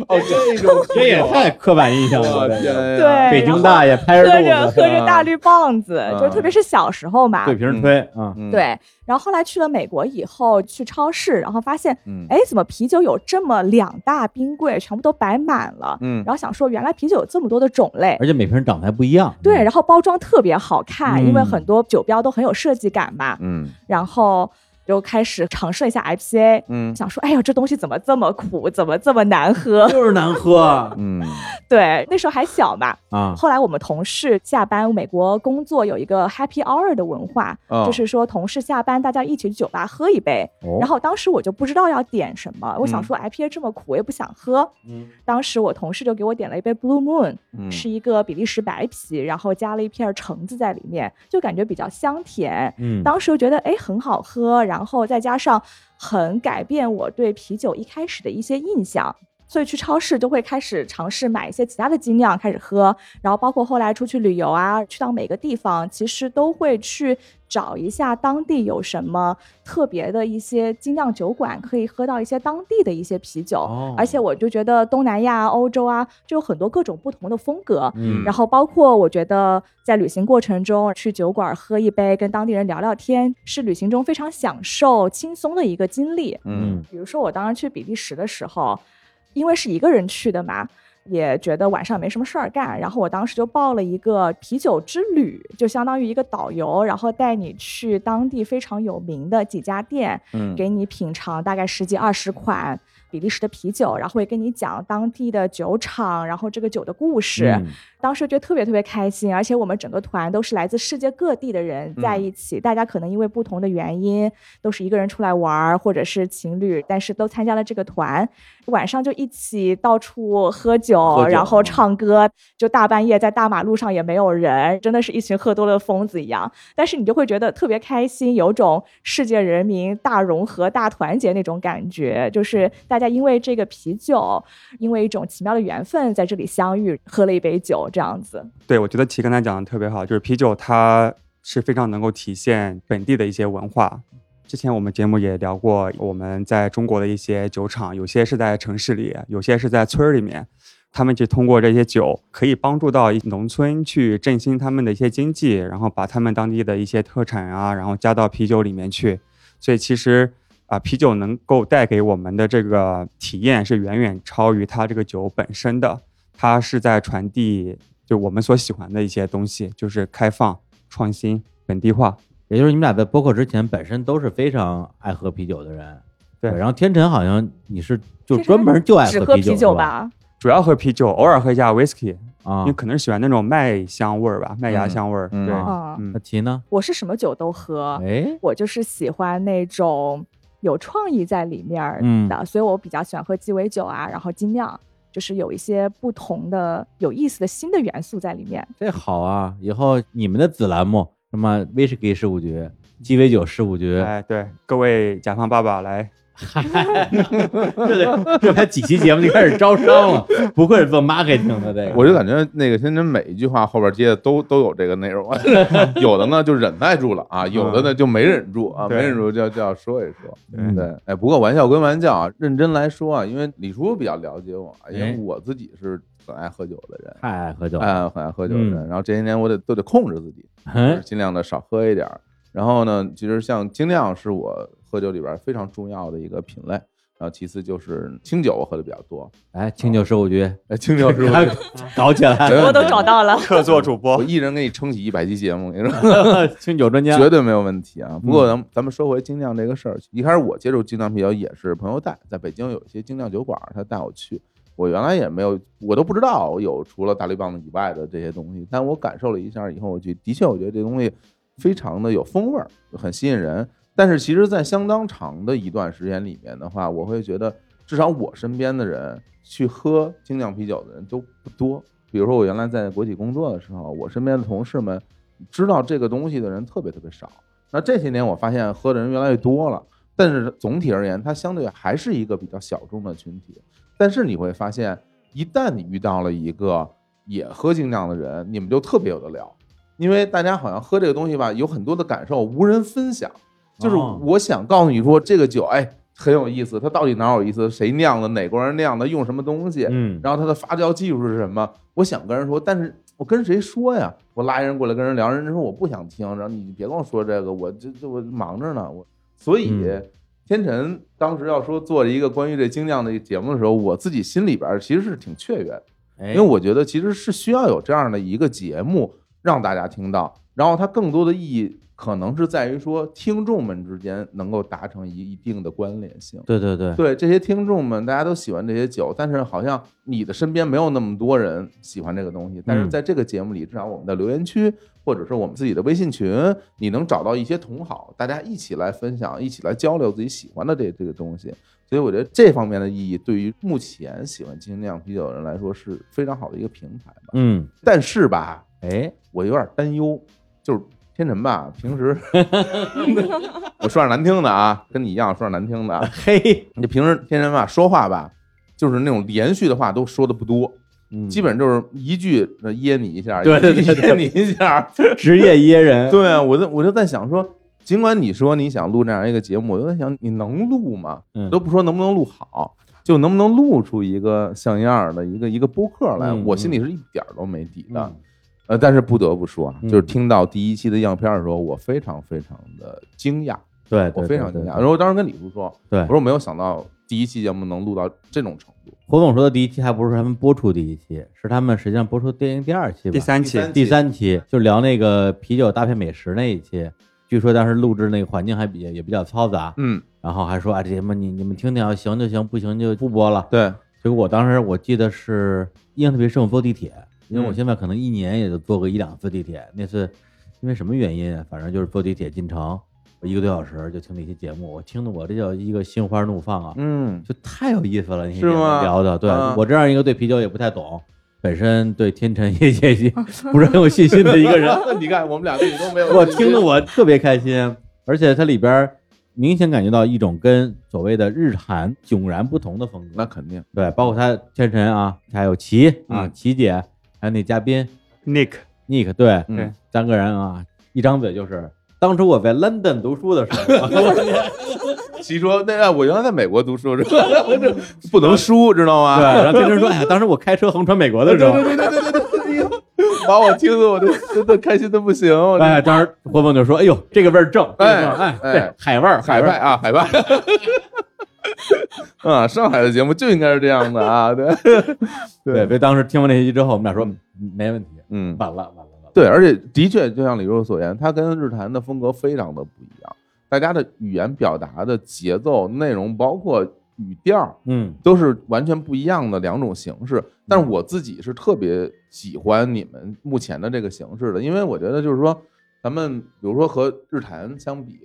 [SPEAKER 3] 哦，这种
[SPEAKER 2] 这也太刻板印象
[SPEAKER 3] 我
[SPEAKER 2] 了。
[SPEAKER 3] 天
[SPEAKER 2] 这
[SPEAKER 3] 呀，
[SPEAKER 5] 对
[SPEAKER 2] 北京大爷拍
[SPEAKER 5] 喝
[SPEAKER 2] 着
[SPEAKER 5] 着
[SPEAKER 2] 肚
[SPEAKER 5] 喝
[SPEAKER 2] 子
[SPEAKER 5] 着大绿棒子，
[SPEAKER 3] 嗯
[SPEAKER 5] 就特别是小时候嘛，
[SPEAKER 2] 对瓶吹啊，
[SPEAKER 3] 嗯，
[SPEAKER 5] 对。然后后来去了美国以后，去超市，然后发现，
[SPEAKER 3] 嗯
[SPEAKER 5] 哎，怎么啤酒有这么两大冰柜，全部都摆满了？
[SPEAKER 3] 嗯
[SPEAKER 5] 然后想说，原来啤酒有这么多的种类，
[SPEAKER 2] 而且每瓶长得还不一样。
[SPEAKER 5] 对，然后包装特别好看，因为
[SPEAKER 2] 嗯
[SPEAKER 5] 很多酒标都很有设计感嘛。
[SPEAKER 3] 嗯
[SPEAKER 5] 然后就开始尝试了一下 IPA，
[SPEAKER 3] 嗯
[SPEAKER 5] 想说，哎呦，这东西怎么这么苦，怎么这么难 喝？
[SPEAKER 2] 就是难喝啊
[SPEAKER 3] 嗯
[SPEAKER 5] 对，那时候还小嘛。
[SPEAKER 2] 啊，
[SPEAKER 5] 后来我们同事下班，美国工作有一个 Happy Hour 的文化，
[SPEAKER 3] 哦
[SPEAKER 5] 就是说同事下班大家一起去酒吧喝一杯。
[SPEAKER 2] 哦
[SPEAKER 5] 然后当时我就不知道要点什么，我想说 IPA 这么苦，我也不想喝。
[SPEAKER 2] 嗯
[SPEAKER 5] 当时我同事就给我点了一杯 Blue Moon，
[SPEAKER 3] 嗯
[SPEAKER 5] 是一个比利时白啤，然后加了一片橙子在里面，就感觉比较香甜。
[SPEAKER 2] 嗯，
[SPEAKER 5] 当时就觉得哎很好喝，然后再加上很改变我对啤酒一开始的一些印象，所以去超市就会开始尝试买一些其他的精酿开始喝，然后包括后来出去旅游啊，去到每个地方，其实都会去找一下当地有什么特别的一些精酿酒馆，可以喝到一些当地的一些啤酒。
[SPEAKER 2] 哦
[SPEAKER 5] 而且我就觉得东南亚、欧洲啊，就有很多各种不同的风格，
[SPEAKER 2] 嗯
[SPEAKER 5] 然后包括我觉得在旅行过程中去酒馆喝一杯，跟当地人聊聊天，是旅行中非常享受、轻松的一个经历。
[SPEAKER 3] 嗯
[SPEAKER 2] 嗯
[SPEAKER 5] 比如说我当时去比利时的时候，因为是一个人去的嘛。也觉得晚上没什么事儿干，然后我当时就报了一个啤酒之旅，就相当于一个导游，然后带你去当地非常有名的几家店，
[SPEAKER 3] 嗯
[SPEAKER 5] 给你品尝大概十几二十款比利时的啤酒，然后会跟你讲当地的酒厂，然后这个酒的故事。
[SPEAKER 2] 嗯
[SPEAKER 5] 当时觉得特别特别开心，而且我们整个团都是来自世界各地的人在一起，大家可能因为不同的原因，都是一个人出来玩儿，或者是情侣，但是都参加了这个团。晚上就一起到处喝酒，
[SPEAKER 3] 喝酒
[SPEAKER 5] 然
[SPEAKER 2] 嗯
[SPEAKER 5] 后唱歌，就大半夜在大马路上也没有人，真的是一群喝多了的疯子一样。但是你就会觉得特别开心，有种世界人民大融合、大团结那种感觉，就是大家因为这个啤酒，因为一种奇妙的缘分在这里相遇，喝了一杯酒，这样子。
[SPEAKER 4] 对，我觉得齐刚才讲的特别好，就是啤酒它是非常能够体现本地的一些文化。之前我们节目也聊过，我们在中国的一些酒厂，有些是在城市里，有些是在村儿里面，他们就通过这些酒可以帮助到一农村去振兴他们的一些经济，然后把他们当地的一些特产啊，然后加到啤酒里面去。所以其实啊，啤酒能够带给我们的这个体验是远远超于它这个酒本身的。它是在传递就我们所喜欢的一些东西，就是开放、创新、本地化。
[SPEAKER 2] 也就是你们俩在播客之前本身都是非常爱喝啤酒的人，
[SPEAKER 4] 对
[SPEAKER 2] 然后天辰好像你是就
[SPEAKER 5] 其实
[SPEAKER 2] 专门就爱
[SPEAKER 5] 只
[SPEAKER 2] 酒
[SPEAKER 5] 喝啤
[SPEAKER 2] 是
[SPEAKER 5] 酒
[SPEAKER 2] 吧？
[SPEAKER 5] 吧，
[SPEAKER 4] 主要喝啤酒，偶尔喝一下 whisky，、
[SPEAKER 2] 啊
[SPEAKER 4] 因为，可能喜欢那种麦香味儿吧，麦芽香味儿。
[SPEAKER 3] 嗯
[SPEAKER 4] 对，
[SPEAKER 5] 啊
[SPEAKER 4] 嗯
[SPEAKER 2] 那齐呢？
[SPEAKER 5] 我是什么酒都喝，
[SPEAKER 2] 哎，
[SPEAKER 5] 我就是喜欢那种有创意在里面儿
[SPEAKER 2] 嗯
[SPEAKER 5] 的，所以我比较喜欢喝鸡尾酒啊，然后精酿，就是有一些不同的、有意思的新的元素在里面。
[SPEAKER 2] 这好啊！以后你们的子栏目
[SPEAKER 4] 哎
[SPEAKER 2] 什么威士忌事务局、鸡尾酒事务局，
[SPEAKER 4] 哎，对，各位甲方爸爸来
[SPEAKER 2] 这得这才几期节目就开始招商了， 不愧是做 marketing 的这个。
[SPEAKER 3] 我就感觉那个天真每一句话后边接的都都有这个内 容，啊有的呢就忍耐住了啊，有的呢
[SPEAKER 2] 嗯
[SPEAKER 3] 就没忍住啊，没
[SPEAKER 4] 对
[SPEAKER 3] 忍住就要就要说一说。
[SPEAKER 4] 对
[SPEAKER 3] 对，哎，不过玩笑归玩笑啊，认真来说啊，因为李叔比较了解我，啊因
[SPEAKER 2] 哎
[SPEAKER 3] 为我自己是很爱喝酒的人，
[SPEAKER 2] 太爱喝酒了，
[SPEAKER 3] 哎，很爱喝酒的人。
[SPEAKER 2] 嗯
[SPEAKER 3] 然后这些年我得都得控制自己，就是
[SPEAKER 2] 嗯
[SPEAKER 3] 尽量的少喝一点儿。然后呢，其实像精酿是我喝酒里边非常重要的一个品类，然后其次就是清酒我喝的比较多，
[SPEAKER 2] 哎，清酒事务局，
[SPEAKER 3] 哎，清酒是我
[SPEAKER 2] 哎搞起来，
[SPEAKER 3] 嗯
[SPEAKER 5] 我都找到了。
[SPEAKER 4] 客座主
[SPEAKER 3] 我
[SPEAKER 4] 播，
[SPEAKER 3] 一人给你撑起一百期节目，你说
[SPEAKER 2] 清酒专家，
[SPEAKER 3] 绝对没有问题啊。不过咱们咱们说回精酿这个事儿，一开始我接触精酿啤酒也是朋友带，在北京有一些精酿酒馆，他带我去。我原来也没有，我都不知道有除了大绿棒子以外的这些东西，但我感受了一下以后，我就的确我觉得这东西非常的有风味儿，很吸引人。但是其实，在相当长的一段时间里面的话，我会觉得至少我身边的人去喝精酿啤酒的人都不多。比如说我原来在国企工作的时候，我身边的同事们知道这个东西的人特别特别少。那这些年我发现喝的人越来越多了，但是总体而言，它相对还是一个比较小众的群体。但是你会发现，一旦你遇到了一个也喝精酿的人，你们就特别有的聊，因为大家好像喝这个东西吧，有很多的感受无人分享。就是
[SPEAKER 2] 哦
[SPEAKER 3] 我想告诉你说，这个酒哎很有意思，它到底哪有意思？谁酿的？哪国人酿的？用什么东西？
[SPEAKER 2] 嗯，
[SPEAKER 3] 然后它的发酵技术是什么？我想跟人说，但是我跟谁说呀？我拉一人过来跟人聊，人家说我不想听，然后你别跟我说这个，我这这我忙着呢，我所以。
[SPEAKER 2] 嗯
[SPEAKER 3] 天辰当时要说做了一个关于这精酿的一个节目的时候，我自己心里边儿其实是挺雀跃的，
[SPEAKER 2] 因
[SPEAKER 3] 因为我觉得其实是需要有这样的一个节目让大家听到，然后它更多的意义可能是在于说听众们之间能够达成一一定的关联性。
[SPEAKER 2] 对对对，
[SPEAKER 3] 对这些听众们，大家都喜欢这些酒，但是好像你的身边没有那么多人喜欢这个东西。但是在这个节目里，至少我们的留言区，或者是我们自己的微信群，你能找到一些同好，大家一起来分享，一起来交流自己喜欢的这这个东西。所以我觉得这方面的意义，对于目前喜欢精酿啤酒的人来说是非常好的一个平台吧。
[SPEAKER 2] 嗯，
[SPEAKER 3] 但是吧，
[SPEAKER 2] 哎，
[SPEAKER 3] 我有点担忧，就是天辰吧，平时 我说点难听的啊，跟你一样说点难听的啊，
[SPEAKER 2] 嘿，
[SPEAKER 3] 你平时天天吧说话吧，就是那种连续的话都说的不多，
[SPEAKER 2] 嗯
[SPEAKER 3] 基本就是一句呃噎你一下，
[SPEAKER 2] 对对
[SPEAKER 3] 一
[SPEAKER 2] 对
[SPEAKER 3] 句
[SPEAKER 2] 对
[SPEAKER 3] 噎你一下。
[SPEAKER 2] 职业噎人，
[SPEAKER 3] 对啊，我就我就在想说，尽管你说你想录这样一个节目，我就在想你能录吗？
[SPEAKER 2] 嗯
[SPEAKER 3] 都不说能不能录好，就能不能录出一个像样儿的一个一个播客来，
[SPEAKER 2] 嗯
[SPEAKER 3] 我心里是一点儿都没底的。
[SPEAKER 2] 嗯
[SPEAKER 3] 呃，但是不得不说啊，
[SPEAKER 2] 嗯
[SPEAKER 3] 就是听到第一期的样片儿的时候，我非常非常的惊讶，
[SPEAKER 2] 对，对对
[SPEAKER 3] 我非常
[SPEAKER 2] 对
[SPEAKER 3] 惊
[SPEAKER 2] 对
[SPEAKER 3] 讶。然后我当时跟李叔说，
[SPEAKER 2] 对
[SPEAKER 3] 我说我没有想到第一期节目能录到这种程度。
[SPEAKER 2] 胡总说的第一期还不是他们播出第一期，是他们实际上播出电影第二期吧？
[SPEAKER 4] 第三期
[SPEAKER 3] 第三
[SPEAKER 2] 第三期就聊那个啤酒搭配美食那一期，据说当时录制那个环境还比也比较嘈杂，
[SPEAKER 3] 嗯，
[SPEAKER 2] 然后还说啊，这节目你你们听听啊，行就行，不行就不播了。
[SPEAKER 3] 对，
[SPEAKER 2] 结果我当时我记得是印象特别深，我坐地铁，因
[SPEAKER 3] 嗯
[SPEAKER 2] 为我现在可能一年也就坐个一两次地铁。那次因为什么原因啊，反正就是坐地铁进城，我一个多小时就听那些节目，我听的我这叫一个心花怒放啊，
[SPEAKER 3] 嗯，
[SPEAKER 2] 就太有意思了。那些
[SPEAKER 3] 是
[SPEAKER 2] 节目
[SPEAKER 3] 吗
[SPEAKER 2] 聊的，对、
[SPEAKER 3] 啊
[SPEAKER 2] 我这样一个对啤酒也不太懂，本身对天辰也也也 不是很有信心的一个 人，
[SPEAKER 3] 你看我们俩自己都没有
[SPEAKER 2] 我听得我特别开心，而且它里边儿明显感觉到一种跟所谓的日韩迥然不同的风
[SPEAKER 3] 那
[SPEAKER 2] 格。
[SPEAKER 3] 肯定，
[SPEAKER 2] 对，包括他天辰啊，还有齐啊，
[SPEAKER 3] 嗯
[SPEAKER 2] 齐姐，还有那嘉宾
[SPEAKER 4] Nick，
[SPEAKER 2] Nick，对，
[SPEAKER 3] 嗯，
[SPEAKER 2] 三个人啊，一张嘴就是。当初我在 London 读书的时 候，对，
[SPEAKER 3] 其说那那我原来在美国读书，是吧我这不能输，知道吗？
[SPEAKER 2] 然后天辰说：“哎呀，当时我开车横穿美国的时候，
[SPEAKER 3] 把我听得我都真的开心的不行，我这
[SPEAKER 2] 哎，当时霍梦就说：‘哎呦，这个味儿正，
[SPEAKER 3] 哎
[SPEAKER 2] 这个味儿哎，
[SPEAKER 3] 哎
[SPEAKER 2] 对，海味儿，
[SPEAKER 3] 海
[SPEAKER 2] 味
[SPEAKER 3] 派
[SPEAKER 2] 儿，
[SPEAKER 3] 啊，海派。啊，上海的节目就应该是这样的啊，对，
[SPEAKER 2] 对。’所以当时听完那些之后，我们俩说
[SPEAKER 3] 嗯
[SPEAKER 2] 没问题，
[SPEAKER 3] 嗯，
[SPEAKER 2] 完了，完了，完了。
[SPEAKER 3] 对，而且的确，就像李若所言，它跟日坛的风格非常的不一样，大家的语言表达的节奏、内容，包括语调，
[SPEAKER 2] 嗯，
[SPEAKER 3] 都是完全不一样的两种形式。但是我自己是特别喜欢你们目前的这个形式的，因为我觉得就是说，咱们比如说和日坛相比，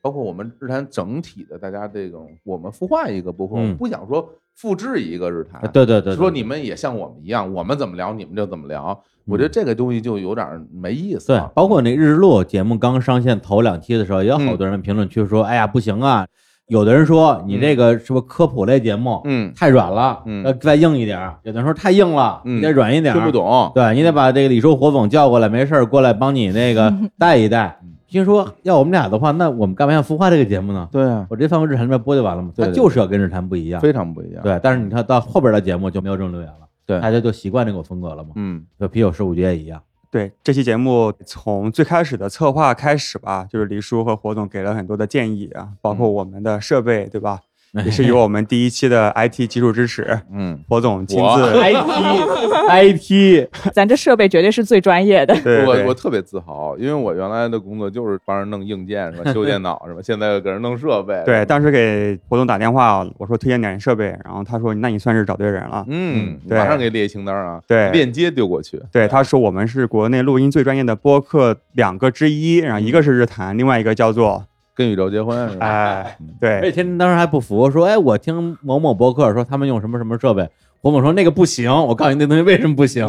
[SPEAKER 3] 包括我们日坛整体的大家这种，我们孵化一个播客，
[SPEAKER 2] 嗯
[SPEAKER 3] 我们不想说复制一个日坛
[SPEAKER 2] 啊，，对对对，对
[SPEAKER 3] 说你们也像我们一样，我们怎么聊你们就怎么聊。我
[SPEAKER 4] 嗯
[SPEAKER 3] 觉得这个东西就有点没意思
[SPEAKER 2] 对
[SPEAKER 3] 了。，
[SPEAKER 2] 包括那日落节目刚上线头两期的时候，也有好
[SPEAKER 3] 嗯
[SPEAKER 2] 多人评论区说：“哎呀，不行啊，有的人说你这个是不是科普类节目
[SPEAKER 3] 嗯，
[SPEAKER 2] 太软了，
[SPEAKER 3] 嗯
[SPEAKER 2] 要再硬一点儿；有的人说太硬了，
[SPEAKER 3] 嗯
[SPEAKER 2] 你得软一点儿。
[SPEAKER 3] 听不懂，
[SPEAKER 2] 对你得把这个李叔火总叫过来，没事儿过来帮你那个
[SPEAKER 3] 嗯
[SPEAKER 2] 带一带。听说要我们俩的话，那我们干嘛要孵化这个节目呢？
[SPEAKER 3] 对啊，
[SPEAKER 2] 我直接放回日坛这边播就完了嘛。
[SPEAKER 3] 对
[SPEAKER 2] 它
[SPEAKER 3] 对
[SPEAKER 2] 就是要跟日坛不一样。
[SPEAKER 3] 非常不一样。，
[SPEAKER 2] 对，但是你看到后边的节目就没有这种留言了，
[SPEAKER 3] 对
[SPEAKER 2] 大家就习惯这种风格 了嘛。
[SPEAKER 3] 嗯
[SPEAKER 2] 就啤酒十五局也一样，
[SPEAKER 4] 对这期节目，从最开始的策划开始吧，就是黎叔和火总给了很多的建议啊，包
[SPEAKER 3] 嗯
[SPEAKER 4] 括我们的设备，对吧？也是有我们第一期的 IT 技术支持，
[SPEAKER 3] 嗯，
[SPEAKER 4] 火总亲
[SPEAKER 3] 我
[SPEAKER 4] 自
[SPEAKER 2] IT IT，
[SPEAKER 5] 咱这设备绝对是最专业的。
[SPEAKER 4] 对
[SPEAKER 3] 我我
[SPEAKER 4] 对
[SPEAKER 3] 特别自豪，因为我原来的工作就是帮人弄硬件是吧，修电脑是吧，现在给人弄设 备。
[SPEAKER 4] 对，，当时给火总打电话，我说推荐点设备，然后他说那你算是找对人了。
[SPEAKER 3] 嗯，
[SPEAKER 4] 对
[SPEAKER 3] 马上给列清单啊，
[SPEAKER 4] 对
[SPEAKER 3] 链接丢过去。
[SPEAKER 4] 对，他说我们是国内录音最专业的播客两个之一，然后一个是日坛，另外一个叫做
[SPEAKER 3] 跟宇宙结婚是吧？
[SPEAKER 4] 哎
[SPEAKER 3] 嗯，
[SPEAKER 2] 而且
[SPEAKER 4] 对
[SPEAKER 2] 天天当时还不服，说哎，我听某某博客说他们用什么什么设备，我某说那个不行，我告诉你那东西为什么不 行，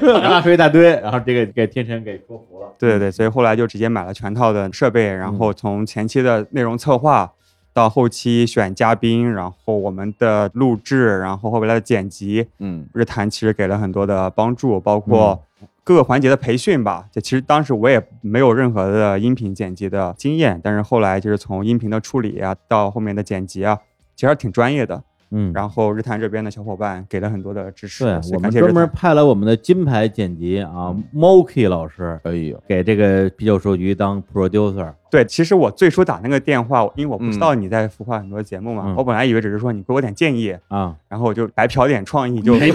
[SPEAKER 2] 然后说一大堆，然后这个给天神给说服了。
[SPEAKER 4] 对对对，所以后来就直接买了全套的设备，然
[SPEAKER 3] 嗯
[SPEAKER 4] 后从前期的内容策划到后期选嘉宾，然后我们的录制，然后后来的剪辑，
[SPEAKER 3] 嗯
[SPEAKER 4] 日坛其实给了很多的帮助，
[SPEAKER 2] 嗯
[SPEAKER 4] 包括各个环节的培训吧。这其实当时我也没有任何的音频剪辑的经验，但是后来就是从音频的处理啊，到后面的剪辑啊，其实还挺专业的。
[SPEAKER 2] 嗯，
[SPEAKER 4] 然后日坛这边的小伙伴给了很多的支持，
[SPEAKER 2] 对
[SPEAKER 4] 所以
[SPEAKER 2] 我们
[SPEAKER 4] 感谢
[SPEAKER 2] 专
[SPEAKER 4] 日
[SPEAKER 2] 门
[SPEAKER 4] 坛
[SPEAKER 2] 派了我们的金牌剪辑啊，Moki 老师
[SPEAKER 3] 哎呦，
[SPEAKER 2] 给这个啤酒数局当 producer，
[SPEAKER 4] 对。其实我最初打那个电话，因为我不知
[SPEAKER 3] 嗯
[SPEAKER 4] 道你在孵化很多节目嘛，
[SPEAKER 2] 嗯
[SPEAKER 4] 我本来以为只是说你给我点建议，
[SPEAKER 2] 啊，
[SPEAKER 4] 然后我就白嫖点创意就
[SPEAKER 2] 嫖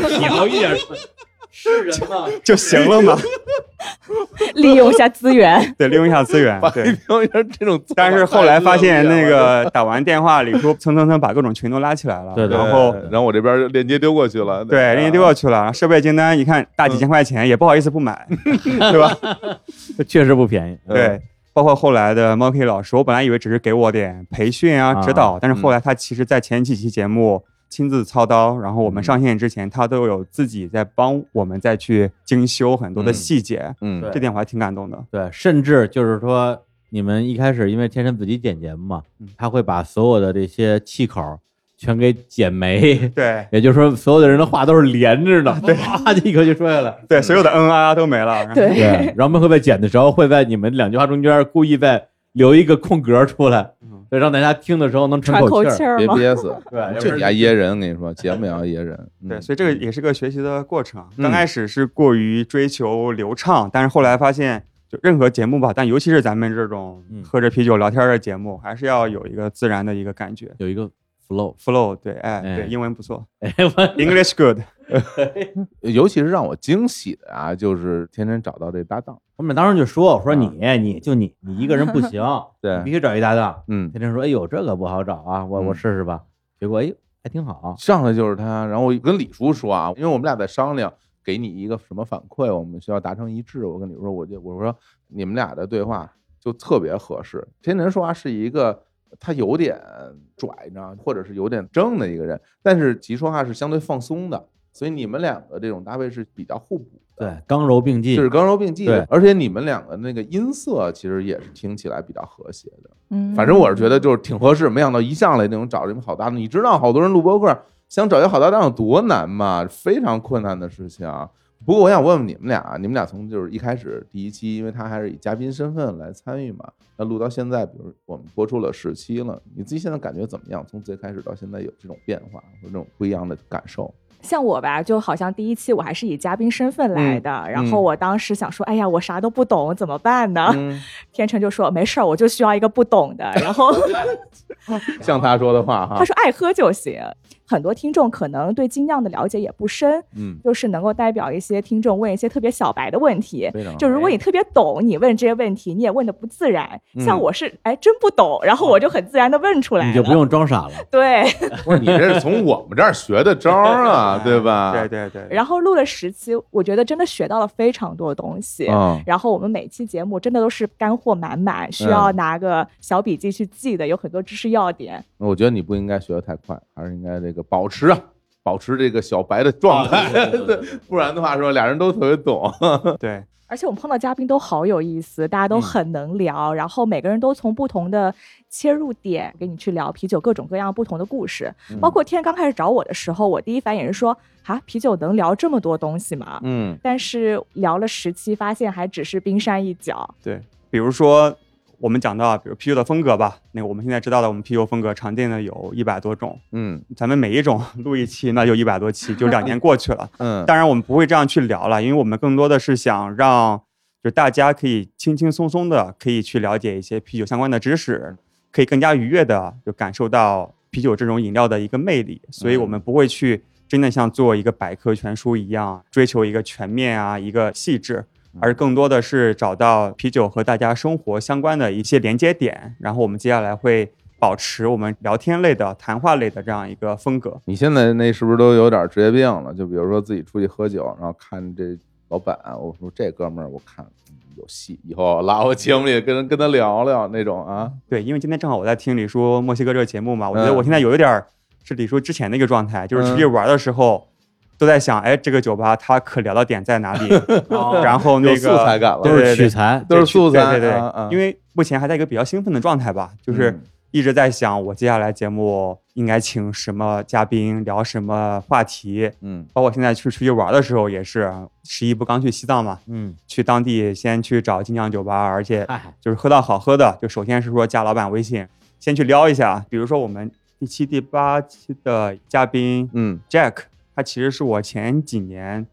[SPEAKER 2] 一点是人吗？
[SPEAKER 4] 就行 了嘛，
[SPEAKER 5] 利用一下资源，
[SPEAKER 4] 对，利用一下资源
[SPEAKER 3] 把，
[SPEAKER 4] 对
[SPEAKER 3] 一。瓶这种，
[SPEAKER 4] 但是后来发现，那个打完电话，李叔蹭蹭蹭把各种群都拉起来了，
[SPEAKER 2] 对对
[SPEAKER 4] 然
[SPEAKER 3] 然
[SPEAKER 4] 后
[SPEAKER 3] 后然后我这边就链接丢过去了，啊
[SPEAKER 4] 对啊嗯人家丢过去了，然后设备订单一看大几千块钱，也不好意思不买， 对吧？
[SPEAKER 2] 确实不便宜。
[SPEAKER 4] 对，包括后来的 Monkey 老师，我本来以为只是给我点培训啊、
[SPEAKER 2] 啊
[SPEAKER 4] 指导，但是后来他其实在前几期节目亲自操刀，然后我们上线之前，他都有自己在帮我们再去精修很多的
[SPEAKER 3] 嗯
[SPEAKER 4] 细节，
[SPEAKER 3] 嗯，
[SPEAKER 2] 对
[SPEAKER 4] 这点我还挺感动的。
[SPEAKER 2] 对，甚至就是说，你们一开始因为天神自己剪节目嘛，他会把所有的这些气口全给剪没，
[SPEAKER 4] 对
[SPEAKER 2] 也就是说，所有的人的话都是连着 的，啪就一口就说下 来。
[SPEAKER 4] 对，所有的嗯啊都没了。然后
[SPEAKER 5] 对
[SPEAKER 2] 对，然后我们会在剪的时候，会在你们两句话中间故意再留一个空格出来，对，让大家听的时候能
[SPEAKER 5] 喘
[SPEAKER 2] 嗯喘
[SPEAKER 5] 口
[SPEAKER 2] 气
[SPEAKER 5] 气
[SPEAKER 2] 儿。
[SPEAKER 5] 儿
[SPEAKER 3] 别
[SPEAKER 5] 吗？
[SPEAKER 3] 憋死，
[SPEAKER 2] 对，要不
[SPEAKER 3] 这
[SPEAKER 2] 然
[SPEAKER 3] 你还噎人，我跟你说，节目也要噎 人。嗯
[SPEAKER 4] 对，所以这个也是个学习的过程。啊
[SPEAKER 3] 嗯
[SPEAKER 4] 刚开始是过于追求流畅，但是后来发现，就任何节目吧，但尤其是咱们这种
[SPEAKER 2] 嗯
[SPEAKER 4] 喝着啤酒聊天的节目，还是要有一个自然的一个感觉。
[SPEAKER 2] 有一个 flow，
[SPEAKER 4] flow，对，哎，
[SPEAKER 2] 哎
[SPEAKER 4] 对，英文不错
[SPEAKER 2] 哎，我
[SPEAKER 4] ，English good，
[SPEAKER 3] 尤其是让我惊喜的啊，就是天天找到这搭档，
[SPEAKER 2] 我们当时就说，我说你，你就你，你一个人不 行，
[SPEAKER 3] 对
[SPEAKER 2] 你必须找一搭档。
[SPEAKER 3] 嗯，
[SPEAKER 2] 天天说，哎呦，这个不好找啊，我我
[SPEAKER 3] 嗯
[SPEAKER 2] 试试吧。结果哎，还挺好。
[SPEAKER 3] 上来就是他，然后我跟李叔说啊，因为我们俩在商量，给你一个什么反馈，我们需要达成一致。我跟李叔说，我就我说你们俩的对话就特别合适。天天说话是一个他有点拽，你知道吗，或者是有点正的一个人，但是吉说话是相对放松的，所以你们两个这种搭配是比较互补的。
[SPEAKER 2] 对，刚柔并济，
[SPEAKER 3] 就是刚柔并济
[SPEAKER 2] 对
[SPEAKER 3] 的，而且你们两个那个音色其实也是听起来比较和谐的。
[SPEAKER 5] 嗯
[SPEAKER 3] 反正我是觉得就是挺合适，没想到一上来那种找这种好搭档，你知道好多人录播客想找一个好搭档有多难吗？非常困难的事情啊。不过我想问问你们俩，啊你们俩从就是一开始第一期，因为他还是以嘉宾身份来参与嘛，那录到现在，比如我们播出了十期了，你自己现在感觉怎么样？从最开始到现在有这种变化或者这种不一样的感受？
[SPEAKER 5] 像我吧，就好像第一期我还是以嘉宾身份
[SPEAKER 3] 嗯
[SPEAKER 5] 来的，然后我当时想说，哎呀，我啥都不懂，怎么办呢？
[SPEAKER 3] 嗯，
[SPEAKER 5] 天成就说没事儿，我就需要一个不懂的。然 后
[SPEAKER 3] 像他说的话哈
[SPEAKER 2] 啊
[SPEAKER 5] 他，说爱喝就行。很多听众可能对精酿的了解也不深，
[SPEAKER 3] 嗯，
[SPEAKER 5] 就是能够代表一些听众问一些特别小白的问
[SPEAKER 2] 哎
[SPEAKER 5] 题。
[SPEAKER 3] 非常
[SPEAKER 5] 就如果你特别懂，你问这些问题，你也问的不自然。像
[SPEAKER 3] 嗯
[SPEAKER 5] 我是哎真不懂，然后我就很自然的问出来
[SPEAKER 2] 嗯
[SPEAKER 5] 了。
[SPEAKER 2] 你就不用装傻了。
[SPEAKER 5] 对，
[SPEAKER 3] 不是你这是从我们这儿学的招儿 啊，对吧？
[SPEAKER 4] 对对对，
[SPEAKER 5] 然后录了十期，我觉得真的学到了非常多东西。
[SPEAKER 2] 啊
[SPEAKER 3] 嗯，
[SPEAKER 5] 然后我们每期节目真的都是干货满满，需
[SPEAKER 2] 嗯
[SPEAKER 5] 要拿个小笔记去记的，有很多知识要点。
[SPEAKER 3] 我觉得你不应该学的太快，还是应该这个保持啊，保持这个小白的状态，
[SPEAKER 7] 对对对
[SPEAKER 3] 不然的话说俩人都特别懂，
[SPEAKER 4] 对，
[SPEAKER 5] 而且我们碰到嘉宾都好有意思，大家
[SPEAKER 3] 嗯
[SPEAKER 5] 都很能聊，然后每个人都从不同的切入点给你去聊啤酒各种各样不同的故事。
[SPEAKER 3] 嗯
[SPEAKER 5] 包括天刚开始找我的时候，我第一反应是说：“啊，啤酒能聊这么多东西吗？”
[SPEAKER 3] 嗯
[SPEAKER 5] 但是聊了十期，发现还只是冰山一角。
[SPEAKER 4] 对，比如说我们讲到，比如啤酒的风格吧，那个我们现在知道的，我们啤酒风格常见的有一百多种，
[SPEAKER 3] 嗯
[SPEAKER 4] 咱们每一种 录一期，那就一百多期，就两年过去了。
[SPEAKER 3] 嗯，
[SPEAKER 4] 当然，我们不会这样去聊了，因为我们更多的是想让，就大家可以轻轻松松的可以去了解一些啤酒相关的知识，可以更加愉悦的就感受到啤酒这种饮料的一个魅力。所以我们不会去真的像做一个百科全书一样追求一个全面啊，一个细致。而更多的是找到啤酒和大家生活相关的一些连接点，然后我们接下来会保持我们聊天类的、谈话类的这样一个风格。
[SPEAKER 3] 你现在那是不是都有点职业病了？就比如说自己出去喝酒，然后看这老板，啊我说这哥们儿，我看嗯有戏，以后拉我节目里跟跟他聊聊那种啊，
[SPEAKER 4] 对，因为今天正好我在听李叔墨西哥这个节目嘛，我觉得
[SPEAKER 3] 嗯
[SPEAKER 4] 我现在有一点儿是李叔之前的一个状态，就是出去
[SPEAKER 3] 嗯
[SPEAKER 4] 玩的时候。都在想，哎，这个酒吧它可聊的点在哪 里？然后那
[SPEAKER 3] 哦有
[SPEAKER 4] 个
[SPEAKER 3] 素材感了，
[SPEAKER 4] 对
[SPEAKER 2] 都
[SPEAKER 4] 对
[SPEAKER 2] 是
[SPEAKER 4] 对
[SPEAKER 2] 取材，
[SPEAKER 3] 都是素材，
[SPEAKER 4] 对对对
[SPEAKER 3] 啊啊
[SPEAKER 4] 因为目前还在一个比较兴奋的状态吧，就是
[SPEAKER 3] 嗯
[SPEAKER 4] 一直在想我接下来节目应该请什么嘉宾，聊什么话题。
[SPEAKER 3] 嗯
[SPEAKER 4] 包括现在去出去玩的时候也是，十一不刚去西藏嘛，
[SPEAKER 2] 嗯，
[SPEAKER 4] 去当地先去找精酿酒吧，而且
[SPEAKER 2] 哎，
[SPEAKER 4] 就是喝到好喝的，就首先是说加老板微信，先去撩一下。啊比如说我们第七、第八期的嘉宾
[SPEAKER 3] 嗯
[SPEAKER 4] Jack，他其实是我前几年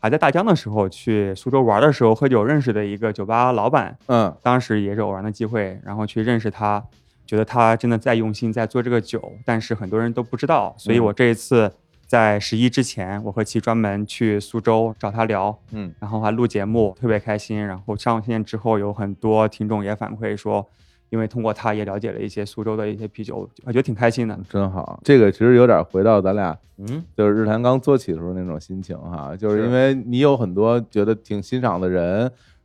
[SPEAKER 4] 还在大疆的时候去苏州玩的时候喝酒认识的一个酒吧老板，
[SPEAKER 3] 嗯
[SPEAKER 4] 当时也是偶然的机会，然后去认识他，觉得他真的在用心在做这个酒，但是很多人都不知道，所以我这一次在十一之前，我和其专门去苏州找他聊，
[SPEAKER 3] 嗯，
[SPEAKER 4] 然后还录节目，特别开心。然后上线之后，有很多听众也反馈说，因为通过他也了解了一些苏州的一些啤酒，我觉得挺开心的。
[SPEAKER 3] 真好。这个其实有点回到咱俩
[SPEAKER 2] 嗯，
[SPEAKER 3] 就是日坛刚做起的时候那种心情哈，就是
[SPEAKER 4] 是
[SPEAKER 3] 因为你有很多觉得挺欣赏的人，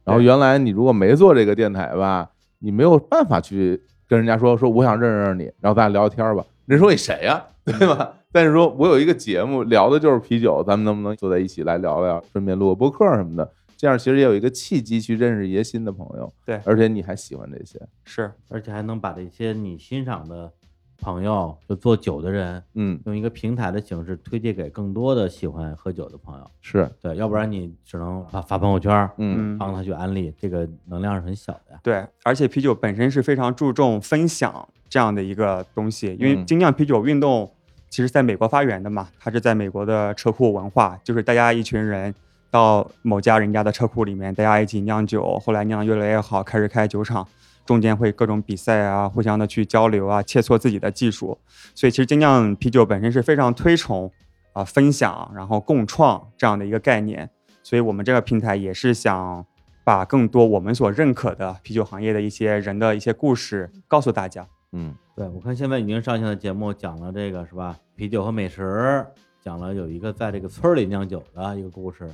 [SPEAKER 3] 然后
[SPEAKER 4] 对
[SPEAKER 3] 原来你如果没做这个电台吧，你没有办法去跟人家说说我想认识认识你，然后咱俩聊天吧，人说你谁呀、 对吧？但是说我有一个节目聊的就是啤酒，咱们能不能坐在一起来聊聊，顺便录个播客什么的，这样其实也有一个契机去认识一些新的朋友，
[SPEAKER 4] 对
[SPEAKER 3] 而且你还喜欢这些，
[SPEAKER 4] 是
[SPEAKER 2] 而且还能把这些你欣赏的朋友，就做酒的人，
[SPEAKER 3] 嗯，
[SPEAKER 2] 用一个平台的形式推荐给更多的喜欢喝酒的朋友。
[SPEAKER 3] 是，
[SPEAKER 2] 对，要不然你只能发发朋友圈儿，
[SPEAKER 3] 嗯
[SPEAKER 2] 帮他去安利，这个能量是很小的呀。
[SPEAKER 4] 对，而且啤酒本身是非常注重分享这样的一个东西，因为
[SPEAKER 3] 嗯
[SPEAKER 4] 精酿啤酒运动其实在美国发源的嘛，它是在美国的车库文化，就是大家一群人到某家人家的车库里面，大家一起酿酒，后来酿得越来越好，开始开酒厂，中间会各种比赛啊，互相的去交流啊，切磋自己的技术，所以其实精酿啤酒本身是非常推崇啊、分享，然后共创这样的一个概念。所以我们这个平台也是想把更多我们所认可的啤酒行业的一些人的一些故事告诉大家。
[SPEAKER 3] 嗯
[SPEAKER 2] 对，我看现在已经上线的节目讲了这个是吧？啤酒和美食，讲了有一个在这个村儿里酿酒的一个故事，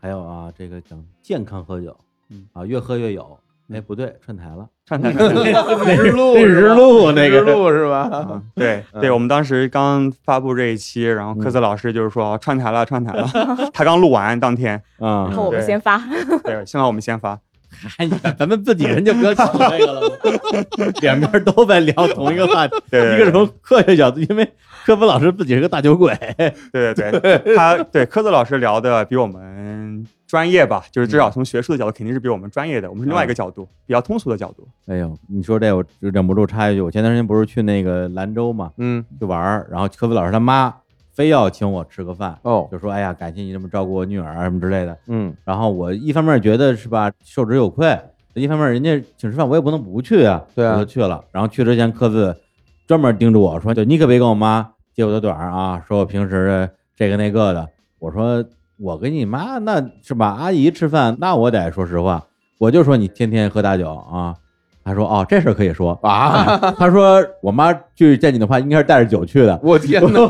[SPEAKER 2] 还有啊，这个讲健康喝酒，
[SPEAKER 4] 嗯
[SPEAKER 2] 啊，越喝越有。哎，不对，串台了，
[SPEAKER 4] 串台，
[SPEAKER 2] 日露，日露那
[SPEAKER 3] 日
[SPEAKER 2] 个
[SPEAKER 3] 录是吧？
[SPEAKER 4] 嗯对对，我们当时刚发布这一期，然后科斯老师就是说串台了， 串台了，他刚录完当天，
[SPEAKER 7] 啊
[SPEAKER 3] 嗯
[SPEAKER 5] 然后我们
[SPEAKER 4] 对
[SPEAKER 5] 先发，
[SPEAKER 4] 对，幸好我们先发，
[SPEAKER 2] 哎， 咱们自己人就不要扯这个了，两边都在聊同一个话题，
[SPEAKER 4] 对对对
[SPEAKER 2] 一个是从科学角度，因为科本老师自己是个大酒鬼，
[SPEAKER 4] 对对对，他对科子老师聊的比我们专业吧，就是至少从学术的角度肯定是比我们专业的，我们是另外一个角度，比较通俗的角度。
[SPEAKER 2] 哎呦，你说这我就忍不住插一句，我前段时间不是去那个兰州嘛，
[SPEAKER 3] 嗯
[SPEAKER 2] 去玩儿，然后科比老师他妈非要请我吃个饭，
[SPEAKER 3] 哦
[SPEAKER 2] 就说哎呀，感谢你这么照顾我女儿啊什么之类的。
[SPEAKER 3] 嗯
[SPEAKER 2] 然后我一方面觉得是吧，受之有愧；一方面人家请吃饭，我也不能不去啊，
[SPEAKER 3] 对啊
[SPEAKER 2] 我就去了。然后去之前，科子专门叮嘱我说：“就你可别跟我妈揭我的短儿啊，说我平时这个那个的。”我说：“我跟你妈那是吧，阿姨吃饭，那我得说实话，我就说你天天喝大酒啊。”他说：“哦，这事儿可以说。
[SPEAKER 3] 啊，”
[SPEAKER 2] 他说：“我妈去见你的话，应该是带着酒去的。”
[SPEAKER 3] 我天哪！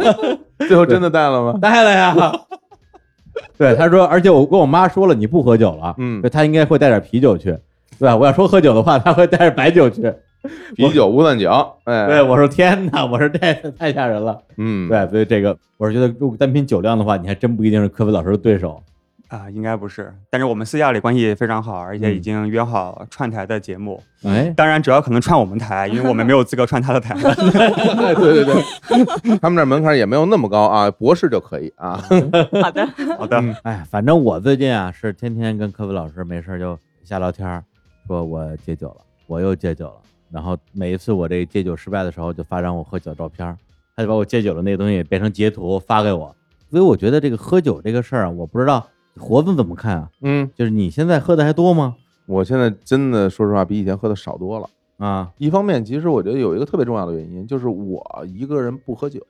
[SPEAKER 3] 最后真的带了吗？
[SPEAKER 2] 带了呀。 对，他说，而且我跟我妈说了，你不喝酒了，
[SPEAKER 3] 嗯
[SPEAKER 2] 所以她应该会带点啤酒去，对吧？我要说喝酒的话，她会带着白酒去。
[SPEAKER 3] 啤酒无乱讲，哎，
[SPEAKER 2] 对，我说天哪，我说这太吓人了。
[SPEAKER 3] 嗯，
[SPEAKER 2] 对，所以这个我是觉得，如果单凭酒量的话，你还真不一定是科比老师的对手。
[SPEAKER 4] 啊、应该不是。但是我们私下里关系非常好，而且已
[SPEAKER 2] 嗯
[SPEAKER 4] 经约好串台的节目。
[SPEAKER 2] 哎，
[SPEAKER 4] 当然，主要可能串我们台，因为我们没有资格串他的台。
[SPEAKER 3] 哎，对对对，他们这门槛也没有那么高啊，博士就可以啊。
[SPEAKER 5] 好的，
[SPEAKER 4] 好的，
[SPEAKER 2] 哎，反正我最近啊是天天跟科比老师没事儿就瞎聊天儿，说我戒酒了，我又戒酒了。然后每一次我这戒酒失败的时候，就发张我喝酒照片儿，他就把我戒酒的那个东西变成截图发给我。所以我觉得这个喝酒这个事儿啊，我不知道活子怎么看啊？
[SPEAKER 3] 嗯，
[SPEAKER 2] 就是你现在喝的还多吗？
[SPEAKER 3] 我现在真的说实话，比以前喝的少多了。
[SPEAKER 2] 啊，
[SPEAKER 3] 一方面，其实我觉得有一个特别重要的原因，就是我一个人不喝酒，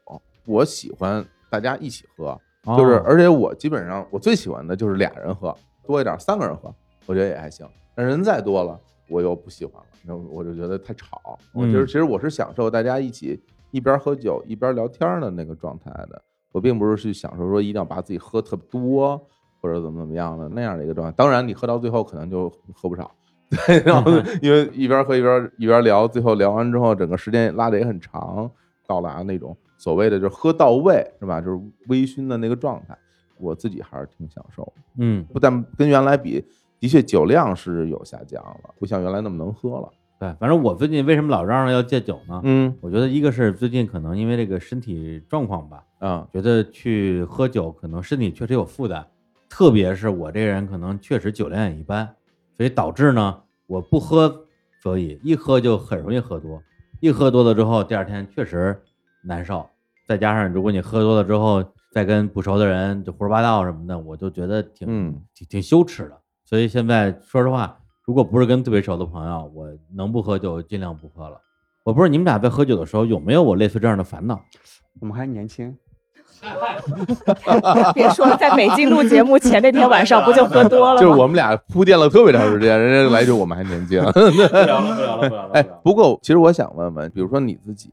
[SPEAKER 3] 我喜欢大家一起喝，
[SPEAKER 2] 哦
[SPEAKER 3] 就是而且我基本上我最喜欢的就是俩人喝，多一点三个人喝，我觉得也还行。但人再多了，我又不喜欢了，那我就觉得太吵。我就是
[SPEAKER 2] 嗯
[SPEAKER 3] 其实我是享受大家一起一边喝酒一边聊天的那个状态的，我并不是去享受说一定要把自己喝特别多或者怎么怎么样的那样的一个状态。当然，你喝到最后可能就喝不少。 对，然后因为一边喝一边一边聊，最后聊完之后，整个时间拉的也很长，到达那种所谓的就是喝到位是吧？就是微醺的那个状态，我自己还是挺享受的。
[SPEAKER 2] 嗯，
[SPEAKER 3] 不但跟原来比，的确酒量是有下降了，不像原来那么能喝了。
[SPEAKER 2] 对，反正我最近为什么老嚷嚷要戒酒呢？
[SPEAKER 3] 嗯
[SPEAKER 2] 我觉得一个是最近可能因为这个身体状况吧，
[SPEAKER 3] 啊
[SPEAKER 2] 觉得去喝酒可能身体确实有负担，特别是我这人可能确实酒量也一般，所以导致呢我不喝，所以一喝就很容易喝多，一喝多了之后第二天确实难受，再加上如果你喝多了之后再跟不熟的人就胡说八道什么的，我就觉得挺、
[SPEAKER 3] 嗯
[SPEAKER 2] 挺挺羞耻的。所以现在说实话，如果不是跟特别熟的朋友，我能不喝酒尽量不喝了。我不知道你们俩在喝酒的时候有没有我类似这样的烦恼？
[SPEAKER 4] 我们还年轻，
[SPEAKER 5] 别说了，在北京录节目前那天晚上不就喝多了
[SPEAKER 3] 就是
[SPEAKER 5] 吗？
[SPEAKER 3] 我们俩铺垫了特别长时间，人家来一句我们还年轻。
[SPEAKER 2] 不聊了，不聊了，不聊了
[SPEAKER 3] 哎，不过其实我想问问，比如说你自己，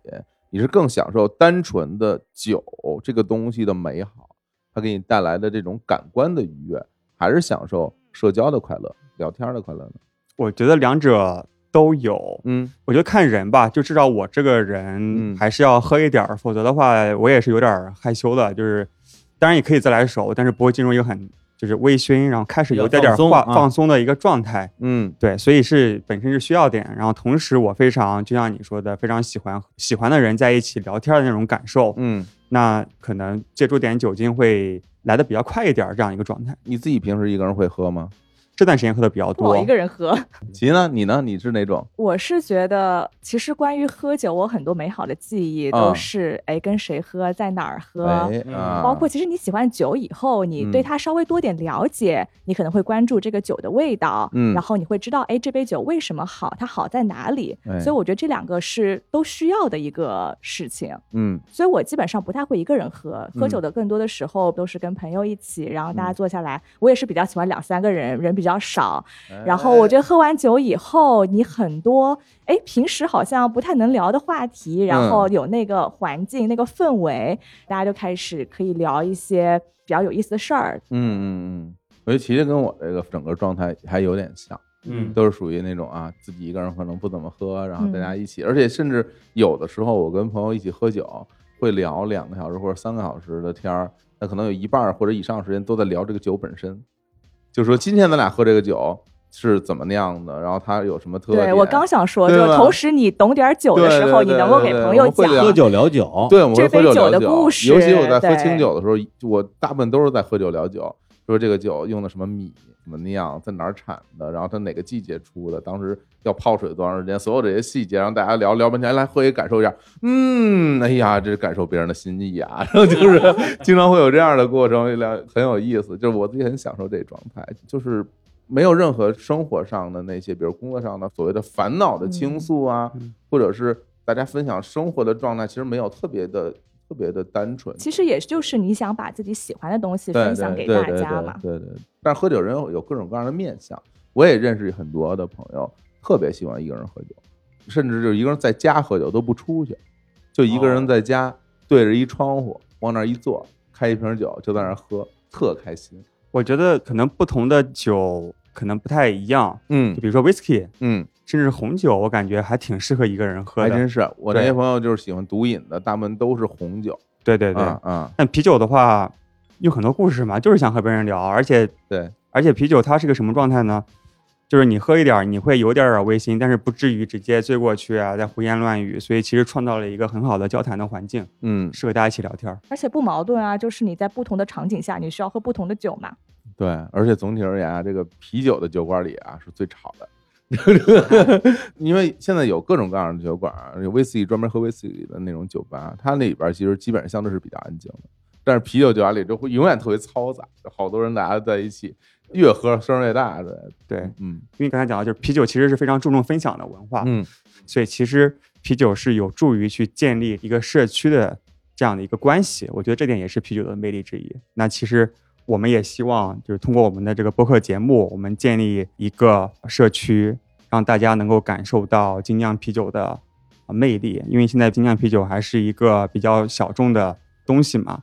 [SPEAKER 3] 你是更享受单纯的酒这个东西的美好，它给你带来的这种感官的愉悦，还是享受社交的快乐、聊天的快乐呢？
[SPEAKER 4] 我觉得两者都有。
[SPEAKER 3] 嗯
[SPEAKER 4] 我觉得看人吧，就至少我这个人
[SPEAKER 3] 嗯
[SPEAKER 4] 还是要喝一点儿，否则的话我也是有点儿害羞的。就是当然也可以自来熟，但是不会进入一个很就是微醺，然后开始有
[SPEAKER 2] 比
[SPEAKER 4] 一
[SPEAKER 2] 较
[SPEAKER 4] 点点
[SPEAKER 2] 放松
[SPEAKER 4] 话
[SPEAKER 2] 啊
[SPEAKER 4] 放松的一个状态。
[SPEAKER 3] 嗯
[SPEAKER 4] 对，所以是本身是需要点，然后同时我非常就像你说的，非常喜欢喜欢的人在一起聊天的那种感受。
[SPEAKER 3] 嗯，
[SPEAKER 4] 那可能借助点酒精会来的比较快一点儿这样一个状态。
[SPEAKER 3] 你自己平时一个人会喝吗？
[SPEAKER 4] 这段时间喝的比较
[SPEAKER 5] 我
[SPEAKER 4] 多
[SPEAKER 5] 一，个人喝，
[SPEAKER 3] 琪呢？你呢？你是哪种？
[SPEAKER 5] 我是觉得，其实关于喝酒，我很多美好的记忆
[SPEAKER 3] 啊
[SPEAKER 5] 都是，哎，跟谁喝，在哪儿喝，
[SPEAKER 3] 哎
[SPEAKER 4] 嗯
[SPEAKER 3] 啊，
[SPEAKER 5] 包括其实你喜欢酒以后，你
[SPEAKER 3] 嗯
[SPEAKER 5] 对它稍微多点了解，你可能会关注这个酒的味道，
[SPEAKER 3] 嗯
[SPEAKER 5] 然后你会知道，哎，这杯酒为什么好，它好在哪里。
[SPEAKER 3] 哎
[SPEAKER 5] 所以我觉得这两个是都需要的一个事情。
[SPEAKER 3] 嗯
[SPEAKER 5] 所以我基本上不太会一个人喝，喝
[SPEAKER 3] 嗯
[SPEAKER 5] 酒的更多的时候都是跟朋友一起，然后大家
[SPEAKER 3] 嗯
[SPEAKER 5] 坐下来。我也是比较喜欢两三个人，人比较少。然后我觉得喝完酒以后，你很多哎平时好像不太能聊的话题，然
[SPEAKER 3] 嗯
[SPEAKER 5] 后有那个环境、那个氛围，大家就开始可以聊一些比较有意思的事儿。
[SPEAKER 3] 嗯嗯嗯，我觉得琪琪跟我这个整个状态还有点像。
[SPEAKER 2] 嗯，
[SPEAKER 3] 都是属于那种啊，自己一个人可能不怎么喝，然后大
[SPEAKER 5] 嗯
[SPEAKER 3] 家一起，而且甚至有的时候我跟朋友一起喝酒，会聊两个小时或者三个小时的天儿，那可能有一半儿或者以上时间都在聊这个酒本身，就说今天咱俩喝这个酒是怎么酿的，然后它有什么特点。
[SPEAKER 5] 对我刚想说，
[SPEAKER 3] 对
[SPEAKER 5] 就
[SPEAKER 3] 吧
[SPEAKER 5] 同时你懂点儿酒的
[SPEAKER 3] 对
[SPEAKER 5] 时
[SPEAKER 3] 对
[SPEAKER 5] 候，
[SPEAKER 3] 对
[SPEAKER 5] 你能够
[SPEAKER 3] 对
[SPEAKER 5] 给
[SPEAKER 3] 对
[SPEAKER 5] 朋
[SPEAKER 3] 对
[SPEAKER 5] 友
[SPEAKER 3] 我会
[SPEAKER 5] 讲，
[SPEAKER 3] 聊
[SPEAKER 2] 喝酒聊酒，
[SPEAKER 3] 对，我们会
[SPEAKER 5] 这
[SPEAKER 3] 喝
[SPEAKER 5] 杯
[SPEAKER 3] 酒聊
[SPEAKER 5] 酒的
[SPEAKER 3] 酒，
[SPEAKER 5] 故事
[SPEAKER 3] 尤其我在喝
[SPEAKER 5] 对
[SPEAKER 3] 清酒的时候，我大部分都是在喝酒聊酒，说这个酒用的什么米、怎么酿、在哪儿产的，然后它哪个季节出的，当时要泡水多长时间，所有这些细节，让大家聊聊半天，来喝一个感受一下。嗯，哎呀，这感受别人的心意啊， 然后 就是经常会有这样的过程，聊很有意思，就是我自己很享受这状态，就是。没有任何生活上的那些，比如工作上的所谓的烦恼的倾
[SPEAKER 5] 嗯
[SPEAKER 3] 诉啊，
[SPEAKER 4] 嗯
[SPEAKER 3] 或者是大家分享生活的状态，其实没有特别的特别的单纯。
[SPEAKER 5] 其实也就是你想把自己喜欢的东西
[SPEAKER 3] 对对
[SPEAKER 5] 分享给
[SPEAKER 3] 对
[SPEAKER 5] 大
[SPEAKER 3] 对
[SPEAKER 5] 家
[SPEAKER 3] 对
[SPEAKER 5] 嘛。
[SPEAKER 3] 对对。但是喝酒人有有各种各样的面相，我也认识很多的朋友，特别喜欢一个人喝酒，甚至就是一个人在家喝酒都不出去，就一个
[SPEAKER 5] 哦
[SPEAKER 3] 人在家对着一窗户往那儿一坐，开一瓶酒就在那儿喝，特开心。
[SPEAKER 4] 我觉得可能不同的酒可能不太一样。
[SPEAKER 3] 嗯
[SPEAKER 4] 就比如说 whisky，
[SPEAKER 3] 嗯，
[SPEAKER 4] 甚至红酒，我感觉还挺适合一个人喝
[SPEAKER 3] 还真
[SPEAKER 4] 的。
[SPEAKER 3] 是。我那些
[SPEAKER 4] 对
[SPEAKER 3] 朋友就是喜欢毒饮的，大部分都是红酒。
[SPEAKER 4] 对对对。
[SPEAKER 3] 啊啊，
[SPEAKER 4] 但啤酒的话，有很多故事嘛，就是想和别人聊，而且
[SPEAKER 3] 对，
[SPEAKER 4] 而且啤酒它是个什么状态呢？就是你喝一点儿，你会有点儿微醺，但是不至于直接醉过去啊，在胡言乱语。所以其实创造了一个很好的交谈的环境，
[SPEAKER 3] 嗯，
[SPEAKER 4] 适合大家一起聊天儿。
[SPEAKER 5] 而且不矛盾啊，就是你在不同的场景下，你需要喝不同的酒 嘛。
[SPEAKER 3] 对，而且总体而言啊，这个啤酒的酒馆里啊是最吵的。 因为现在有各种各样的酒馆啊，有威士忌专门喝威士忌的那种酒吧，它那里边其实基本上相对是比较安静的。但是啤酒酒吧里就会永远特别嘈杂，好多人大家在一起，越喝声儿越大的。
[SPEAKER 4] 对，
[SPEAKER 3] 嗯
[SPEAKER 4] 因为刚才讲到，就是啤酒其实是非常注重分享的文化，
[SPEAKER 3] 嗯，
[SPEAKER 4] 所以其实啤酒是有助于去建立一个社区的这样的一个关系。我觉得这点也是啤酒的魅力之一。那其实我们也希望，就是通过我们的这个播客节目，我们建立一个社区，让大家能够感受到精酿啤酒的呃魅力。因为现在精酿啤酒还是一个比较小众的东西嘛。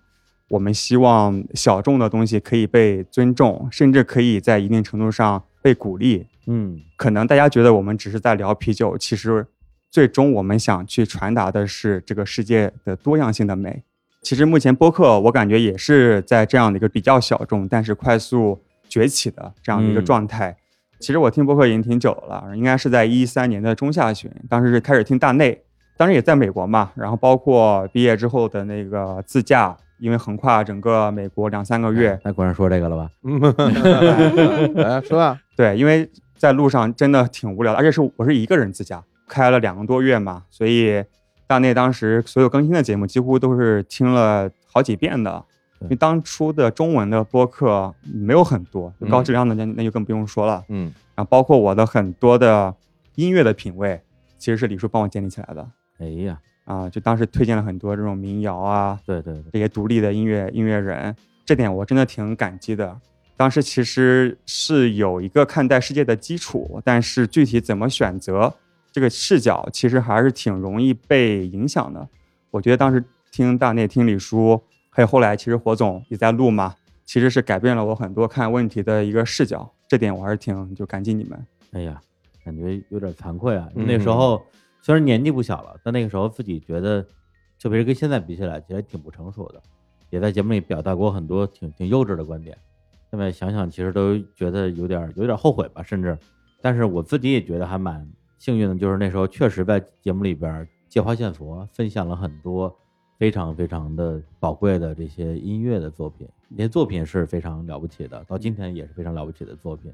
[SPEAKER 4] 我们希望小众的东西可以被尊重，甚至可以在一定程度上被鼓励。
[SPEAKER 2] 嗯，
[SPEAKER 4] 可能大家觉得我们只是在聊啤酒，其实最终我们想去传达的是这个世界的多样性的美。其实目前播客，我感觉也是在这样的一个比较小众，但是快速崛起的这样的一个
[SPEAKER 2] 嗯
[SPEAKER 4] 状态。其实我听播客已经挺久了，应该是在一三年的中下旬，当时是开始听大内，当时也在美国嘛，然后包括毕业之后的那个自驾，因为横跨整个美国两三个月，
[SPEAKER 2] 哎那果然说这个了吧？
[SPEAKER 3] 来说吧，
[SPEAKER 4] 对，因为在路上真的挺无聊的，而且是我是一个人自驾，开了两个多月嘛，所以大内当时所有更新的节目几乎都是听了好几遍的。因为当初的中文的播客没有很多，就高质量的那那就更不用说了。
[SPEAKER 3] 嗯，
[SPEAKER 4] 然后包括我的很多的音乐的品味，其实是李叔帮我建立起来的
[SPEAKER 2] 哎呀，
[SPEAKER 4] 啊，就当时推荐了很多这种民谣啊，
[SPEAKER 2] 对对对，
[SPEAKER 4] 这些独立的音乐音乐人，这点我真的挺感激的。当时其实是有一个看待世界的基础，但是具体怎么选择这个视角，其实还是挺容易被影响的。我觉得当时听大内、听李叔，还有后来其实火总也在录嘛，其实是改变了我很多看问题的一个视角。这点我还是挺就感激你们。
[SPEAKER 2] 哎呀，感觉有点惭愧啊。
[SPEAKER 3] 嗯
[SPEAKER 2] 那时候虽然年纪不小了，但那个时候自己觉得，特别是跟现在比起来，其实挺不成熟的，也在节目里表达过很多挺挺幼稚的观点。现在想想，其实都觉得有点有点后悔吧，甚至。但是我自己也觉得还蛮幸运的，就是那时候确实在节目里边借花献佛，分享了很多非常非常的宝贵的这些音乐的作品，那些作品是非常了不起的，到今天也是非常了不起的作品。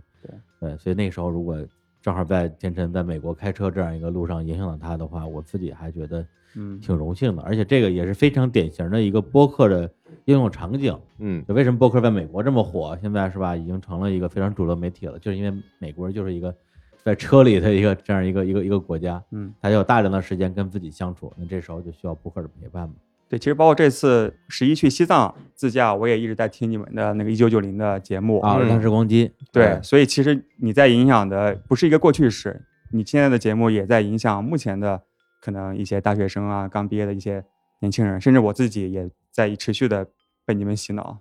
[SPEAKER 2] 对，所以那时候如果正好在天辰在美国开车这样一个路上影响到他的话，我自己还觉得
[SPEAKER 4] 嗯
[SPEAKER 2] 挺荣幸的。而且这个也是非常典型的一个播客的应用场景。
[SPEAKER 3] 嗯
[SPEAKER 2] 就为什么播客在美国这么火？现在是吧，已经成了一个非常主流媒体了，就是因为美国人就是一个在车里的一个这样一个一个一个国家，
[SPEAKER 4] 嗯，
[SPEAKER 2] 他有大量的时间跟自己相处，那这时候就需要播客的陪伴嘛。
[SPEAKER 4] 对，其实包括这次十一去西藏自驾，我也一直在听你们的那个一九九零的节目
[SPEAKER 2] 啊，
[SPEAKER 3] 嗯
[SPEAKER 2] 日常时光机，
[SPEAKER 4] 对
[SPEAKER 3] 对，
[SPEAKER 4] 所以其实你在影响的不是一个过去式，你现在的节目也在影响目前的可能一些大学生啊，刚毕业的一些年轻人，甚至我自己也在持续的被你们洗脑。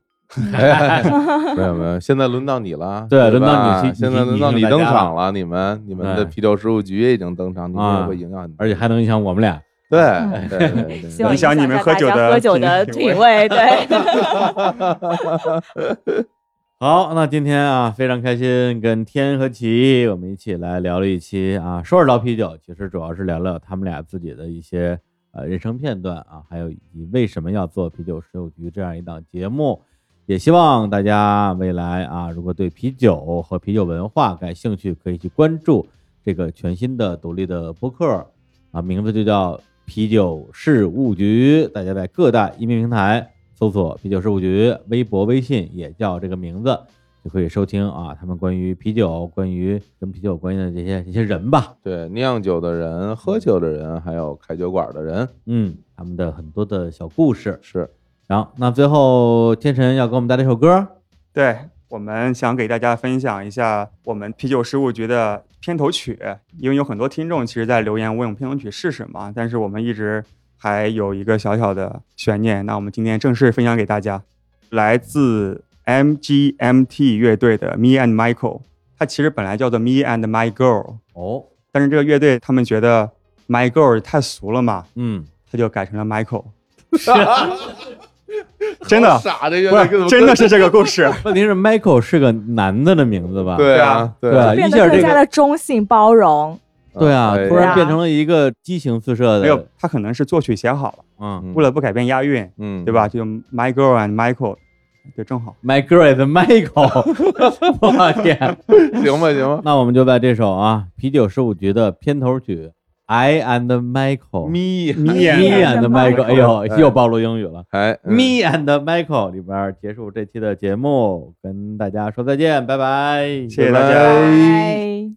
[SPEAKER 4] 哎
[SPEAKER 3] 没有没有，现在轮到你了，
[SPEAKER 2] 对轮到
[SPEAKER 3] 吧
[SPEAKER 2] 你去
[SPEAKER 3] 现在
[SPEAKER 2] 你
[SPEAKER 3] 轮到
[SPEAKER 2] 你
[SPEAKER 3] 你
[SPEAKER 2] 大
[SPEAKER 3] 登
[SPEAKER 2] 家
[SPEAKER 3] 场了，你们你们的
[SPEAKER 2] 对
[SPEAKER 3] 啤酒事务局也已经登场，你们也
[SPEAKER 2] 啊
[SPEAKER 3] 会影响你，
[SPEAKER 2] 而且嗯还能影响我们俩。
[SPEAKER 3] 对对对对 对，
[SPEAKER 5] 希望
[SPEAKER 4] 影响
[SPEAKER 5] 一下
[SPEAKER 4] 你们
[SPEAKER 5] 大
[SPEAKER 4] 喝酒
[SPEAKER 5] 家
[SPEAKER 4] 的
[SPEAKER 5] 喝酒
[SPEAKER 4] 品
[SPEAKER 5] 的
[SPEAKER 4] 品
[SPEAKER 5] 品味，
[SPEAKER 4] 味
[SPEAKER 5] 对。
[SPEAKER 3] 啊
[SPEAKER 2] 好，那今天啊，非常开心跟天和奇我们一起来聊了一期啊，说是聊啤酒，其实主要是聊聊他们俩自己的一些呃人生片段啊，还有以及为什么要做啤酒十六局这样一档节目。也希望大家未来啊，如果对啤酒和啤酒文化感兴趣，可以去关注这个全新的独立的播客啊，名字就叫啤酒事务局。大家在各大音频平台搜索“啤酒事务局”，微博、微信也叫这个名字，就可以收听啊，他们关于啤酒、关于跟啤酒有关系的这些这些人吧，
[SPEAKER 3] 对，酿酒的人、喝酒的人，还有开酒馆的人，
[SPEAKER 2] 嗯，他们的很多的小故事。
[SPEAKER 3] 是
[SPEAKER 2] 然后，那最后天辰要给我们带来一首歌，
[SPEAKER 4] 对我们想给大家分享一下我们啤酒事务局的片头曲，因为有很多听众其实在留言问我们片头曲是什么，但是我们一直还有一个小小的悬念。那我们今天正式分享给大家，来自 MGMT 乐队的《Me and Michael》。它其实本来叫做 Me and My Girl，
[SPEAKER 2] 哦，
[SPEAKER 4] 但是这个乐队他们觉得 My Girl 太俗了嘛，
[SPEAKER 2] 嗯，
[SPEAKER 4] 他就改成了 Michael。真的
[SPEAKER 3] 傻这乐
[SPEAKER 4] 不
[SPEAKER 3] 队跟
[SPEAKER 4] 是，真的是这个故事。
[SPEAKER 2] 问题是 Michael 是个男的的名字吧？
[SPEAKER 3] 对啊，对
[SPEAKER 2] 对啊
[SPEAKER 5] 变
[SPEAKER 2] 一下
[SPEAKER 5] 得
[SPEAKER 2] 这
[SPEAKER 5] 更
[SPEAKER 2] 个
[SPEAKER 5] 加的中性包容。
[SPEAKER 2] 对啊，
[SPEAKER 3] 哎
[SPEAKER 2] 突然
[SPEAKER 5] 呀
[SPEAKER 2] 变成了一个激情四射的，
[SPEAKER 4] 没有，他可能是作曲写好了，
[SPEAKER 2] 嗯
[SPEAKER 4] 为了不改变押韵，
[SPEAKER 3] 嗯，
[SPEAKER 4] 对吧？就 My Girl and Michael，就正好。
[SPEAKER 2] ，My girl is Michael，我 天！
[SPEAKER 3] 行吧，行吧。
[SPEAKER 2] 那我们就在这首啊《啤酒十五局》的片头曲《I and Michael》
[SPEAKER 3] 咪
[SPEAKER 2] Me and Michael，哎呦，
[SPEAKER 3] 哎
[SPEAKER 2] 又暴露英语了。
[SPEAKER 3] 哎，嗯
[SPEAKER 2] Me and Michael 里边儿结束这期的节目，跟大家说再见，拜拜，
[SPEAKER 4] 谢谢大家
[SPEAKER 3] 拜拜
[SPEAKER 5] 拜。